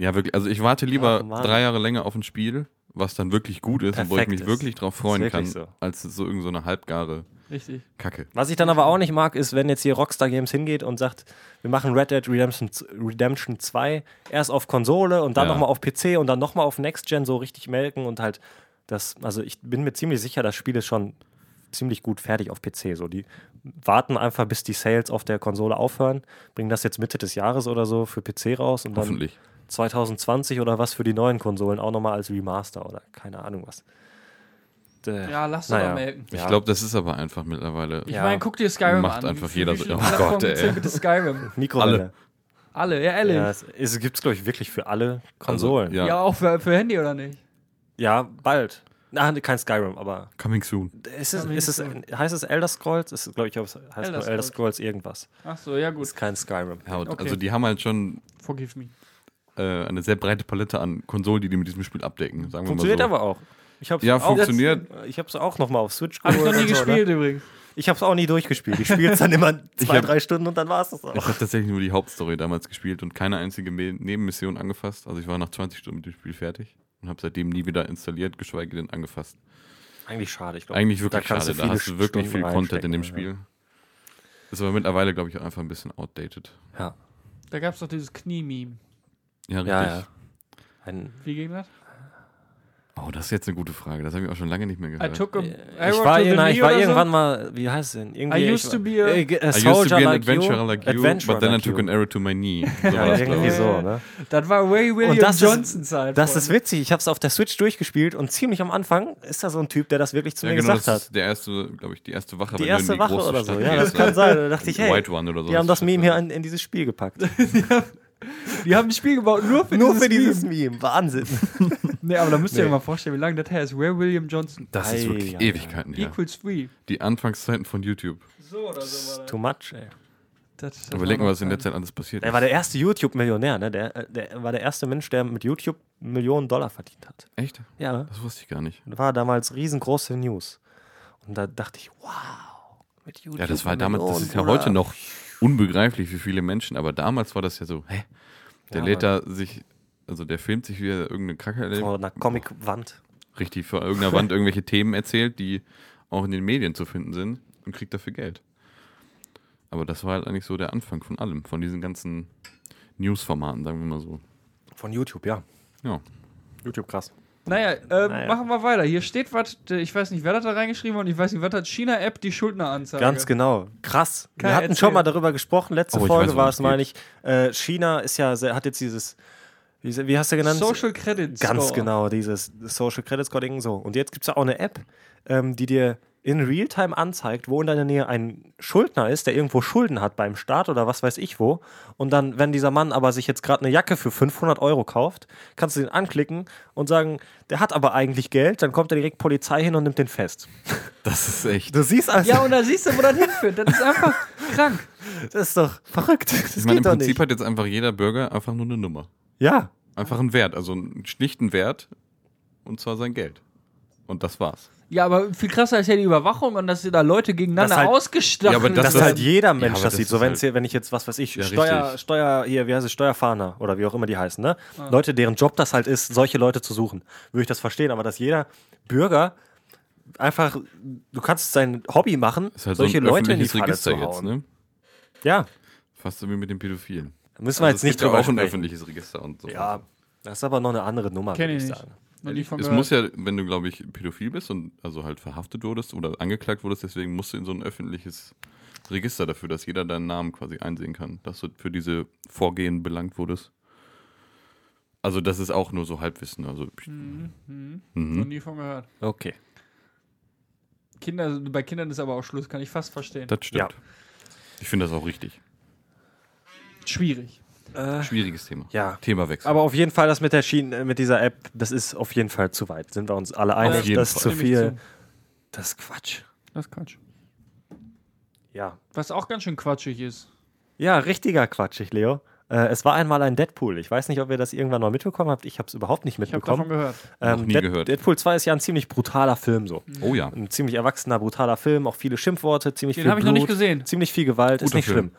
A: Ja, wirklich. Also ich warte lieber
C: Ach, Mann.
A: drei Jahre länger auf ein Spiel, was dann wirklich gut ist und wo ich
C: Perfekt
A: mich
C: ist.
A: wirklich drauf freuen
C: Ist
A: kann,
C: wirklich so.
A: als so irgendeine so eine halbgare
B: Richtig.
A: Kacke.
C: Was ich dann aber auch nicht mag, ist, wenn jetzt hier Rockstar Games hingeht und sagt, wir machen Red Dead Redemption, Redemption 2 erst auf Konsole und dann
A: Ja.
C: nochmal auf PC und dann nochmal auf Next Gen so richtig melken und halt das, also ich bin mir ziemlich sicher, das Spiel ist schon ziemlich gut fertig auf PC. So, die warten einfach, bis die Sales auf der Konsole aufhören, bringen das jetzt Mitte des Jahres oder so für PC raus und dann
A: Hoffentlich.
C: 2020 oder was für die neuen Konsolen auch nochmal als Remaster oder keine Ahnung was. Däh.
B: Ja, lass
C: Naja.
B: doch melken.
A: Ich glaube, das ist aber einfach mittlerweile.
B: Ich
C: Ja.
B: meine, guck dir Skyrim
A: Macht
B: an.
A: einfach
B: Wie- wie
A: jeder so.
B: viele
A: Oh
B: Plattformen
A: Gott, ey.
B: gibt's denn bitte Skyrim.
C: Mikrowelle.
B: Alle, ja, ehrlich.
C: Ja, es, es gibt es, glaube ich, wirklich für alle Konsolen.
A: Also,
C: ja.
A: ja.
B: ja, auch für, für Handy oder nicht?
C: bald. Na, kein Skyrim, aber.
A: Coming soon.
C: Ist es,
B: Coming
C: ist es,
B: soon.
C: heißt es Elder Scrolls? Es Ist, glaube ich, heißt Elder
B: Elder
C: Scrolls. Elder Scrolls irgendwas.
B: Ach so, ja gut.
C: Ist kein Skyrim.
A: Ja, und
B: Okay.
A: Also die haben halt schon
B: Forgive me.
A: äh, eine sehr breite Palette an Konsolen, die die mit diesem Spiel abdecken. Sagen wir
C: Funktioniert
A: mal so.
C: aber auch. Ich hab's
A: Ja,
C: auch,
A: funktioniert.
C: Ich habe es auch nochmal auf Switch
B: Hab ich
C: geholt.
B: noch nie
C: und so,
B: gespielt übrigens.
C: Ne? Ich habe es auch nie durchgespielt. Ich spiele es
A: (laughs)
C: dann immer zwei,
A: hab-
C: drei Stunden und dann war es das
A: Ich
C: auch.
A: habe tatsächlich nur die Hauptstory damals gespielt und keine einzige Me- Nebenmission angefasst. Also ich war nach 20 Stunden mit dem Spiel fertig und habe seitdem nie wieder installiert, geschweige denn angefasst.
C: Eigentlich schade. Ich glaub,
A: Eigentlich wirklich
C: kannst
A: schade.
C: du
A: Da
C: viele
A: hast du wirklich
C: Stunden
A: viel Content in dem
C: reinstecken,
A: Spiel. Ist aber mittlerweile, glaube ich, auch einfach ein bisschen outdated.
C: Ja,
B: Da gab's doch dieses Knie-Meme.
A: Ja, richtig.
C: ne? ja. ja, ja. Ein,
B: Wie ging das?
A: Oh, das ist jetzt eine gute Frage. Das habe ich auch schon lange nicht mehr
B: I
A: gehört.
B: took a
C: ich
B: arrow
C: war,
B: to the
C: nein, ich
B: knee
C: war
B: oder so?
C: irgendwann mal, wie heißt es denn? Irgendwie,
B: I used
C: ich,
B: to be a-
C: äh, ge- a
A: I used to
C: soldier
A: be an
C: like you,
A: adventurer like you,
C: adventurer
A: but then
C: like
A: I took
C: you.
A: an arrow to my knee. So war
C: (laughs) ja,
A: das, glaub
C: irgendwie
A: ich.
C: so, ne?
B: Das war Ray William
C: das ist-
B: Johnson Zeit.
C: Das ist witzig, ich habe es auf der Switch durchgespielt und ziemlich am Anfang ist da so ein Typ, der das wirklich zu
A: Ja,
C: mir
A: genau, das
C: gesagt hat.
A: ist der erste, glaube ich, die erste Wache.
C: Die
A: wenn du in
C: erste Wache
A: große
C: oder
A: Stadt
C: so,
A: gehst,
C: ja, das
A: ne?
C: kann sein.
A: (laughs)
C: Da dachte ich, hey,
A: White One oder so.
C: die haben das Meme hier in, in dieses Spiel gepackt.
B: Die haben ein Spiel gebaut (laughs) nur für
A: (laughs)
C: Nur
B: dieses
C: für dieses
B: Meme.
C: Meme, Wahnsinn.
B: Nee, aber da müsst ihr
C: Nee.
B: euch mal vorstellen, wie lange das her ist. Ray William Johnson.
A: Das ist wirklich
C: Ei,
A: Ewigkeiten her.
B: Equals three.
A: Die Anfangszeiten von YouTube.
B: So oder so war
C: Too much, ey.
B: das. das. das
A: Überlegen,
B: war noch
A: was in
B: ein-
A: der Zeit alles passiert
C: Der
A: ist.
C: war der erste YouTube-Millionär, ne? Der, äh, der war der erste Mensch, der mit YouTube Millionen Dollar verdient hat.
A: Echt?
C: Ja, ne?
A: Das wusste ich gar nicht.
C: war damals riesengroße News. Und da dachte ich, wow, mit YouTube.
A: Ja, das war damals, das
C: Millionen,
A: ist ja
C: Bruder.
A: heute noch unbegreiflich für viele Menschen, aber damals war das ja so, hä? Der
C: Ja.
A: lädt da sich, also der filmt sich, wie er irgendeine Kacke erlebt,
C: Vor einer Comic-Wand.
A: richtig vor irgendeiner Wand irgendwelche Themen erzählt, die auch in den Medien zu finden sind und kriegt dafür Geld. Aber das war halt eigentlich so der Anfang von allem, von diesen ganzen News-Formaten, sagen wir mal so.
C: Von YouTube, ja.
A: Ja.
C: YouTube krass.
B: Naja, äh,
C: Naja.
B: machen wir weiter. Hier steht was, äh, ich weiß nicht, wer das da reingeschrieben hat und ich weiß nicht, was hat China-App die Schuldneranzeige.
C: Ganz genau. Krass.
B: Kai,
C: Wir hatten
B: erzähl.
C: schon mal darüber gesprochen. Letzte
A: Oh, ich
C: Folge
A: weiß, worum
C: war
A: es
C: es, meine ich. Äh, China ist ja, sehr- hat jetzt dieses, wie, wie hast du genannt?
B: Social Credit Score.
C: Ganz genau, dieses Social Credit Score Ding. So. Und jetzt gibt es ja auch eine App, ähm, die dir in Realtime anzeigt, wo in deiner Nähe ein Schuldner ist, der irgendwo Schulden hat beim Staat oder was weiß ich wo. Und dann, wenn dieser Mann aber sich jetzt gerade eine Jacke für 500 Euro kauft, kannst du den anklicken und sagen, der hat aber eigentlich Geld, dann kommt da direkt Polizei hin und nimmt den fest.
A: Das ist echt.
C: Du siehst also,
B: Ja, und da siehst du, wo das hinführt. Das ist einfach krank.
C: das ist doch verrückt. Das
A: Ich meine, im
C: geht doch
A: Prinzip
C: nicht.
A: hat jetzt einfach jeder Bürger einfach nur eine Nummer.
C: Ja,
A: Einfach einen Wert, also einen schlichten Wert und zwar sein Geld. Und das war's.
B: Ja, aber viel krasser ist ja die Überwachung und dass sie da Leute gegeneinander
C: Das halt-
B: ausgestachelt
A: Ja, aber Das
C: dass das
A: ist-
C: halt jeder Mensch
A: aber
C: das
A: das
C: sieht. So
A: ist
C: wenn
A: halt-
C: hier, wenn ich jetzt, was weiß ich,
A: Ja,
C: Steuer,
A: richtig.
C: Steuer, hier, wie heißt es, Steuerfahnder oder wie auch immer die heißen, ne? Leute, deren Job das halt ist, solche Leute zu suchen, würde ich das verstehen. Aber dass jeder Bürger einfach, du kannst sein Hobby machen,
A: Ist halt so
C: solche
A: ein
C: Leute in die
A: öffentliches
C: Falle
A: Register
C: zu hauen.
A: jetzt, ne?
C: Ja,
A: Fast so wie mit den Pädophilen.
C: müssen
A: Also
C: wir jetzt
A: es
C: nicht
A: gibt ja auch
C: drüber
A: ein
C: sprechen.
A: öffentliches Register und so.
C: Ja, das ist aber noch eine andere Nummer,
B: Kenn
C: würde
B: ich
C: ich
B: nicht.
C: sagen.
B: Noch nie von
A: Es
B: gehört.
A: muss ja, wenn du, glaube ich, pädophil bist und also halt verhaftet wurdest oder angeklagt wurdest, deswegen musst du in so ein öffentliches Register dafür, dass jeder deinen Namen quasi einsehen kann, dass du für diese Vorgehen belangt wurdest. Also das ist auch nur so Halbwissen. Also
B: Mhm,
C: Hm?
A: mhm.
B: Noch nie von gehört.
C: Okay.
B: Kinder, bei Kindern ist aber auch Schluss, kann ich fast verstehen.
A: das stimmt.
C: Ja.
A: Ich finde das auch richtig.
B: Schwierig. Äh.
A: Schwieriges Thema.
C: Ja.
A: Themawechsel.
C: Aber auf jeden Fall, das mit der Schiene, äh, mit dieser App, das ist auf jeden Fall zu weit. Sind wir uns alle einig,
A: jeden
C: das ist
A: Fall.
C: zu
B: Stimme ich
C: viel.
B: zu.
C: Das ist Quatsch.
B: Das ist Quatsch.
C: Ja.
B: Was auch ganz schön quatschig ist.
C: Ja, richtiger quatschig, Leo. Äh, es war einmal ein Deadpool. Ich weiß nicht, ob ihr das irgendwann mal mitbekommen habt. Ich habe es überhaupt nicht
B: Ich habe davon
C: mitbekommen. Ähm,
B: gehört.
A: Noch nie gehört.
C: Deadpool 2 ist ja ein ziemlich brutaler Film so.
A: oh ja.
C: Ein ziemlich erwachsener, brutaler Film, auch viele Schimpfworte, ziemlich
B: Den
C: viel
B: hab ich noch
C: Blut,
B: nicht gesehen.
C: ziemlich viel Gewalt, ist
A: Guter
C: nicht
A: Film.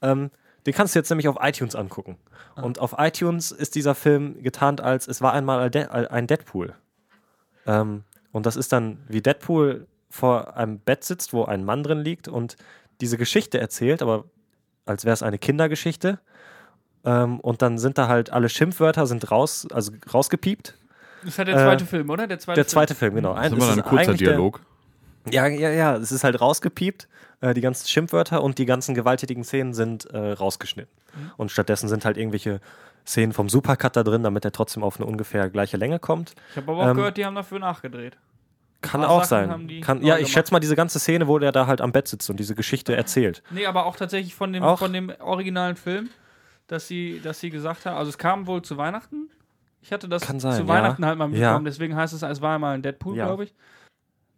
C: schlimm. Ähm, den kannst du jetzt nämlich auf iTunes angucken.
B: Ah.
C: Und auf iTunes ist dieser Film getarnt als es war einmal ein De- ein Deadpool. Ähm, und das ist dann wie Deadpool vor einem Bett sitzt, wo ein Mann drin liegt und diese Geschichte erzählt, aber als wäre es eine Kindergeschichte. Ähm, und dann sind da halt alle Schimpfwörter sind raus, also rausgepiept.
B: Das ist halt der
C: Äh,
B: zweite Film, Mhm. oder? Der zweite,
C: Der zweite Film, genau.
A: Das ist
C: es
A: immer dann
C: ist
A: ein kurzer
C: eigentlich der-
A: Dialog.
C: Ja, ja, ja, es ist halt rausgepiept. Äh, die ganzen Schimpfwörter und die ganzen gewalttätigen Szenen sind äh, rausgeschnitten.
B: Mhm.
C: Und stattdessen sind halt irgendwelche Szenen vom Supercut da drin, damit er trotzdem auf eine ungefähr gleiche Länge kommt.
B: Ich habe aber auch
C: Ähm,
B: gehört, die haben dafür nachgedreht.
C: Kann
B: paar
C: auch
B: Sachen haben die
C: sein. Kann,
B: neu
C: ja, ich
B: gemacht. Mhm.
C: schätze mal, diese ganze Szene, wo der da halt am Bett sitzt und diese Geschichte erzählt.
B: Nee, aber auch tatsächlich von dem,
C: Auch?
B: von dem originalen Film, dass sie, dass sie gesagt haben, also es kam wohl zu Weihnachten. Ich hatte das
C: Kann sein,
B: zu
C: ja.
B: Weihnachten halt mal
C: Ja.
B: mitbekommen, deswegen heißt es, es war einmal ein Deadpool,
C: Ja.
B: glaube ich.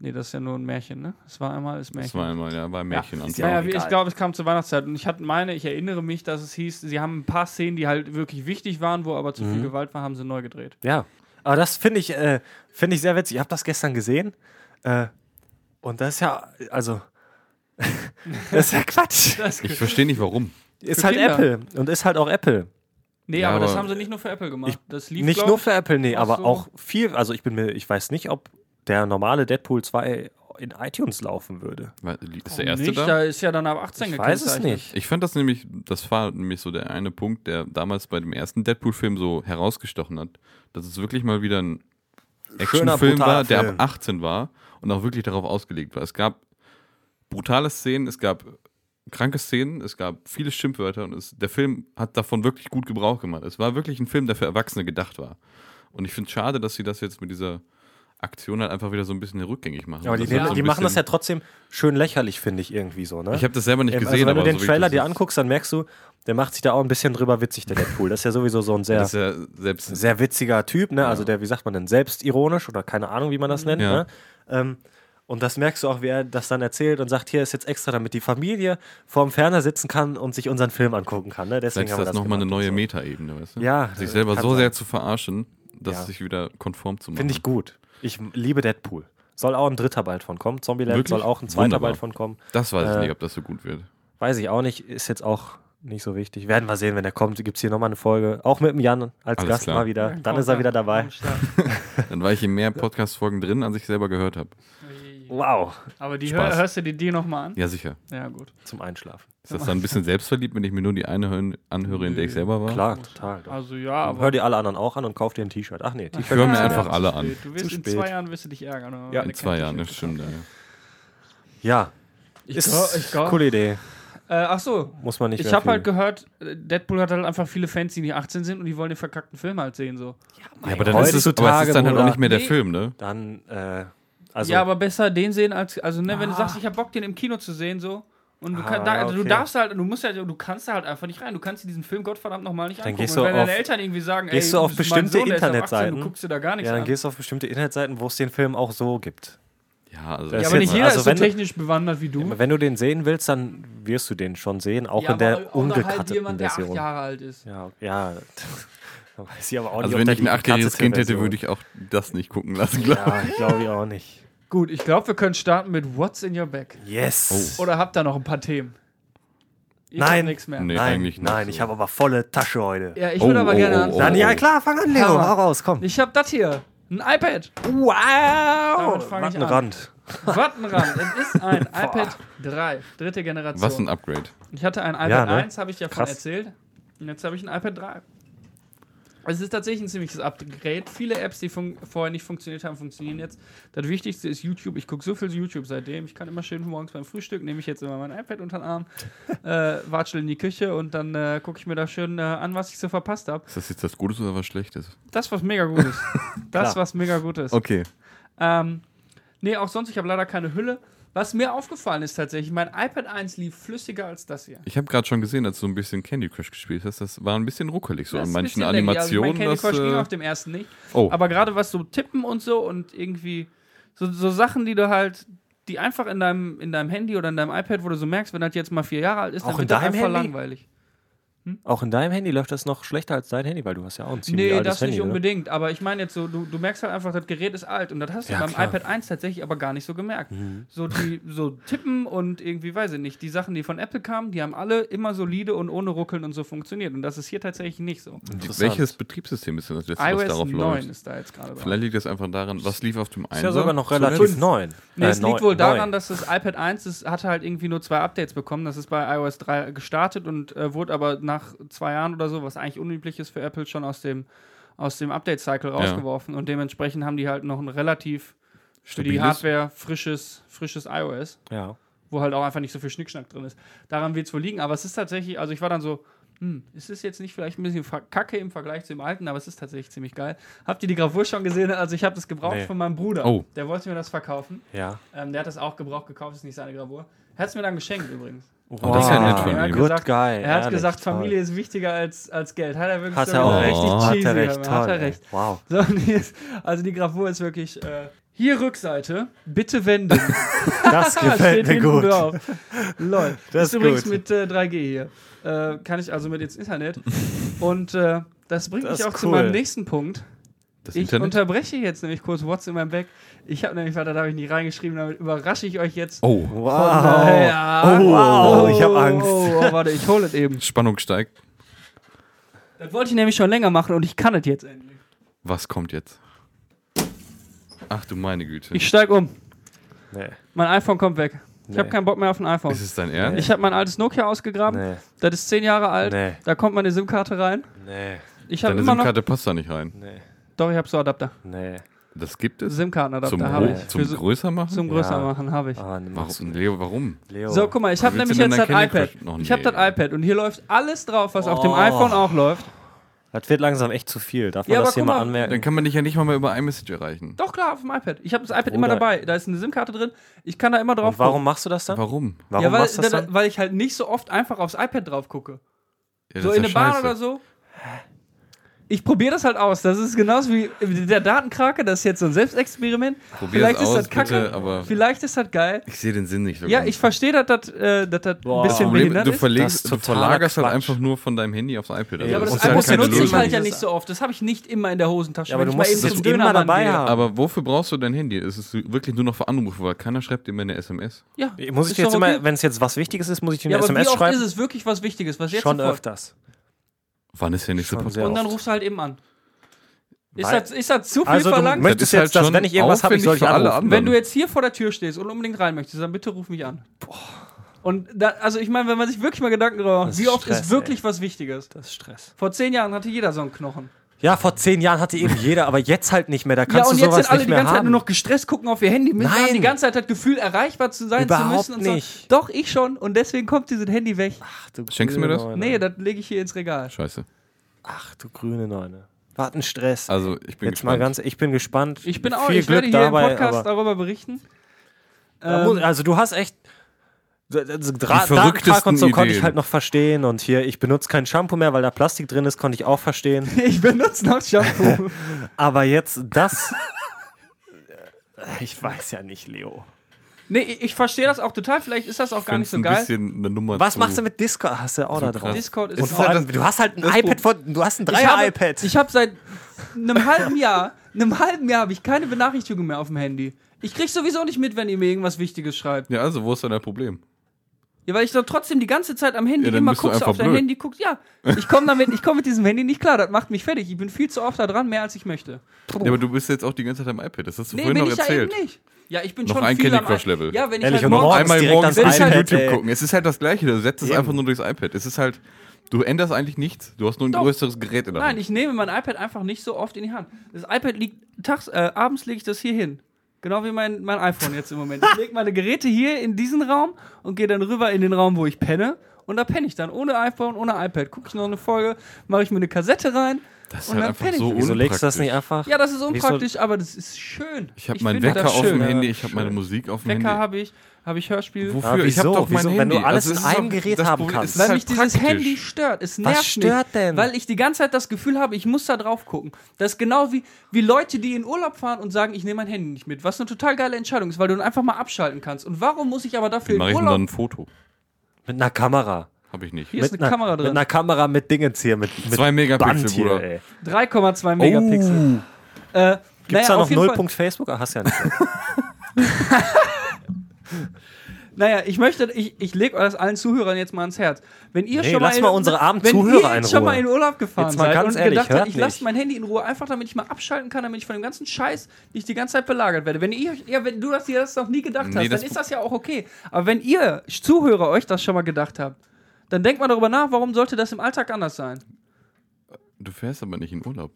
B: Nee, das ist ja nur ein Märchen, ne? Es war einmal das Märchen.
A: Das war einmal, ja, war ein Märchen.
C: ist
A: Anfang.
C: ja
B: Naja,
C: auch egal.
B: ich glaube, es kam zur Weihnachtszeit und ich hatte meine, ich erinnere mich, dass es hieß, sie haben ein paar Szenen, die halt wirklich wichtig waren, wo aber zu viel Gewalt war, haben sie neu (laughs) gedreht.
C: Ja. Aber das finde ich, äh, finde ich sehr witzig. Ich habe das gestern gesehen. Äh, und das ist ja, also, (laughs) das ist ja
B: (laughs)
C: Quatsch.
A: Ich verstehe nicht warum.
C: Ist
B: Für
C: halt
B: Kinder.
C: Apple und ist halt auch Apple.
B: Nee,
A: Ja,
B: aber, das
A: aber
B: haben sie nicht nur für Apple gemacht. das lief
C: nicht
B: glaub
C: nur
B: äh, ich,
C: für Apple, nee,
B: Ach
C: aber
B: so.
C: auch viel. Also ich bin mir, ich weiß nicht, ob der normale Deadpool 2 in iTunes laufen würde.
A: Weil- Ist der
B: Warum
A: erste
B: nicht?
A: da?
B: Da ist ja dann ab 18
C: Ich weiß es
B: gekennzeichnet.
C: nicht.
A: Ich fand das nämlich, das war nämlich so der eine Punkt, der damals bei dem ersten Deadpool-Film so herausgestochen hat, dass es wirklich mal wieder ein
C: Schöner,
A: Actionfilm
C: brutaler
A: war, der ab
C: Film.
A: 18 war und auch wirklich darauf ausgelegt war. Es gab brutale Szenen, es gab kranke Szenen, es gab viele Schimpfwörter und es, der Film hat davon wirklich gut Gebrauch gemacht. Es war wirklich ein Film, der für Erwachsene gedacht war. Und ich finde es schade, dass sie das jetzt mit dieser Aktion halt einfach wieder so ein bisschen rückgängig machen.
C: Aber die,
A: Das hat
C: nehmen-
A: so ein
C: die machen das
A: bisschen-
C: ja trotzdem schön lächerlich, finde ich irgendwie so. Ne?
A: Ich habe das selber nicht
C: Ähm,
A: gesehen,
C: also wenn
A: aber
C: du den
A: so wie ich
C: Trailer
A: das
C: dir
A: jetzt-
C: anguckst, dann merkst du, der macht sich da auch ein bisschen drüber witzig, der Deadpool. Das ist ja
A: (laughs)
C: sowieso so ein sehr,
A: Das ist ja selbst
C: sehr witziger Typ, ne? Also der, wie sagt man denn, selbstironisch oder keine Ahnung, wie man das nennt.
A: Ja.
C: Ne? Ähm, und das merkst du auch, wie er das dann erzählt und sagt, hier ist jetzt extra, damit die Familie vorm Ferner sitzen kann und sich unseren Film angucken kann. Ne? Deswegen
A: Vielleicht
C: haben
A: ist
C: wir
A: das nochmal eine
C: gemacht und
A: neue
C: so.
A: Metaebene, weißt du?
C: Ja,
A: Sich
C: das
A: selber
C: kann
A: so
C: sein.
A: sehr zu verarschen, dass
C: Ja.
A: sich wieder konform zu machen.
C: Finde ich gut. Ich m- liebe Deadpool. Soll auch ein dritter bald von kommen. Zombieland
A: Wirklich?
C: soll auch ein zweiter
A: Wunderbar.
C: bald von kommen.
A: Das weiß ich
C: Äh,
A: nicht, ob das so gut wird.
C: Weiß ich auch nicht. Ist jetzt auch nicht so wichtig. Werden wir sehen, wenn er kommt. Gibt es hier nochmal eine Folge. Auch mit dem Jan als
A: Alles
C: Gast
A: klar.
C: mal wieder. Dann ist er wieder dabei.
A: Dann war ich in
C: (laughs)
A: mehr Podcast-Folgen drin, als ich selber gehört habe.
C: Wow.
B: Aber die
A: Spaß.
B: hör, hörst du dir die nochmal an?
A: Ja, sicher.
B: Ja, gut.
C: Zum Einschlafen.
A: Ist das dann ein bisschen selbstverliebt, wenn ich mir nur die eine hören- anhöre, in der ich selber war?
C: Äh, Klar, total. Doch.
B: Also ja, aber.
C: Hör dir alle anderen auch an und kauf dir ein T-Shirt. Ach nee,
A: Ich
C: T-Shirt.
A: höre mir
B: Ja,
A: einfach
B: zu
A: alle
B: spät.
A: an.
B: Du wirst
C: Zu
B: in
C: spät.
B: zwei Jahren wirst du dich ärgern. wenn
C: Ja,
B: du
A: In
B: keine
A: zwei Jahren, das
B: Kenntnis
A: stimmt. Ja.
C: Ja.
B: hast. Ich
C: Ist
B: glaub, ich glaub,
C: coole Idee.
B: Äh, ach so.
C: Muss man nicht
B: Ich
C: mehr
B: habe
C: viel-
B: halt gehört, äh, Deadpool hat halt einfach viele Fans, die nicht 18 sind und die wollen den verkackten Film halt sehen. So.
A: Ja, aber, dann ist es,
C: Heutzutage,
A: aber es ist dann halt auch
C: Bruder.
A: nicht mehr der
B: Nee.
A: Film, ne?
C: Dann, äh, also.
B: ja, aber besser den sehen als. Also, ne, wenn du sagst, ich habe Bock, den im Kino zu sehen, so. Und du,
C: Ah,
B: kann, da,
C: ja,
B: also du
C: okay.
B: darfst halt, du musst halt, du kannst da halt einfach nicht rein. Du kannst dir diesen Film Gottverdammt nochmal nicht
C: Dann
B: angucken.
C: gehst
B: und
C: du
B: wenn deine
C: auf-
B: Eltern irgendwie sagen,
C: gehst
B: ey,
C: du auf
B: mein Sohn,
C: bestimmte
B: der ist ab 18,
C: Internetseiten.
B: Du guckst dir da gar nichts
C: ja, dann
B: an.
C: gehst du auf bestimmte Internetseiten, wo es den Film auch so gibt.
A: Ja, also
C: Ja,
B: ja,
C: das
B: aber
C: jetzt-
B: nicht jeder
C: also
B: ist so
C: wenn du-
B: technisch bewandert wie du.
C: Wenn du den sehen willst, dann wirst du den schon sehen, auch
B: ja,
C: in
B: aber
C: der
B: auch noch
C: ungecutteten
B: halt jemand, der acht
C: Version.
B: Jahre alt ist.
C: Ja, ja. (laughs) Da weiß ich aber auch
A: also
C: nicht,
A: wenn ich ein achtjähriges Kind hätte,
C: Version.
A: würde ich auch das nicht gucken lassen, glaube
C: (laughs) Ja, glaube ich auch nicht.
B: Gut, ich glaube, wir können starten mit What's in your bag.
C: Yes.
A: Oh,
B: Oder habt ihr noch ein paar Themen? Ich
C: Nein.
B: hab nichts mehr.
A: ich. Nee,
C: nein,
A: eigentlich nicht.
C: nein, ich habe aber volle Tasche heute.
B: Ja, ich
A: Oh,
B: würde aber
A: oh,
B: gerne
A: oh,
B: anfangen.
C: Dann ja, klar, fang an, Leo,
B: Hammer.
C: hau raus, komm.
B: Ich hab das hier. Ein iPad. Damit
C: Wow.
B: fang ich an.
C: Oh, Rand.
B: Wattenrand. es ist ein iPad 3, dritte Generation.
A: Was ein Upgrade.
B: ich hatte ein iPad
C: Ja, ne?
B: 1, habe ich ja von
C: Krass.
B: erzählt. Und jetzt habe ich ein iPad 3. Es ist tatsächlich ein ziemliches Upgrade. Viele Apps, die fun- vorher nicht funktioniert haben, funktionieren jetzt. Das Wichtigste ist YouTube. Ich gucke so viel YouTube seitdem. Ich kann immer schön morgens beim Frühstück, nehme ich jetzt immer mein iPad unter
C: (laughs)
B: den Arm, äh, watschel in die Küche und dann äh, gucke ich mir da schön äh, an, was ich so verpasst habe.
A: Ist das jetzt das Gutes oder was Schlechtes?
B: Das, was mega gut
C: (laughs)
B: ist. Das,
C: Klar.
B: was mega gut ist.
A: Okay.
B: Ähm, nee, auch sonst, ich habe leider keine Hülle. Was mir aufgefallen ist tatsächlich, mein iPad 1 lief flüssiger als das hier.
A: Ich habe gerade schon gesehen, als du ein bisschen Candy Crush gespielt hast, das war ein bisschen ruckelig so
B: Das
A: an
B: ist ein
A: manchen
B: bisschen laggy.
A: Animationen.
B: Also ich mein, Candy Crush ging auf
A: das, äh,
B: dem ersten nicht.
A: oh,
B: Aber gerade was so Tippen und so und irgendwie so, so Sachen, die du halt, die einfach in deinem, in deinem Handy oder in deinem iPad, wo du so merkst, wenn das jetzt mal vier Jahre alt ist,
C: Auch in
B: dann wird das
C: deinem
B: einfach
C: Handy?
B: langweilig.
C: Auch in deinem Handy läuft das noch schlechter als dein Handy, weil du hast ja auch ein ziemlich
B: Nee,
C: altes
B: das
C: Handy.
B: nicht
C: ne?
B: unbedingt. Aber ich meine jetzt so, du, du merkst halt einfach, das Gerät ist alt und das hast du
C: Ja,
B: beim
C: klar. Mhm.
B: iPad 1 tatsächlich aber gar nicht so gemerkt. So, die, so tippen und irgendwie, weiß ich nicht, die Sachen, die von Apple kamen, die haben alle immer solide und ohne Ruckeln und so funktioniert. Und das ist hier tatsächlich nicht so.
A: die-
C: Interessant.
A: welches Betriebssystem ist denn das letzte, was
B: iOS
A: darauf
B: 9
A: läuft?
B: ist da jetzt gerade bei.
A: Vielleicht liegt das einfach daran, was lief auf dem 1
C: Ist ja sogar noch relativ neu.
B: Nee,
C: Äh,
B: es
C: neu-
B: liegt wohl daran,
C: neu.
B: dass das iPad 1 das hatte halt irgendwie nur zwei Updates bekommen. Das ist bei iOS 3 gestartet und äh, wurde aber nach zwei Jahren oder so, was eigentlich unüblich ist für Apple, schon aus dem, aus dem Update-Cycle rausgeworfen. Und dementsprechend haben die halt noch ein relativ für die
A: Stabiles?
B: Hardware frisches, frisches iOS
C: Ja.
B: wo halt auch einfach nicht so viel Schnickschnack drin ist. Daran wird es wohl liegen, aber es ist tatsächlich, also ich war dann so, hm, ist es jetzt nicht vielleicht ein bisschen ver- kacke im Vergleich zu dem alten, aber es ist tatsächlich ziemlich geil. Habt ihr die Gravur schon gesehen? Also ich habe das gebraucht
C: Nee.
B: von meinem Bruder.
A: Oh.
B: Der wollte mir das verkaufen.
C: Ja.
B: Ähm, der hat das auch gebraucht gekauft, ist nicht seine Gravur. Hat es mir dann geschenkt übrigens.
A: Oh, das ist ja nett von
B: er hat
A: ihm.
B: gesagt,
C: Ah, guy.
B: er hat
C: ehrlich,
B: gesagt,
C: toll.
B: Familie ist wichtiger als, als Geld. Hat er wirklich
C: Hat
B: so
C: er auch
A: Oh.
C: recht.
B: richtig cheesy.
C: Hat er recht.
B: gemacht.
C: Toll,
B: Hat er
C: ey.
B: recht.
C: Wow.
B: So, und hier ist, also die Gravur ist wirklich. Äh, hier Rückseite, bitte wenden.
C: (laughs)
B: (laughs)
C: Das gefällt mir
B: hinten
C: gut.
B: drauf. Lol.
C: Das
B: Das
C: ist
B: ist übrigens
C: gut.
B: mit äh, 3G hier. Äh, kann ich also mit ins
C: (laughs)
B: Internet. Und äh, das bringt
C: Das
B: mich
C: ist
B: auch zu
C: cool.
B: meinem nächsten Punkt.
A: Das
B: Ich
A: Internet.
B: unterbreche jetzt nämlich kurz What's in meinem Back. Ich habe nämlich weiter, da habe ich nicht reingeschrieben, damit überrasche ich euch jetzt.
A: oh,
C: Wow.
B: Ja.
C: Oh, wow, ich hab Angst.
B: Oh, oh, warte, ich hole es eben.
A: Spannung steigt.
B: Das wollte ich nämlich schon länger machen und ich kann es jetzt endlich.
A: Was kommt jetzt? Ach du meine Güte.
B: Ich steig um.
C: Nee.
B: Mein iPhone kommt weg. Ich habe
C: Nee.
B: keinen Bock mehr auf ein iPhone.
A: ist es dein Ernst?
B: Ich habe mein altes Nokia ausgegraben.
C: Nee.
B: Das ist zehn Jahre alt.
C: Nee.
B: Da kommt meine SIM-Karte rein.
C: Nee.
B: Ich habe
A: Deine
B: immer noch.
A: SIM-Karte passt da nicht rein.
C: Nee.
B: Doch, ich habe so Adapter.
C: Nee.
A: Das gibt es? Zum,
B: SIM-Kartenadapter habe
A: Hoch,
B: ich.
A: zum
B: Für so,
A: größer machen?
B: zum größer
C: Ja.
B: machen habe ich.
C: Ah, nee, machst
A: warum, Leo, warum?
C: du- Leo.
B: So, guck mal, ich habe
A: willst
B: nämlich
A: du denn
B: jetzt das
A: dein Candy
B: iPad.
A: Crush noch?
B: Ich habe
A: Nee.
B: das iPad und hier läuft alles drauf, was auf dem
C: Oh.
B: iPhone auch läuft.
C: Das wird langsam echt zu viel. Darf man
B: Ja,
C: das
B: aber
C: hier
B: guck
C: mal
B: mal.
A: Dann
C: anmerken?
A: kann man dich ja nicht mal mehr über iMessage erreichen.
B: Doch klar, auf dem iPad. Ich habe das iPad immer
C: Bruder.
B: dabei. Da ist eine SIM-Karte drin. Ich kann da immer drauf
C: Und warum machst du das dann?
A: Warum?
C: Warum
B: ja, weil,
C: machst du das
B: da-
C: dann?
B: weil ich halt nicht so oft einfach aufs iPad drauf gucke.
A: Ja, das
B: so
A: ist
B: in
A: ja
B: der Bahn
A: scheiße.
B: oder so. Ich probiere das halt aus. Das ist genauso wie äh, der Datenkrake. Das ist jetzt so ein Selbstexperiment.
A: Probier's
B: Vielleicht ist
A: aus,
B: das kacke.
A: bitte, aber-
B: Vielleicht ist das geil.
A: Ich sehe den Sinn nicht so
B: Ja,
A: ganz.
B: ich verstehe, dass das äh, dass das ein
C: Boah.
A: Das
B: bisschen
A: Problem,
B: behindert
A: du,
B: ist.
A: verlegst,
C: Das ist
A: du
C: totaler
A: verlagerst halt
C: Quatsch.
A: einfach nur von deinem Handy aufs iPad. Also
B: Ja, aber
A: das
B: das
A: ist ja
B: iPhone
A: keine
B: benutze ich
A: Lösung.
B: halt ja nicht so oft. Das habe ich nicht immer in der Hosentasche.
C: Ja, aber
B: wenn
C: du
B: ich
C: musst
B: mal
C: es
B: eben
C: jetzt
B: zum
C: immer
B: Dönermann
C: dabei
B: gehe.
C: haben.
A: Aber wofür brauchst du dein Handy? Es ist wirklich nur noch für Anrufe, weil keiner schreibt dir mehr eine SMS.
B: Ja,
C: Muss ich dir
B: ist
C: jetzt
B: doch okay.
C: immer, wenn es jetzt was Wichtiges ist, muss ich dir eine
B: ja, aber wie
C: SMS
B: oft
C: schreiben?
B: ist es wirklich was Wichtiges? Was jetzt
C: Schon
B: sofort?
C: öfters.
A: Wann ist der nächste
C: Schon
A: Podcast?
C: sehr
B: Und dann
C: oft.
B: rufst du halt eben an. Ist
C: Weil-
B: das, ist das zu viel
C: Also du
B: verlangt?
A: ist
C: möchtest
A: halt
C: jetzt, dass
A: schon
C: wenn ich irgendwas hab, ich soll
A: aufwendig
C: dich
A: für alle
C: anrufen.
A: anderen.
B: Wenn du jetzt hier vor der Tür stehst und unbedingt rein möchtest, dann bitte ruf mich an. Und da, also ich meine, wenn man sich wirklich mal Gedanken darüber macht,
C: Das
B: wie
C: ist
B: oft
C: Stress,
B: ist wirklich was Wichtiges?
C: Das ist Stress.
B: Vor zehn Jahren hatte jeder so einen Knochen.
C: Ja, vor zehn Jahren hatte eben jeder, aber jetzt halt nicht mehr. Da
B: Ja,
C: kannst
B: und
C: du
B: jetzt
C: sowas
B: sind alle
C: nicht
B: die
C: mehr
B: ganze
C: haben.
B: Zeit nur noch gestresst, gucken auf ihr Handy, müssen
C: Nein.
B: haben die ganze Zeit das Gefühl, erreichbar zu sein
C: Überhaupt
B: zu müssen. Und
C: nicht.
B: So. Doch, ich schon. Und deswegen kommt dieses Handy weg.
C: Ach, du
A: Schenkst du mir
C: grüne
A: das?
C: Neune.
B: nee, das lege ich hier ins Regal.
A: Scheiße.
C: Ach, du grüne Neune. Was ein Stress.
A: Also, ich bin
C: jetzt mal
A: gespannt.
C: ganz, ich bin gespannt.
B: Ich bin auch,
C: Viel
B: ich
C: Glück
B: werde hier
C: dabei,
B: im Podcast
C: aber,
B: darüber berichten. Ähm,
C: Da muss- also du hast echt d- d- d- Dra-
A: verrücktesten
C: Datenkrake und so konnte ich
A: Ideen.
C: halt noch verstehen und hier ich benutze kein Shampoo mehr, weil da Plastik drin ist, konnte ich auch verstehen.
B: (laughs) ich benutze noch Shampoo.
C: Aber jetzt
A: (laughs)
C: das, ich weiß ja nicht, Leo.
B: (laughs) nee, ich ich verstehe das auch total. Vielleicht ist das auch gar nicht
A: Find's
B: so geil.
A: Ein bisschen eine Nummer
C: Was
A: zu.
C: machst du mit Discord? Hast du auch da
A: Oh. krass.
C: drauf?
B: Discord ist
C: Und
B: auch-
C: vor allem, du hast halt ein
B: Das
C: iPad von, du hast ein
B: (laughs) ich habe,
C: Dreier-iPad.
B: Ich habe seit einem halben Jahr, einem halben Jahr habe ich keine Benachrichtigung mehr auf dem Handy. Ich krieg sowieso nicht mit, wenn ihr mir irgendwas Wichtiges schreibt.
A: Ja, also, wo ist denn dein Problem?
B: Ja, weil ich dann trotzdem die ganze Zeit am Handy
A: Ja, dann
B: immer
A: bist du
B: guckst
A: einfach
B: auf dein
A: blöd.
B: Handy, guckst, ja. Ich komme damit, ich komme mit diesem Handy nicht klar, das macht mich fertig. Ich bin viel zu oft da dran, mehr als ich möchte.
A: Ja, aber du bist jetzt auch die ganze Zeit am iPad. Das hast du
B: nee, bin
A: vorhin noch
B: ich ja
A: erzählt.
B: eben nicht. Ja, ich bin
A: Noch
B: schon
A: ein
B: viel
A: Candy
B: am
A: Crush
B: Ei-
A: Level.
B: Ja, wenn
C: Ehrlich,
B: ich halt
C: und
B: morgens
C: morgens
A: Einmal
C: direkt
A: morgens ins
B: ans iPad,
A: YouTube
C: ey.
A: gucken. Es ist halt das Gleiche. Du setzt es
C: Eben.
A: einfach nur durchs iPad. Es ist halt, du änderst eigentlich nichts. Du hast nur ein
B: Doch.
A: größeres Gerät in der
B: Nein,
A: Hand.
B: ich nehme mein iPad einfach nicht so oft in die Hand. Das iPad liegt tags, äh, abends lege ich das hier hin. Genau wie mein, mein iPhone jetzt im Moment. Ich lege meine Geräte hier in diesen Raum und gehe dann rüber in den Raum, wo ich penne. Und da penne ich dann ohne iPhone, ohne iPad. Gucke ich noch eine Folge, mache ich mir eine Kassette rein.
A: Das ist
B: und
A: halt
B: dann
A: einfach
B: penne ich.
A: so
C: Wieso legst du das
A: unpraktisch.
C: nicht einfach?
B: Ja, das ist
C: Wieso-
B: unpraktisch, aber das ist schön.
A: Ich habe meinen
B: finde
A: Wecker
B: das
A: auf dem
B: schön.
A: Handy, ich habe meine Musik auf dem Handy.
B: Wecker habe ich, habe ich Hörspiel.
A: Wofür?
C: Ah,
A: Ich habe
C: wieso?
A: doch mein
C: Wieso?
A: Handy.
C: Wenn du alles
A: es
C: in
A: ist doch-
C: einem Gerät
A: das
C: haben
A: Problem- es
C: kannst.
A: ist
B: Weil
A: halt
B: mich dieses
A: praktisch.
B: Handy stört. Es nervt
C: stört
B: mich,
C: denn?
B: Weil ich die ganze Zeit das Gefühl habe, ich muss da drauf gucken. Das ist genau wie, wie Leute, die in Urlaub fahren und sagen, ich nehme mein Handy nicht mit. Was eine total geile Entscheidung ist, weil du dann einfach mal abschalten kannst. Und warum muss ich aber dafür in
A: Mache ich denn dann ein
B: Urlaub?
A: Foto?
C: Mit einer Kamera.
A: Habe ich nicht.
B: Hier ist
C: mit
B: eine Kamera
C: Mit
B: drin.
C: einer Kamera mit Dingens hier. Mit, mit
A: Zwei Megapixel,
C: Band hier,
A: Bruder.
C: ey.
B: 3,2 Megapixel.
A: Oh.
B: Äh,
C: Gibt's
B: naja,
C: da noch
B: auf jeden Fall-
C: Nullpunkt Facebook? Ah, hast ja nicht.
B: Naja, ich möchte, ich, ich lege das allen Zuhörern jetzt mal ans Herz. Wenn ihr
C: Nee,
B: schon
C: lass
B: mal, in,
C: mal unsere armen
B: wenn
C: Zuhörer
B: ihr
C: in
B: jetzt schon
C: Ruhe.
B: mal in Urlaub gefahren
C: Jetzt mal
B: seid
C: ganz
B: und
C: ehrlich,
B: gedacht habt,
C: hört
B: ich lasse
C: nicht.
B: mein Handy in Ruhe, einfach damit ich mal abschalten kann, damit ich von dem ganzen Scheiß nicht die ganze Zeit belagert werde. Wenn ihr, euch- ja, wenn du das dir das noch nie gedacht
A: Nee,
B: hast,
A: das-
B: dann ist das ja auch okay. Aber wenn ihr Zuhörer euch das schon mal gedacht habt, dann denkt mal darüber nach, warum sollte das im Alltag anders sein?
A: Du fährst aber nicht in Urlaub.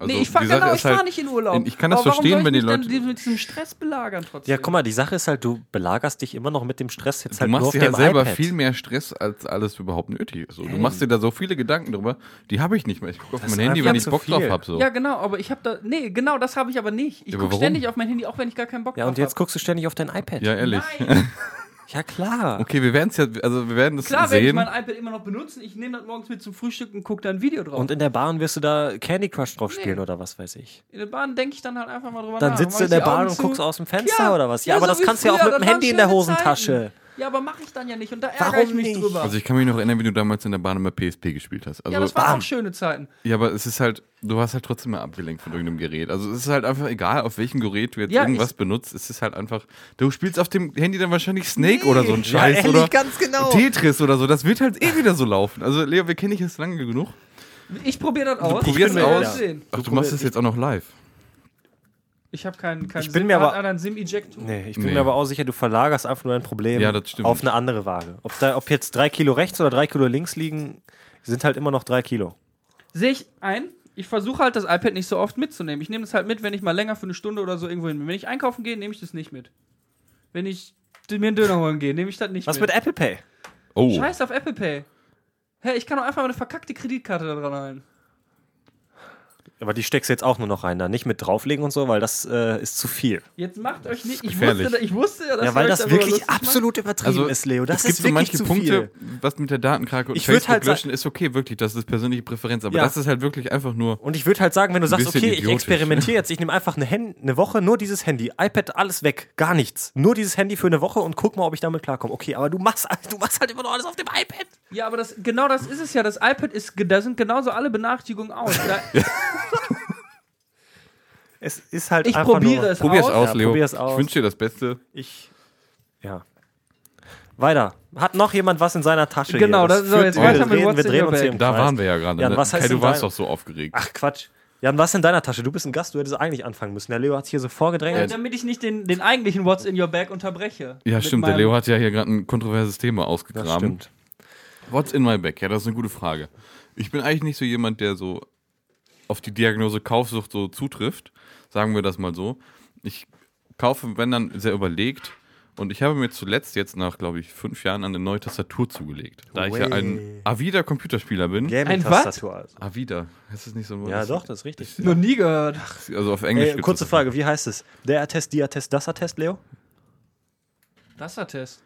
A: Also,
B: Nee, ich
A: die
B: fahre
A: Sache
B: genau,
A: ist
B: ich fahre
A: halt-
B: nicht in Urlaub.
A: Ich kann das
B: Aber warum soll
A: verstehen,
B: ich
A: wenn die
B: mich dann
A: Leute.
B: die- mit diesem Stress belagern trotzdem.
C: Ja, guck mal, die Sache ist halt, du belagerst dich immer noch mit dem Stress jetzt
A: Du
C: halt nur auf
A: machst dir ja
C: dem
A: selber
C: iPad.
A: viel mehr Stress, als alles überhaupt nötig ist. So, du machst dir da so viele Gedanken drüber, die habe ich nicht mehr. Ich gucke auf
C: Das
A: mein
C: ist
A: Handy,
C: einfach
A: wenn ich
C: zu
A: Bock drauf
C: viel.
A: habe. So.
B: Ja, genau, aber ich habe da. Nee, genau das habe ich aber nicht. Ich
A: Ja, aber
B: gucke
A: warum?
B: ständig auf mein Handy, auch wenn ich gar keinen Bock
C: Ja,
B: drauf
C: und jetzt
B: hab.
C: guckst du ständig auf dein iPad.
A: ja ehrlich.
B: Nein,
C: Ja, klar.
A: Okay, wir werden es ja, also wir werden das
C: (laughs)
B: klar werde ich
A: sehen.
B: mein iPad immer noch benutzen. Ich nehme das morgens mit zum Frühstück und gucke da ein Video drauf.
C: Und in der Bahn wirst du da Candy Crush drauf spielen oder was weiß ich.
B: in der Bahn denke ich dann halt einfach mal drüber
C: Dann
B: nach.
C: sitzt
B: mach
C: du in
B: ich
C: der
B: die
C: Bahn
B: Augen
C: und
B: zu.
C: guckst aus dem Fenster oder was? Ja, aber
B: so
C: das
B: wie
C: kannst du ja auch
B: früher,
C: mit dem
B: das waren
C: Handy in der
B: schöne
C: Hosentasche.
B: Zeiten. Ja, aber mache ich dann ja nicht und da ärgere
C: Warum
B: ich mich
C: nicht?
B: drüber.
A: also ich kann mich noch erinnern, wie du damals in der Bahn immer PSP gespielt hast. Also,
B: ja, das waren
C: Bam.
B: auch schöne Zeiten.
A: Ja, aber es ist halt, du warst halt trotzdem mal abgelenkt von irgendeinem Gerät. Also es ist halt einfach egal, auf welchem Gerät du jetzt
B: Ja,
A: irgendwas
B: ich-
A: benutzt. Es ist halt einfach, du spielst auf dem Handy dann wahrscheinlich Snake oder so ein
C: Ja, (laughs)
A: Scheiß
C: ehrlich,
A: oder
C: ganz genau.
A: Tetris oder so. Das wird halt eh wieder so laufen. Also Leo, wir kennen dich jetzt lange genug.
B: Ich probiere das aus.
A: Probier's
B: Ich will das
A: aus.
B: sehen.
A: Ach, du machst es jetzt auch noch live.
B: Ich habe keinen keinen
C: Ich bin mir aber-
B: einen Sim-Eject.
C: Nee, ich bin
A: Nee.
C: mir aber auch sicher, du verlagerst einfach nur ein Problem
A: Ja, das stimmt.
C: auf eine andere Waage. Ob, da, ob jetzt drei Kilo rechts oder drei Kilo links liegen, sind halt immer noch drei Kilo.
B: sehe ich ein. Ich versuche halt das iPad nicht so oft mitzunehmen. Ich nehme es halt mit, wenn ich mal länger für eine Stunde oder so irgendwo hin bin. Wenn ich einkaufen gehe, nehme ich das nicht mit. Wenn ich mir einen Döner holen gehe, nehme ich das nicht
C: Was mit
B: mit.
C: Apple Pay?
A: Oh,
B: Scheiß auf Apple Pay. Hä, ich kann doch einfach meine verkackte Kreditkarte da dran halten.
C: Aber die steckst du jetzt auch nur noch rein, da nicht mit drauflegen und so, weil das äh, ist zu viel.
B: Jetzt macht euch nicht. Ich
A: gefährlich.
B: wusste, ich wusste, dass
C: ja, weil
B: ihr euch
C: das
B: darüber
C: wirklich
B: lustig macht.
C: absolut übertrieben ist, Leo. Das
A: Also, es gibt
C: ist
A: so
C: wirklich
A: manche
C: zu
A: Punkte,
C: viel.
A: was mit der Datenkrake und
C: Ich würd
A: Facebook
C: halt sa-
A: löschen ist okay, wirklich. Das ist persönliche Präferenz. Aber
C: Ja.
A: das ist halt wirklich einfach nur.
C: Und ich würde halt sagen, wenn du sagst,
A: bisschen
C: okay, ich
A: idiotisch.
C: experimentiere jetzt, ich nehme einfach eine, Hand, eine Woche nur dieses Handy, iPad, alles weg, gar nichts. Nur dieses Handy für eine Woche und guck mal, ob ich damit klarkomme. Okay, aber du machst, (laughs) du machst halt immer noch alles auf dem iPad.
B: Ja, aber das, genau das ist es ja. Das iPad ist, ge- da sind genauso alle Benachrichtigungen aus. Da,
C: Es ist halt
B: ich
C: einfach
B: probiere
C: nur,
B: es
A: Probier's
B: aus.
A: aus,
C: Ja,
A: Leo.
C: probier's aus.
A: Ich wünsche dir das Beste.
C: Ich, ja. Weiter. Hat noch jemand was in seiner Tasche?
B: Genau,
C: hier?
B: das ist so,
C: führt-
B: jetzt
C: wir
B: weiter mit
C: drehen-
B: What's
C: Wir
B: in
C: drehen
B: your
C: uns hier
B: bag?
C: im
A: Da
C: Kreis.
A: waren wir ja gerade.
C: Jan,
A: ne?
C: was heißt
A: Kai, du
C: denn
A: warst
C: dein-
A: doch so aufgeregt.
C: Ach Quatsch. Jan, was ist in deiner Tasche? Du bist ein Gast, du hättest eigentlich anfangen müssen. Der Leo hat sich hier so
B: Ja,
C: vorgedrängt.
B: äh, damit ich nicht den, den eigentlichen What's in your bag unterbreche.
A: Ja,
B: Mit
A: stimmt. Der
B: meinem-
A: Leo hat ja hier gerade ein kontroverses Thema ausgegraben. What's in my bag? Ja, das ist eine gute Frage. Ich bin eigentlich nicht so jemand, der so auf die Diagnose Kaufsucht so zutrifft. Sagen wir das mal so. Ich kaufe, wenn dann, sehr überlegt. Und ich habe mir zuletzt jetzt nach, glaube ich, fünf Jahren eine neue Tastatur zugelegt. Da ich ja
C: Ui.
A: ein Avida-Computerspieler bin.
B: Ein
C: Gaming-Tastatur. also.
A: Avida, ist das nicht so ein Wort?
C: Ja, doch, das ist richtig.
B: Noch nie gehört.
A: Also auf Englisch.
C: Ey,
A: gibt's
C: kurze
A: das.
C: Frage, wie heißt es? Der Attest, die Attest, das Attest, Leo? Äh,
B: Das war Test.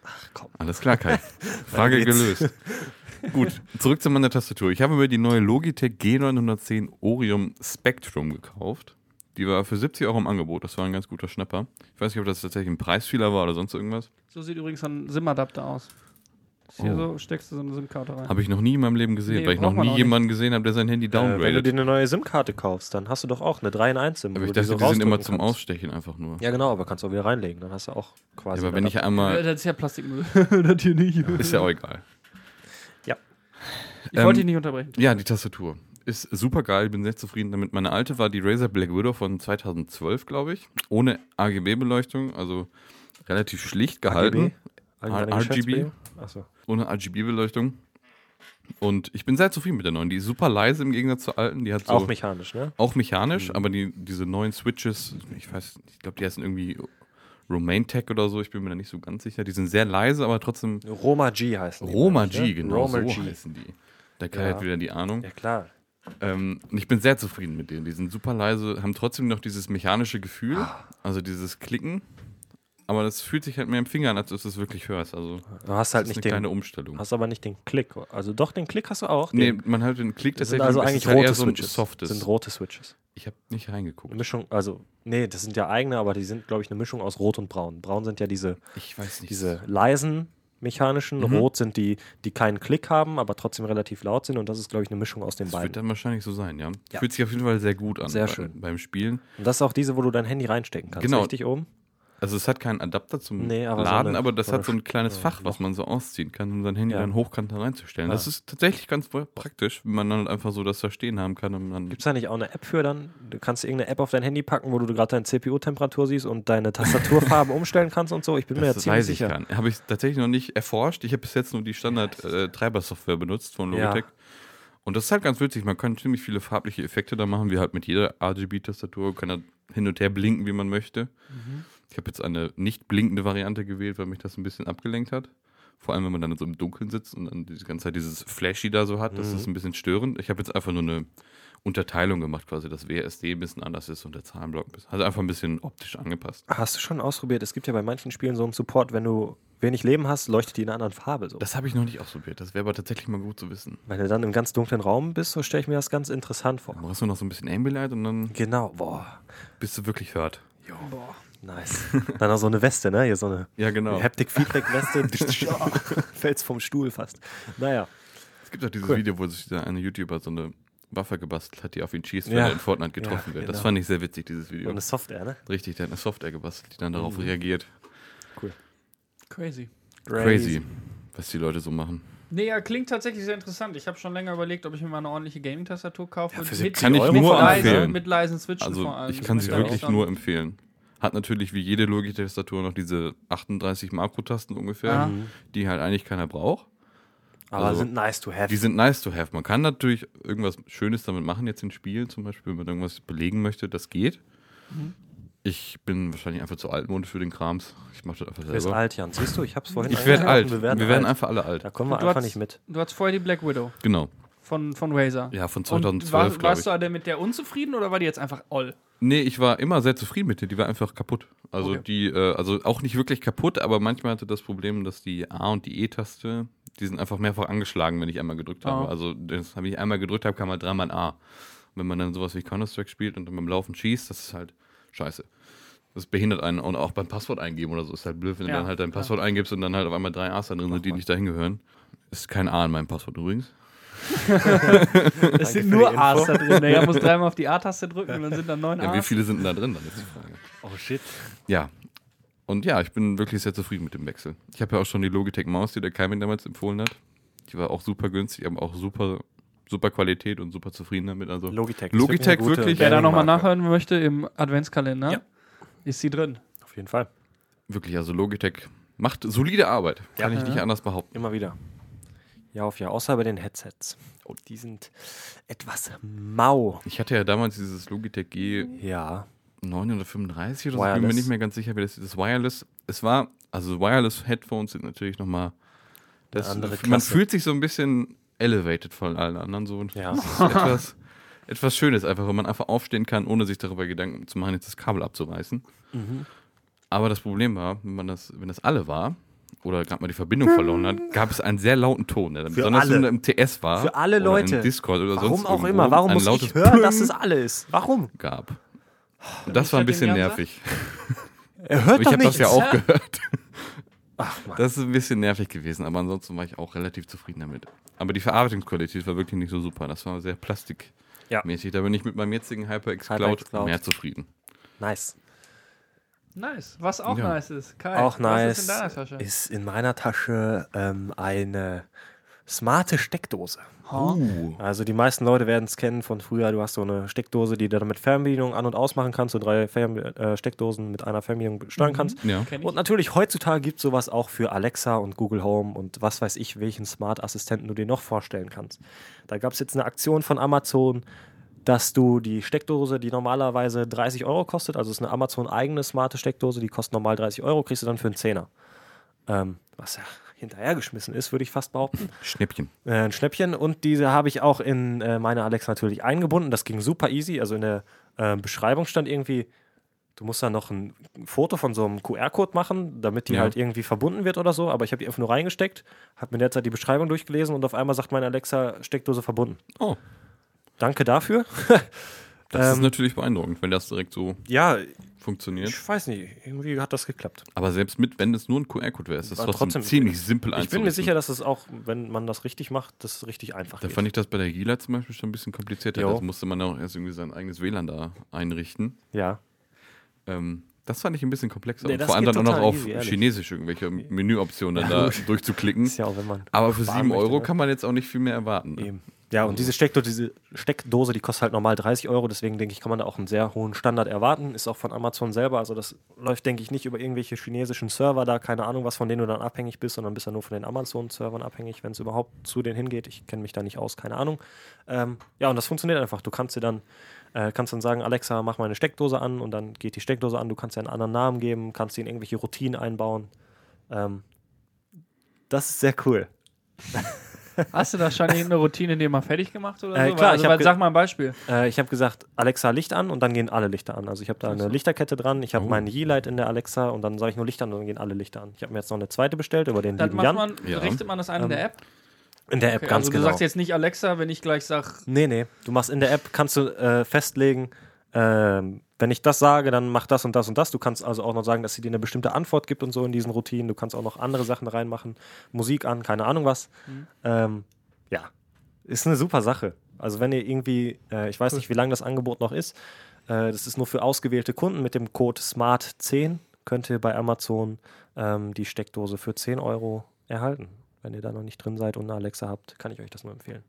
A: Alles klar,
C: (laughs)
A: Kai. Frage
C: geht's.
A: gelöst. Gut, zurück zu meiner Tastatur. Ich habe mir die neue Logitech G910 Orium Spectrum gekauft. Die war für 70 Euro im Angebot. Das war ein ganz guter Schnapper. Ich weiß nicht, ob das tatsächlich ein Preisfehler war oder sonst irgendwas.
B: So sieht übrigens so ein SIM-Adapter aus. Ist Hier
A: Oh.
B: so steckst du so eine SIM-Karte rein.
A: Habe ich noch nie in meinem Leben gesehen,
B: Nee,
A: weil ich noch
B: braucht man
A: nie
B: auch
A: jemanden gesehen habe, der sein Handy
C: Äh, wenn du
A: downgradet.
C: dir eine neue SIM-Karte kaufst, dann hast du doch auch eine 3 in 1 SIM.
A: aber
C: wo
A: ich
C: du
A: dachte,
C: so
A: die sind immer
C: rausdrücken
A: zum
C: kannst.
A: Ausstechen einfach nur.
C: Ja, also genau, aber kannst du auch wieder reinlegen, dann hast du auch quasi.
A: aber wenn ich
C: (laughs)
B: Äh,
A: einmal.
B: Das ist ja (laughs) Plastikmüll. das hier nicht.
A: Ist ja auch egal.
B: ich wollte
A: ähm,
B: dich nicht unterbrechen.
A: Ja, die Tastatur. Ist super geil, bin sehr zufrieden damit. Meine alte war die Razer Black Widow von 2012, glaube ich. Ohne AGB-Beleuchtung, also relativ schlicht gehalten.
C: Allgemeine
A: RGB?
C: Geschäftsbedingungen? Achso.
A: Ohne RGB-Beleuchtung. Und ich bin sehr zufrieden mit der neuen. Die ist super leise im Gegensatz zur alten. Die hat so
C: Auch mechanisch, ne?
A: auch mechanisch, aber die, diese neuen Switches, ich weiß, ich glaube, die heißen irgendwie Romaine Tech oder so, ich bin mir da nicht so ganz sicher. Die sind sehr leise, aber trotzdem
C: Roma G heißen die.
A: Roma
C: glaub ich,
A: G,
C: ne?
A: genau
C: Roma
A: so
C: G.
A: heißen die. Da kann
C: Ja.
A: halt wieder die Ahnung.
C: Ja, klar.
A: Ähm, und ich bin sehr zufrieden mit denen. Die sind super leise, haben trotzdem noch dieses mechanische Gefühl,
C: Ah.
A: also dieses Klicken. Aber das fühlt sich halt mehr im Finger an, als dass du es wirklich hörst. Also
C: Du hast
A: das
C: halt
A: ist
C: nicht
A: eine kleine
C: den.
A: Umstellung.
C: Hast aber nicht den Klick. Also doch, den Klick hast du auch.
A: Nee,
C: den-
A: man hat den Klick
C: das sind
A: tatsächlich.
C: also
A: es ist
C: eigentlich
A: halt eher
C: rote
A: so ein
C: Switches.
A: softes.
C: sind rote Switches.
A: ich habe nicht reingeguckt.
C: Eine Mischung, also, nee, das sind ja eigene, aber die sind, glaube ich, eine Mischung aus Rot und Braun. Braun sind ja diese,
A: Ich weiß nicht.
C: diese leisen mechanischen,
A: Mhm.
C: Rot sind die, die keinen Klick haben, aber trotzdem relativ laut sind und das ist, glaube ich, eine Mischung aus den
A: Das wird
C: beiden.
A: dann wahrscheinlich so sein, ja.
C: Ja.
A: Fühlt sich auf jeden Fall sehr gut an
C: Sehr
A: bei,
C: schön.
A: beim Spielen.
C: Und das ist auch diese, wo du dein Handy reinstecken kannst,
A: Genau.
C: richtig oben?
A: Also es hat keinen Adapter zum
C: Nee, aber so
A: Laden,
C: eine-
A: aber das
C: so
A: hat
C: eine
A: so ein kleines
C: Sch-
A: Fach, was man so ausziehen kann, um sein Handy
C: Ja.
A: dann hochkant da reinzustellen.
C: Ja.
A: Das ist tatsächlich ganz pra- praktisch, wenn man dann einfach so das da stehen haben kann. Und dann
C: Gibt es da nicht auch eine App für dann? Du kannst irgendeine App auf dein Handy packen, wo du gerade deine CPU-Temperatur siehst und deine Tastaturfarben (laughs) umstellen kannst und so. Ich bin mir ja
A: das
C: ziemlich
A: weiß ich
C: sicher.
A: gar nicht. Habe ich tatsächlich noch nicht erforscht. Ich habe bis jetzt nur die Standard-Treiber-Software benutzt von
C: Ja.
A: Logitech. Und das ist halt ganz witzig. Man kann ziemlich viele farbliche Effekte da machen, wie halt mit jeder RGB-Tastatur. Kann da hin und her blinken, wie man möchte.
C: Mhm.
A: Ich habe jetzt eine nicht blinkende Variante gewählt, weil mich das ein bisschen abgelenkt hat. Vor allem, wenn man dann so im Dunkeln sitzt und dann die ganze Zeit dieses Flashy da so hat,
C: Mhm.
A: das ist ein bisschen störend. Ich habe jetzt einfach nur eine Unterteilung gemacht, quasi, dass WSD ein bisschen anders ist und der Zahlenblock ein bisschen. Also einfach ein bisschen optisch angepasst.
C: Hast du schon ausprobiert? Es gibt ja bei manchen Spielen so einen Support, wenn du wenig Leben hast, leuchtet die in einer anderen Farbe so.
A: Das habe ich noch nicht ausprobiert. Das wäre aber tatsächlich mal gut zu wissen.
C: wenn du dann im ganz dunklen Raum bist, so stelle ich mir das ganz interessant vor.
A: Dann brauchst du noch so ein bisschen Ambilight und dann
C: Genau, boah,
A: bist du wirklich hört. (laughs)
C: nice. Dann auch so eine Weste, ne? Hier so eine
A: Ja, genau. (laughs)
C: (laughs) Haptic-Feedback-Weste. Ja, Fällst vom Stuhl fast. Naja.
A: Es gibt auch dieses
C: Cool.
A: Video, wo sich da eine YouTuber so eine Waffe gebastelt hat, die auf ihn schießt, wenn
C: Ja.
A: er in Fortnite getroffen
C: Ja,
A: wird. Das
C: genau.
A: fand ich sehr witzig, dieses
C: Und
A: Video.
C: eine Software, ne?
A: Richtig, der hat eine Software gebastelt, die dann darauf reagiert.
B: Crazy.
A: Crazy, was die Leute so machen.
B: Nee, ja, klingt tatsächlich sehr interessant. Ich habe schon länger überlegt, ob ich mir mal eine ordentliche Gaming-Tastatur kaufe.
C: für 70
A: Kann ich
C: Euro
A: nur
C: vor allem,
B: leisen,
A: empfehlen.
B: mit leisen Switchen vor
A: Also
B: allem.
A: ich kann
B: Das
A: sie
B: macht ja
A: wirklich
B: auch dann-
A: nur empfehlen. Hat natürlich wie jede Logitech-Tastatur noch diese 38 Makrotasten ungefähr,
B: Ja.
A: die halt eigentlich keiner braucht.
C: Aber
A: Also,
C: sind nice to have.
A: Die sind nice to have. Man kann natürlich irgendwas Schönes damit machen, jetzt in Spielen zum Beispiel, wenn man irgendwas belegen möchte, das geht. Mhm. Ich bin wahrscheinlich einfach zu altmodisch für den Krams. Ich mache das einfach
C: Du bist
A: selber.
C: alt, Jan. Siehst du, ich hab's vorhin
A: also Ich werde alt. Wir
C: angesprochen. Wir werden,
A: werden
C: alt.
A: einfach alle
C: Da
A: alt.
C: kommen wir
B: Du
C: einfach
B: hast-
C: nicht mit.
B: Du hattest vorher die Black Widow
A: Genau.
B: von, von Razer.
A: Ja, von
B: Und
A: 2012,
B: war,
A: glaube
B: warst
A: ich.
B: du denn mit der unzufrieden oder war die jetzt einfach all?
A: Nee, ich war immer sehr zufrieden mit dir. Die war einfach kaputt. Also
B: Okay.
A: die, äh, also auch nicht wirklich kaputt, aber manchmal hatte das Problem, dass die A und die E-Taste, die sind einfach mehrfach angeschlagen, wenn ich einmal gedrückt habe.
B: Ah.
A: Also das habe ich einmal gedrückt habe, kam halt dreimal ein A. Wenn man dann sowas wie Counter-Strike spielt und dann beim Laufen schießt, das ist halt scheiße. Das behindert einen und auch beim Passwort eingeben oder so ist halt blöd, wenn
B: Ja,
A: du dann halt dein
B: klar.
A: Passwort eingibst und dann halt auf einmal drei A's da drin sind, die nicht dahin gehören. Ist kein A in meinem Passwort übrigens.
B: Es
C: für die
B: sind nur
C: Info.
B: A's da drin. ne? Er
A: (laughs)
B: muss dreimal auf die A-Taste drücken und dann sind da neun
A: Ja, wie
B: A's.
A: viele sind denn da drin, dann ist die Frage.
C: Oh shit.
A: Ja. Und ja, ich bin wirklich sehr zufrieden mit dem Wechsel. Ich habe ja auch schon die Logitech Maus, die der Kai mir damals empfohlen hat. Die war auch super günstig, aber auch super, super Qualität und super zufrieden damit. Also
C: Logitech. ist
A: Logitech
C: eine gute
A: wirklich-
B: Wer da nochmal
C: Gaming-Marke.
B: nachhören möchte im Adventskalender,
C: Ja.
B: ist sie drin.
C: Auf jeden Fall.
A: wirklich, also Logitech macht solide Arbeit.
C: Ja.
A: Kann ich nicht anders behaupten.
C: Immer wieder. Jahr auf Jahr. Außer bei den Headsets. Oh, die sind etwas mau.
A: Ich hatte ja damals dieses Logitech G
C: Ja.
A: 935 oder so, ich bin mir
C: Wireless.
A: nicht mehr ganz sicher, wie das ist. Das Wireless, es war, also Wireless-Headphones sind natürlich nochmal, das,
C: Eine andere
A: man
C: Klasse.
A: fühlt sich so ein bisschen elevated von allen anderen so. Und
C: Ja.
A: Das ist
C: (laughs)
A: etwas, etwas Schönes einfach, wenn man einfach aufstehen kann, ohne sich darüber Gedanken zu machen, jetzt das Kabel abzureißen.
C: Mhm.
A: Aber das Problem war, wenn man das, wenn das alle war, oder gerade mal die Verbindung verloren hat, gab es einen sehr lauten Ton, der dann besonders
C: alle.
A: wenn du im TS war.
C: Für alle
A: oder
C: Leute.
A: Im Discord oder
C: Warum
A: sonst
C: auch
A: irgendwo
C: immer. Warum
A: ein
C: muss
A: lautes
C: ich hören, dass
A: Plüng
C: es alle ist? Warum?
A: gab. Und das war ein
B: hat den
A: bisschen
B: Jan
A: nervig.
C: Er hört
A: Ich habe das ja
C: (laughs)
A: auch gehört.
C: Ach, Mann.
A: Das ist ein bisschen nervig gewesen, aber ansonsten war ich auch relativ zufrieden damit. Aber die Verarbeitungsqualität war wirklich nicht so super. Das war sehr plastikmäßig.
C: Ja.
A: Da bin ich mit meinem jetzigen HyperX Cloud
C: HyperX Cloud.
A: mehr zufrieden.
C: Nice.
B: Nice. Was auch
A: Ja.
B: nice ist. Kai,
C: Auch
B: Was
C: nice.
B: ist in deiner Tasche?
C: Ist in meiner Tasche ähm, eine smarte Steckdose.
A: Uh.
C: Also die meisten Leute werden es kennen von früher. Du hast so eine Steckdose, die du dann mit Fernbedienung an- und ausmachen kannst. So drei Fern äh, Steckdosen mit einer Fernbedienung steuern kannst.
A: Ja.
B: Kenn ich.
C: Und natürlich, heutzutage gibt es sowas auch für Alexa und Google Home und was weiß ich, welchen Smart-Assistenten du dir noch vorstellen kannst. Da gab es jetzt eine Aktion von Amazon, dass du die Steckdose, die normalerweise 30 Euro kostet, also es ist eine Amazon-eigene smarte Steckdose, die kostet normal 30 Euro, kriegst du dann für einen Zehner. Ähm, was ja hinterhergeschmissen ist, würde ich fast behaupten.
A: Schnäppchen.
C: Äh, ein Schnäppchen und diese habe ich auch in äh, meine Alexa natürlich eingebunden. Das ging super easy. Also in der äh, Beschreibung stand irgendwie, du musst da noch ein Foto von so einem QR-Code machen, damit die
A: Ja.
C: halt irgendwie verbunden wird oder so. Aber ich habe die einfach nur reingesteckt, habe mir derzeit die Beschreibung durchgelesen und auf einmal sagt meine Alexa Steckdose verbunden.
A: Oh,
C: Danke dafür.
A: das ist
C: Ähm.
A: natürlich beeindruckend, wenn das direkt so
C: Ja,
A: funktioniert.
C: ich weiß nicht, irgendwie hat das geklappt.
A: Aber selbst mit, wenn es nur ein QR-Code wäre, ist das
C: War
A: trotzdem,
C: trotzdem-
A: ziemlich simpel
C: Ich bin mir
A: einzurichten.
C: sicher, dass es auch, wenn man das richtig macht, das richtig einfach
A: Da
C: geht.
A: fand ich das bei der Gila zum Beispiel schon ein bisschen komplizierter.
C: Jo.
A: Das musste man auch erst irgendwie sein eigenes WLAN da einrichten.
C: ja.
A: Ähm, Das fand ich ein bisschen komplexer.
C: Nee,
A: und
C: das
A: vor allem
C: geht
A: dann auch noch
C: total
A: auf
C: easy, ehrlich.
A: Chinesisch irgendwelche Menüoptionen dann da durchzuklicken.
C: (laughs) Ist ja auch, wenn man.
A: Aber für
C: sparen
A: 7
C: möchte,
A: Euro
C: ne?
A: kann man jetzt auch nicht viel mehr erwarten. Ne?
C: Eben. Ja, und diese Steckdose, diese Steckdose, die kostet halt normal 30 Euro, deswegen denke ich, kann man da auch einen sehr hohen Standard erwarten. Ist auch von Amazon selber, also das läuft, denke ich, nicht über irgendwelche chinesischen Server da, keine Ahnung, was von denen du dann abhängig bist, sondern bist ja nur von den Amazon-Servern abhängig, wenn es überhaupt zu denen hingeht. Ich kenne mich da nicht aus, keine Ahnung. Ähm, ja, und das funktioniert einfach. Du kannst dir dann, äh, kannst dann sagen, Alexa, mach mal eine Steckdose an und dann geht die Steckdose an, du kannst ihr einen anderen Namen geben, kannst ihnen irgendwelche Routinen einbauen. Ähm, das ist sehr cool.
B: Hast du da schon irgendeine Routine, die mal fertig gemacht oder
C: Äh,
B: so?
C: klar,
B: also,
C: ich hab
B: weil-
C: ge-
B: sag mal ein Beispiel.
C: Äh, ich habe gesagt, Alexa, Licht an und dann gehen alle Lichter an. Also ich habe da eine Lichterkette dran, ich habe
A: Oh.
C: mein Yeelight in der Alexa und dann sage ich nur Licht an und dann gehen alle Lichter an. Ich habe mir jetzt noch eine zweite bestellt über den
B: Dann
C: lieben
B: macht
C: Jan.
B: man,
A: Ja.
B: richtet man das an in der App.
C: in der App
B: Okay,
C: ganz
B: also du
C: genau.
B: sagst jetzt nicht Alexa, wenn ich gleich sag,
C: nee, nee, du machst in der App, kannst du äh, festlegen, ähm, wenn ich das sage, dann mach das und das und das. Du kannst also auch noch sagen, dass sie dir eine bestimmte Antwort gibt und so in diesen Routinen. Du kannst auch noch andere Sachen reinmachen, Musik an, keine Ahnung was. Ähm, ja, ist eine super Sache. Also wenn ihr irgendwie, äh, ich weiß nicht, wie lange das Angebot noch ist, äh, das ist nur für ausgewählte Kunden mit dem Code SMART10 könnt ihr bei Amazon ähm, die Steckdose für 10 Euro erhalten. Wenn ihr da noch nicht drin seid und eine Alexa habt, kann ich euch das nur empfehlen.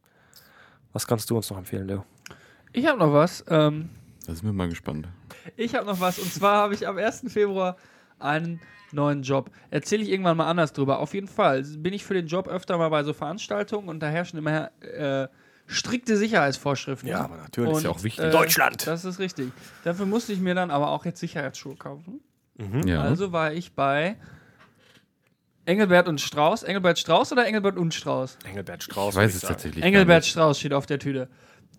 C: Was kannst du uns noch empfehlen, Leo?
B: ich habe noch was. Ähm,
A: Da sind wir mal gespannt.
B: Ich habe noch was und zwar habe ich am 1. Februar einen neuen Job. Erzähle ich irgendwann mal anders drüber. Auf jeden Fall bin ich für den Job öfter mal bei so Veranstaltungen und da herrschen immer äh, strikte Sicherheitsvorschriften. äh,
C: Ja, aber natürlich,
A: ist ja auch wichtig.
C: Deutschland!
B: Das ist richtig. Dafür musste ich mir dann aber auch jetzt Sicherheitsschuhe kaufen.
C: Hm?
A: Ja.
B: Also war ich bei Engelbert und Strauß. Engelbert Strauß oder Engelbert und Strauß?
C: Engelbert Strauß.
A: ich weiß es tatsächlich. gar
B: Engelbert
A: nicht.
B: Strauß steht auf der Tüte.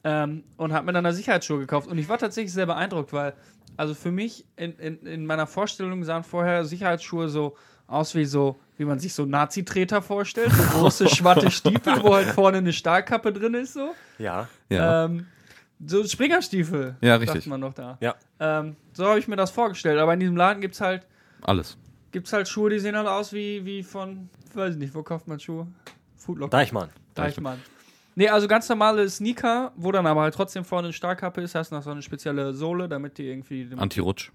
B: Ähm, und hat mir dann eine Sicherheitsschuhe gekauft. Und ich war tatsächlich sehr beeindruckt, weil, also für mich, in, in, in meiner Vorstellung sahen vorher Sicherheitsschuhe so aus wie so, wie man sich so Nazi-Treter vorstellt.
A: (laughs)
B: So große, schwatte Stiefel, wo halt vorne eine Stahlkappe drin ist, so.
C: Ja.
A: Ja.
B: Ähm, so Springerstiefel.
A: Ja, richtig.
B: Sagt man noch da.
C: Ja.
B: Ähm, so habe ich mir das vorgestellt. Aber in diesem Laden gibt es halt,
A: Alles.
B: gibt's halt Schuhe, die sehen halt aus wie, wie von, weiß ich nicht, wo kauft man Schuhe? Foodlocker.
C: Deichmann.
B: Deichmann. Nee, also ganz normale Sneaker, wo dann aber halt trotzdem vorne eine Stahlkappe ist, hast noch so eine spezielle Sohle, damit die irgendwie.
A: Anti-Rutsch.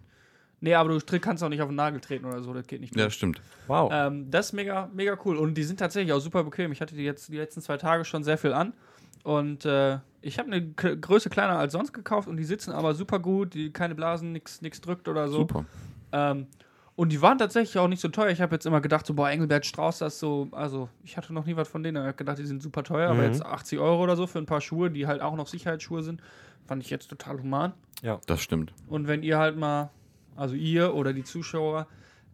B: Nee, aber du tritt- kannst auch nicht auf den Nagel treten oder so, das geht nicht.
A: Ja, stimmt.
C: Wow.
B: Ähm, das ist mega, mega cool. Und die sind tatsächlich auch super bequem. Ich hatte die jetzt die letzten zwei Tage schon sehr viel an. Und äh, ich habe eine K Größe kleiner als sonst gekauft und die sitzen aber super gut, die keine Blasen, nichts nix drückt oder so.
A: Super.
B: Ähm, und die waren tatsächlich auch nicht so teuer. Ich habe jetzt immer gedacht, so, boah, Engelbert Strauß, das ist so, also ich hatte noch nie was von denen. Ich habe gedacht, die sind super teuer, aber
C: Mhm.
B: jetzt 80 Euro oder so für ein paar Schuhe, die halt auch noch Sicherheitsschuhe sind, fand ich jetzt total human.
A: Das stimmt.
B: Und wenn ihr halt mal, also ihr oder die Zuschauer,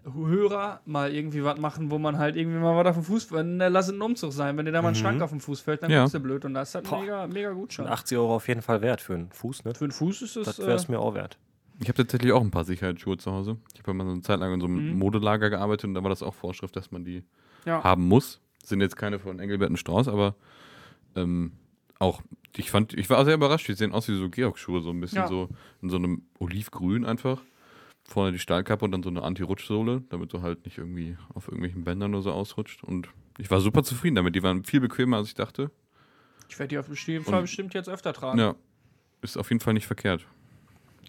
B: Hörer mal irgendwie was machen, wo man halt irgendwie mal was auf dem Fuß, wenn der lass es ein Umzug sein, wenn dir da mal ein Schrank auf dem Fuß fällt, dann
A: Ja.
B: guckst du blöd und das ist halt
C: Mhm. Boah.
B: mega, mega gut schon.
C: 80 Euro auf jeden Fall wert für einen Fuß, ne?
B: Für den Fuß ist es.
C: Das wäre es
B: äh,
C: mir auch wert.
A: Ich habe tatsächlich auch ein paar Sicherheitsschuhe zu Hause. Ich habe ja mal so eine Zeit lang in so einem
B: Mhm.
A: Modelager gearbeitet und da war das auch Vorschrift, dass man die
B: ja.
A: haben muss. Sind jetzt keine von Engelbert und Strauß, aber ähm, auch, ich fand, ich war sehr überrascht. Die sehen aus wie so Georg-Schuhe, so ein bisschen
B: Ja.
A: so in so einem Olivgrün einfach. Vorne die Stahlkappe und dann so eine Anti-Rutschsohle, damit du halt nicht irgendwie auf irgendwelchen Bändern oder so ausrutscht. Und ich war super zufrieden damit. Die waren viel bequemer, als ich dachte.
B: Ich werde die auf jeden Fall
A: Und-
B: bestimmt jetzt öfter tragen.
A: Ja, ist auf jeden Fall nicht verkehrt.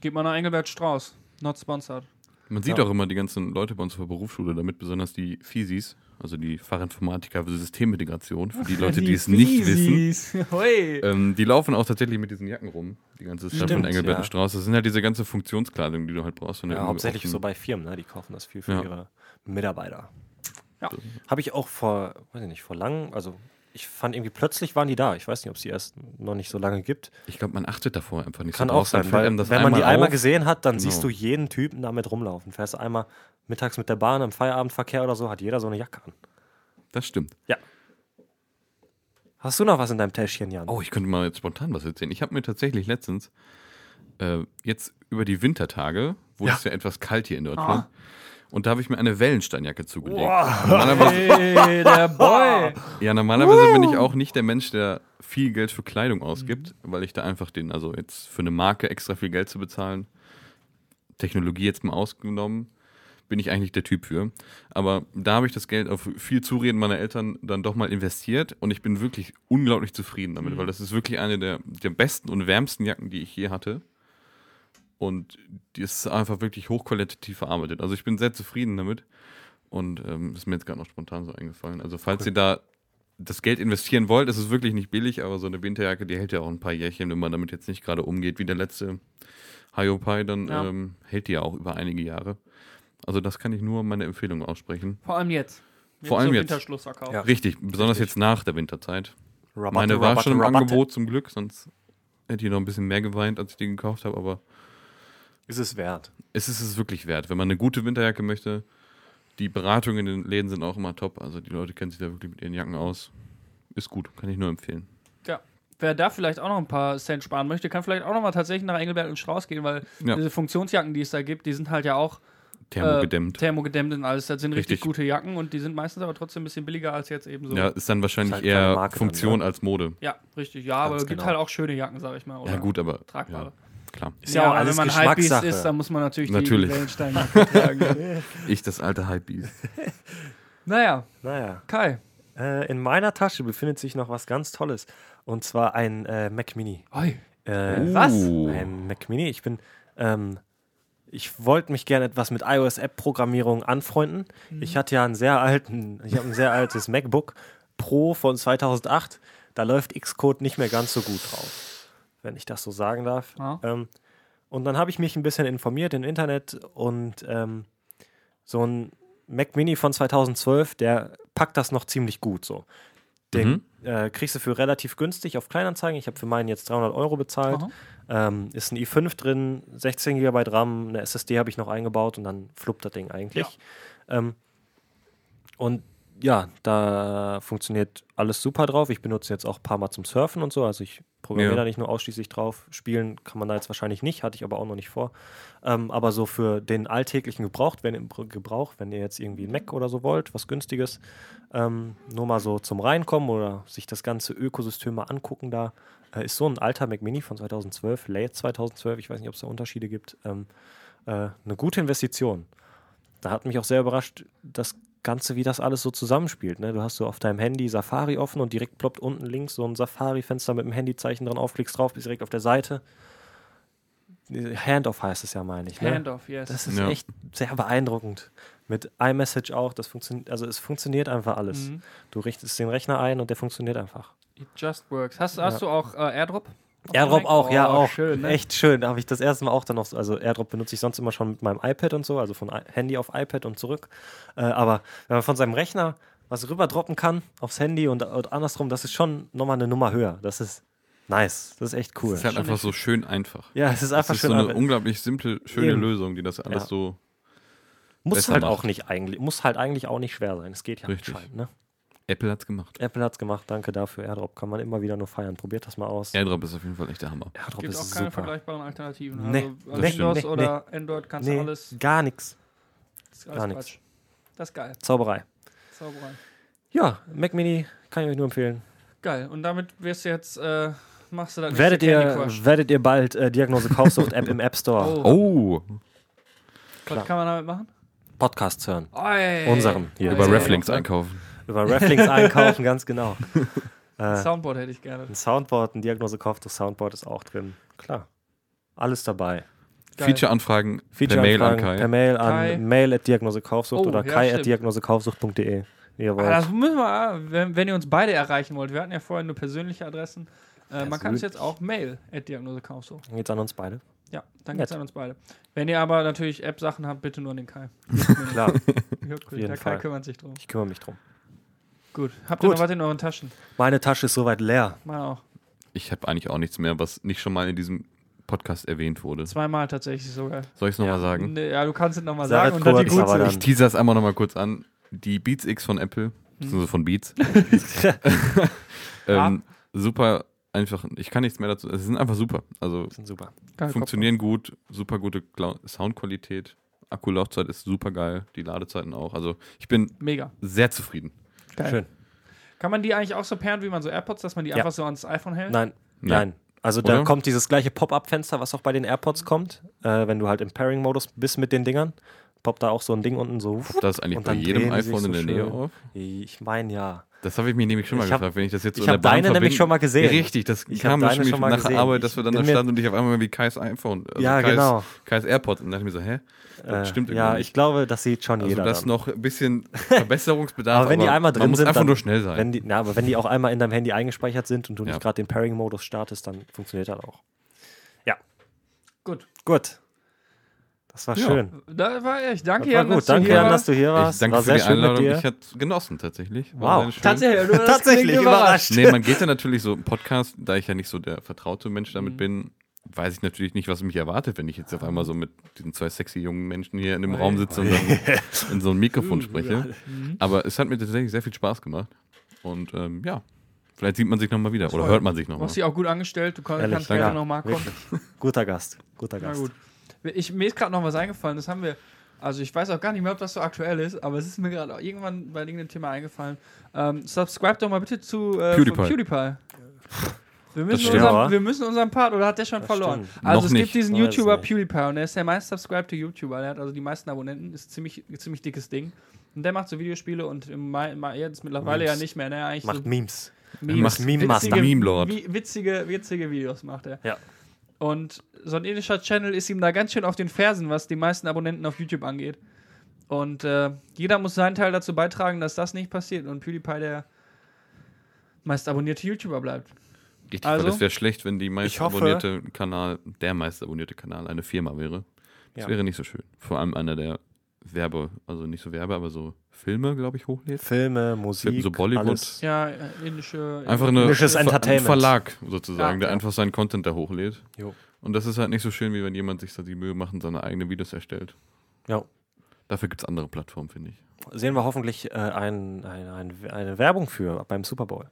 B: Geht mal nach Engelbert Strauß. Not sponsored.
A: Man sieht
C: Ja.
A: auch immer die ganzen Leute bei uns auf der Berufsschule, damit besonders die Physis, also die Fachinformatiker für Systemintegration, für die Leute, die es nicht wissen,
C: (laughs)
B: wissen. Hoi.
A: Ähm, die laufen auch tatsächlich mit diesen Jacken rum. Die ganze Stadt von
C: Stimmt,
A: Engelbert
C: ja.
A: und Strauß. Das sind halt diese ganze Funktionskleidung, die du halt brauchst. wenn du
C: Ja,
A: irgendwie
C: hauptsächlich
A: offen-
C: so bei Firmen, ne? die kaufen das viel für
A: Ja.
C: ihre Mitarbeiter.
B: Ja.
C: Habe ich auch vor, weiß ich nicht, vor langem, also ich fand irgendwie plötzlich waren die da. Ich weiß nicht, ob es die erst noch nicht so lange gibt.
A: Ich glaube, man achtet davor einfach nicht
C: Kann
A: so
C: auch
A: drauf, dann
C: sein,
A: fällt
C: weil
A: einem das
C: wenn man die einmal
A: auf.
C: gesehen hat, dann
A: Genau.
C: siehst du jeden Typen damit rumlaufen. Fährst du einmal mittags mit der Bahn im Feierabendverkehr oder so, hat jeder so eine Jacke an.
A: Das stimmt.
C: Hast du noch was in deinem Täschchen, Jan?
A: Oh, ich könnte mal jetzt spontan was erzählen. Ich habe mir tatsächlich letztens, äh, jetzt über die Wintertage, wurde es ja etwas kalt hier in Deutschland,
C: Ah.
A: und da habe ich mir eine Wellensteinjacke zugelegt. Normalerweise,
C: (laughs)
B: Hey, der Boy.
A: ja, normalerweise bin ich auch nicht der Mensch, der viel Geld für Kleidung ausgibt, weil ich da einfach den, also jetzt für eine Marke extra viel Geld zu bezahlen, Technologie jetzt mal ausgenommen, bin ich eigentlich der Typ für. Aber da habe ich das Geld auf viel Zureden meiner Eltern dann doch mal investiert und ich bin wirklich unglaublich zufrieden damit, weil das ist wirklich eine der, der besten und wärmsten Jacken, die ich je hatte. Und die ist einfach wirklich hochqualitativ verarbeitet. Also ich bin sehr zufrieden damit. Und ähm, ist mir jetzt gerade noch spontan so eingefallen. Also falls ihr da das Geld investieren wollt, ist es wirklich nicht billig, aber so eine Winterjacke, die hält ja auch ein paar Jährchen, wenn man damit jetzt nicht gerade umgeht, wie der letzte Hyopai, dann
C: Ja.
A: ähm, hält die ja auch über einige Jahre. Also das kann ich nur meine Empfehlung aussprechen.
B: Vor allem jetzt.
A: Vor allem
B: zum
A: jetzt.
B: Winterschlussverkauf.
C: Ja.
A: Richtig, besonders jetzt nach der Winterzeit.
C: Rabatte,
A: Meine war
C: Rabatte,
A: schon im
C: Rabatte.
A: Angebot zum Glück, sonst hätte ich noch ein bisschen mehr geweint, als ich die gekauft habe, aber
C: Ist es wert.
A: es ist es wirklich wert. Wenn man eine gute Winterjacke möchte, die Beratungen in den Läden sind auch immer top. Also die Leute kennen sich da wirklich mit ihren Jacken aus. Ist gut, kann ich nur empfehlen.
B: Ja. Wer da vielleicht auch noch ein paar Cent sparen möchte, kann vielleicht auch noch mal tatsächlich nach Engelbert und Strauß gehen, weil
A: Ja.
B: diese Funktionsjacken, die es da gibt, die sind halt ja auch
A: Thermogedämmt.
B: Äh, thermogedämmt und alles. Das sind richtig,
A: Richtig.
B: gute Jacken und die sind meistens aber trotzdem ein bisschen billiger als jetzt eben so.
A: Ja, ist dann wahrscheinlich
C: Ist halt keine
A: eher
C: Marke dann,
A: Funktion
C: ne?
A: als Mode.
B: Ja, richtig. Ja, aber
C: Ganz
B: es gibt
C: genau.
B: halt auch schöne Jacken, sag ich mal. Oder
A: Ja, gut, aber
B: Tragbare.
A: Ja, klar.
C: Ist ja, auch
B: aber
C: alles
B: wenn man Hypebeast
C: Geschmackssache.
B: ist, dann muss man natürlich,
A: Natürlich.
B: die
A: (laughs)
B: Wellenstein-Jacke tragen.
A: Ich, das alte Hypebeast.
B: naja,
C: naja.
B: Kai.
C: Äh, in meiner Tasche befindet sich noch was ganz Tolles. Und zwar ein äh, Mac Mini.
B: Oi.
C: Äh,
B: Was?
C: Ein Mac Mini. Ich bin, ähm, ich wollte mich gerne etwas mit iOS-App-Programmierung anfreunden. Ich hatte ja einen sehr alten, ich habe ein sehr altes (laughs) MacBook Pro von 2008. Da läuft Xcode nicht mehr ganz so gut drauf, wenn ich das so sagen darf.
B: Ja.
C: Ähm, und dann habe ich mich ein bisschen informiert im Internet und ähm, so ein Mac Mini von 2012, der packt das noch ziemlich gut so. Den äh, kriegst du für relativ günstig auf Kleinanzeigen. Ich habe für meinen jetzt 300 Euro bezahlt.
B: Aha.
C: Ähm, ist ein i5 drin, 16 GB RAM, eine SSD habe ich noch eingebaut und dann fluppt das Ding eigentlich. Ähm, und ja, da funktioniert alles super drauf. Ich benutze jetzt auch ein paar Mal zum Surfen und so. Also ich programmiere
A: Ja.
C: da nicht nur ausschließlich drauf. Spielen kann man da jetzt wahrscheinlich nicht, hatte ich aber auch noch nicht vor. Ähm, aber so für den alltäglichen Gebrauch wenn, im Gebrauch, wenn ihr jetzt irgendwie ein Mac oder so wollt, was günstiges, ähm, nur mal so zum Reinkommen oder sich das ganze Ökosystem mal angucken da, äh, ist so ein alter Mac Mini von 2012, late 2012, ich weiß nicht, ob es da Unterschiede gibt, ähm, äh, eine gute Investition. Da hat mich auch sehr überrascht, das Ganze, wie das alles so zusammenspielt. Ne? Du hast so auf deinem Handy Safari offen und direkt ploppt unten links so ein Safari-Fenster mit dem Handyzeichen dran, aufklickst drauf, bist direkt auf der Seite. Handoff heißt es ja, meine ich. Ne?
B: Handoff, yes.
C: Das ist
A: Ja.
C: echt sehr beeindruckend. Mit iMessage auch, das funktioniert, also es funktioniert einfach alles.
B: Mhm.
C: Du richtest den Rechner ein und der funktioniert einfach.
B: It just works. Hast, hast du auch äh, Airdrop? Auf
C: AirDrop
B: dem
C: auch,
B: Mac?
C: ja
B: Oh,
C: auch.
B: Schön, ne?
C: Echt schön. Da habe ich das erste Mal auch dann noch, also AirDrop benutze ich sonst immer schon mit meinem iPad und so, also von I- Handy auf iPad und zurück. Äh, aber wenn man von seinem Rechner was rüberdroppen kann aufs Handy und, und andersrum, das ist schon nochmal eine Nummer höher. Das ist nice. Das ist echt cool.
A: Es ist halt einfach so schön einfach.
C: ja, es ist
A: Das
C: einfach
A: ist
C: schön.
A: so eine
C: aber-
A: unglaublich simple, schöne
C: Eben.
A: Lösung, die das alles
C: Ja.
A: so.
C: muss
A: besser
C: halt
A: macht.
C: auch nicht eigentlich, muss halt eigentlich auch nicht schwer sein. Es geht ja
A: Richtig.
C: anscheinend, ne?
A: Apple hat's gemacht.
C: Apple hat's gemacht, danke dafür. AirDrop kann man immer wieder nur feiern. Probiert das mal aus.
A: Airdrop ist auf jeden Fall echt der Hammer.
C: AirDrop
B: Gibt auch
C: ist
B: keine
C: super.
B: vergleichbaren Alternativen.
C: Nee,
B: Also,
A: das
B: also
A: stimmt.
B: Windows
C: Nee,
B: oder Android kannst
C: Nee,
B: du alles.
C: gar nichts.
B: Das ist alles
C: gar nix.
B: Quatsch. Das ist geil.
C: Zauberei.
B: Zauberei.
C: Ja, Mac Mini kann ich euch nur empfehlen.
B: Geil. Und damit wirst du jetzt, äh, machst du das
C: Werdet
B: nächste
C: ihr,
B: Candy Crush.
C: werdet ihr bald äh, Diagnose Kaufsucht App im App Store
B: Oh,
A: Oh!
B: was
C: klar.
B: kann man damit machen?
C: Podcasts hören?
B: Oi.
C: Unseren hier.
A: Über
B: Also,
A: Rafflings einkaufen.
C: Über Rafflings einkaufen, ganz
B: (laughs)
C: genau.
B: Ein
C: Äh,
B: Soundboard hätte ich gerne.
C: ein Soundboard, ein Diagnose Kaufsucht Soundboard ist auch drin. Klar. Alles dabei.
B: Geil.
A: Feature-Anfragen per
C: Feature-Anfragen
A: Mail an Kai.
C: Per Mail an
B: Kai.
C: mail at diagnosekaufsucht
B: Oh,
C: oder
B: ja,
C: kai
B: stimmt.
C: at diagnosekaufsucht.de. E. wie ihr
B: Aber
C: wollt.
B: Ah, das müssen wir, wenn, wenn ihr uns beide erreichen wollt. Wir hatten ja vorhin nur persönliche Adressen. Äh, man kann uns
C: Persönlich.
B: jetzt auch Mail at Diagnose Council.
C: Dann geht's an uns beide.
B: Ja, dann
C: Nett.
B: geht's an uns beide. Wenn ihr aber natürlich App-Sachen habt, bitte nur an den Kai.
C: Klar,
B: Ja, cool.
C: jeden
B: Der Kai
C: Fall.
B: kümmert sich drum.
C: ich kümmere mich drum.
B: Gut. Habt ihr
C: Gut.
B: noch was in euren Taschen?
C: Meine Tasche ist soweit leer.
B: Mal auch.
A: Ich habe eigentlich auch nichts mehr, was nicht schon mal in diesem Podcast erwähnt wurde.
B: Zweimal tatsächlich sogar.
A: Soll ich es nochmal
C: Ja.
A: sagen?
B: Nee, ja, du kannst es nochmal
C: Sag
B: sagen
C: es
B: und dann die
C: kurz,
B: gut
C: aber
B: sind.
C: dann-
A: Ich teaser es einmal nochmal kurz an. Die Beats X von
C: Hm.
A: Apple, beziehungsweise von
C: (laughs)
A: Beats. (laughs) ähm, Super einfach. Ich kann nichts mehr dazu. Es sind einfach super. Also
C: Sind super.
B: Geil,
A: funktionieren gut, super gute Gla- Soundqualität. Akkulaufzeit ist super geil, die Ladezeiten auch. Also ich bin
B: Kopf. Mega.
A: sehr zufrieden.
B: Geil.
C: Schön.
B: Kann man die eigentlich auch so pairen wie man so AirPods, dass man die
C: Ja.
B: einfach so ans iPhone hält?
C: Nein,
A: Ja.
C: nein. Also da
A: Oder?
C: kommt dieses gleiche Pop-up-Fenster, was auch bei den AirPods kommt, äh, wenn du halt im Pairing-Modus bist mit den Dingern. Poppt da auch so ein Ding unten so.
A: Das ist eigentlich
C: Und
A: bei
C: dann
A: jedem
C: drehen die sich
A: iPhone in
C: so
A: der Nähe
C: schön.
A: auf.
C: Ich meine ja.
A: Das habe ich mich nämlich schon mal
C: Ich hab-
A: gefragt, wenn ich das jetzt so
C: ich
A: in der
C: hab
A: Bahn
C: deine
A: verbinden-
C: nämlich schon mal gesehen.
A: Richtig, das
C: Ich hab
A: kam
C: deine
A: nämlich
C: schon mal
A: nach
C: gesehen.
A: der Arbeit, dass wir dann
C: Ich
A: da
C: bin mir-
A: standen und ich auf einmal wie Kais iPhone, also
C: Ja,
A: Kais,
C: genau. Äh,
A: Kais AirPods und dann dachte ich mir so, hä? Das stimmt irgendwie
C: ja,
A: nicht.
C: ich glaube, das sieht schon
A: Also
C: jeder.
A: das
C: dann.
A: noch ein
C: (laughs)
A: bisschen Verbesserungsbedarf.
C: aber wenn die einmal drin
A: man muss
C: sind,
A: einfach
C: dann,
A: nur schnell sein.
C: Wenn die, na, aber wenn die auch einmal in deinem Handy eingespeichert sind und du
A: Ja.
C: nicht gerade den Pairing-Modus startest, dann funktioniert das auch. Ja,
B: Gut.
C: gut. Das war
A: Ja.
C: schön.
B: Da war ich.
C: Das
B: Danke,
C: war
B: Jan, dass
C: gut.
B: du
C: Danke,
B: hier
C: Jan, dass
B: warst.
C: du hier
A: ich
C: warst.
A: danke
C: war
A: für
C: sehr
A: die
C: schön mit
A: Einladung.
C: dir.
A: Ich hatte genossen tatsächlich.
C: Wow.
A: sehr schön.
C: (laughs)
B: Tatsächlich, du hast
C: Tatsächlich
B: klingt
C: überrascht.
A: Nee, man geht ja natürlich so im Podcast, da ich ja nicht so der vertraute Mensch damit
C: Mhm.
A: bin, weiß ich natürlich nicht, was mich erwartet, wenn ich jetzt auf einmal so mit diesen zwei sexy jungen Menschen hier in dem Raum sitze und dann
C: (laughs)
A: in so ein Mikrofon spreche.
C: Mhm.
A: Aber es hat mir tatsächlich sehr viel Spaß gemacht. Und ähm, ja, vielleicht sieht man sich nochmal wieder oder hört man sich
B: Du
A: nochmal.
B: hast dich auch gut angestellt. Du kann-
C: Ehrlich,
B: kannst
A: danke.
B: gerne nochmal kommen.
C: Wirklich. Guter Gast. Guter
B: (laughs) Na
C: Gast.
B: gut. Ich, mir ist gerade noch was eingefallen, das haben wir. Also ich weiß auch gar nicht mehr, ob das so aktuell ist, aber es ist mir gerade auch irgendwann bei irgendeinem Thema eingefallen. Ähm, subscribe doch mal bitte zu äh,
A: PewDiePie.
B: von PewDiePie. Wir müssen,
A: stimmt.
C: Ja.
B: unseren, wir müssen unseren Part, oder hat der schon verloren?
C: stimmt.
B: Also
A: Noch
B: es
A: nicht.
B: gibt diesen
C: Weiß
B: YouTuber
C: nicht.
B: PewDiePie und der ist der meist subscribete YouTuber. Der hat also die meisten Abonnenten, ist ziemlich, ziemlich dickes Ding. Und der macht so Videospiele und im Mai, Mai, jetzt mittlerweile
C: Memes.
B: ja nicht mehr, ne? Eigentlich so
C: Macht Memes.
A: macht
C: Meme Master.
B: witzige,
A: Meme Lord.
B: wi- Witzige, witzige Videos macht er.
C: Ja.
B: Und so ein indischer Channel ist ihm da ganz schön auf den Fersen, was die meisten Abonnenten auf YouTube angeht. Und äh, jeder muss seinen Teil dazu beitragen, dass das nicht passiert und PewDiePie der meist abonnierte YouTuber bleibt.
A: Richtig,
B: Also?
A: weil das wäre schlecht, wenn die meist
C: Ich hoffe-
A: abonnierte Kanal, der meist abonnierte Kanal eine Firma wäre. Das
C: Ja.
A: wäre nicht so schön. Vor allem einer, der Werbe, also nicht so Werbe, aber so Filme, glaube ich, hochlädt.
C: Filme, Musik.
A: So Bollywood.
C: Alles.
B: Ja, äh, indische.
A: Einfach eine,
C: Indisches
A: Ver- ein
C: Entertainment.
A: Verlag sozusagen,
B: Ja,
A: der
B: ja.
A: einfach seinen Content da hochlädt.
C: Jo.
A: Und das ist halt nicht so schön, wie wenn jemand sich da die Mühe macht und seine eigenen Videos erstellt.
C: Ja.
A: Dafür gibt es andere Plattformen, finde ich.
C: Sehen wir hoffentlich äh, ein, ein, ein, eine Werbung für beim Super Bowl.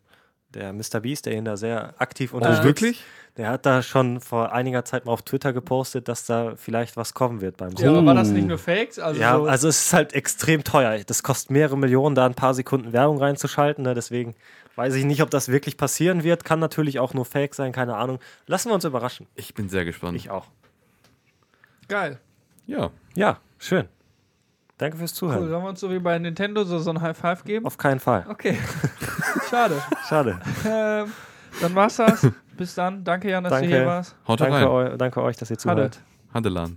C: Der Mr. Beast, der ihn da sehr aktiv
A: Oh,
C: unterstützt. Der hat da schon vor einiger Zeit mal auf Twitter gepostet, dass da vielleicht was kommen wird beim
B: ja,
C: Super
B: aber war
A: Oh.
B: das nicht nur Fakes? Also
C: Ja,
B: so,
C: also es ist halt extrem teuer. Das kostet mehrere Millionen, da ein paar Sekunden Werbung reinzuschalten. Ne? Deswegen weiß ich nicht, ob das wirklich passieren wird. Kann natürlich auch nur Fake sein, keine Ahnung. Lassen wir uns überraschen.
A: Ich bin sehr gespannt.
C: Ich auch. also-
B: geil.
A: ja.
C: Ja, schön. Danke fürs
B: Cool,
C: Zuhören.
B: sollen wir uns so wie bei Nintendo so, so ein High Five geben?
C: Auf keinen Fall.
B: Okay. (laughs) Schade.
C: Schade.
B: ähm, dann war's
C: (laughs)
B: das. Bis dann. Danke, Jan, dass du
C: Danke.
B: hier warst.
A: Haut
C: Danke,
A: rein.
C: eu danke euch, dass ihr
B: Schade.
C: zuhört.
A: Handelan.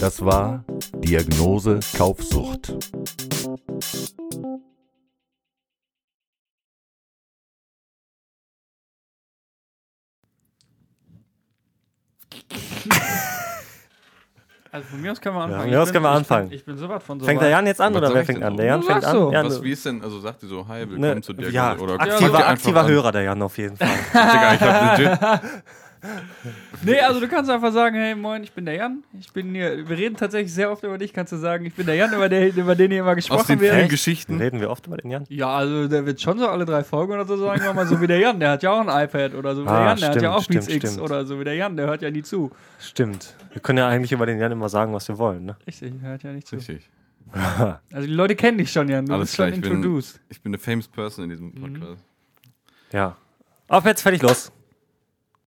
D: Das war Diagnose Kaufsucht.
B: Also von mir aus können wir anfangen.
C: von mir aus
B: Ich
C: können wir
B: ich
C: anfangen.
B: Ich bin sowas von so
C: Fängt der Jan jetzt an
A: Was
C: oder
A: sag
C: wer
A: ich
C: fängt
A: denn
C: an?
A: so?
C: Der Jan
B: Du
C: fängt
B: sagst
C: an.
B: so.
C: Jan,
A: Was, wie ist denn, also sagt die so, hi,
C: ne,
A: willkommen zu dir.
C: ja,
A: oder
B: sag
A: guckt
C: aktiver,
A: ihr einfach
C: aktiver
A: an.
C: Hörer, der Jan auf jeden (laughs) Fall.
A: Digga, ich hab
C: (laughs)
A: legit.
B: Nee, also du kannst einfach sagen, hey moin, ich bin der Jan. Ich bin hier. Wir reden tatsächlich sehr oft über dich, kannst du sagen, ich bin der Jan, über, der, über den hier immer
A: Aus
B: gesprochen
A: den
B: wird.
A: vielen
C: Echt?
A: Geschichten.
C: Reden wir oft über den Jan?
B: Ja, also der wird schon so alle drei Folgen oder so sagen wir mal so wie der Jan, der hat ja auch ein iPad oder so wie der
C: Ah,
B: Jan, der hat ja
C: stimmt,
B: auch Beats
C: stimmt,
B: X
C: stimmt.
B: oder so wie der Jan, der hört ja nie zu.
C: Stimmt. Wir können ja eigentlich über den Jan immer sagen, was wir wollen. Ne?
B: Richtig, der hört ja nicht zu.
A: Richtig.
B: Also die Leute kennen dich schon, Jan, du
A: Alles
B: bist
A: klar,
B: schon
A: ich bin-
B: introduced.
A: Mhm. Ich bin eine famous person in diesem Podcast.
C: Ja. Auf jetzt fertig los.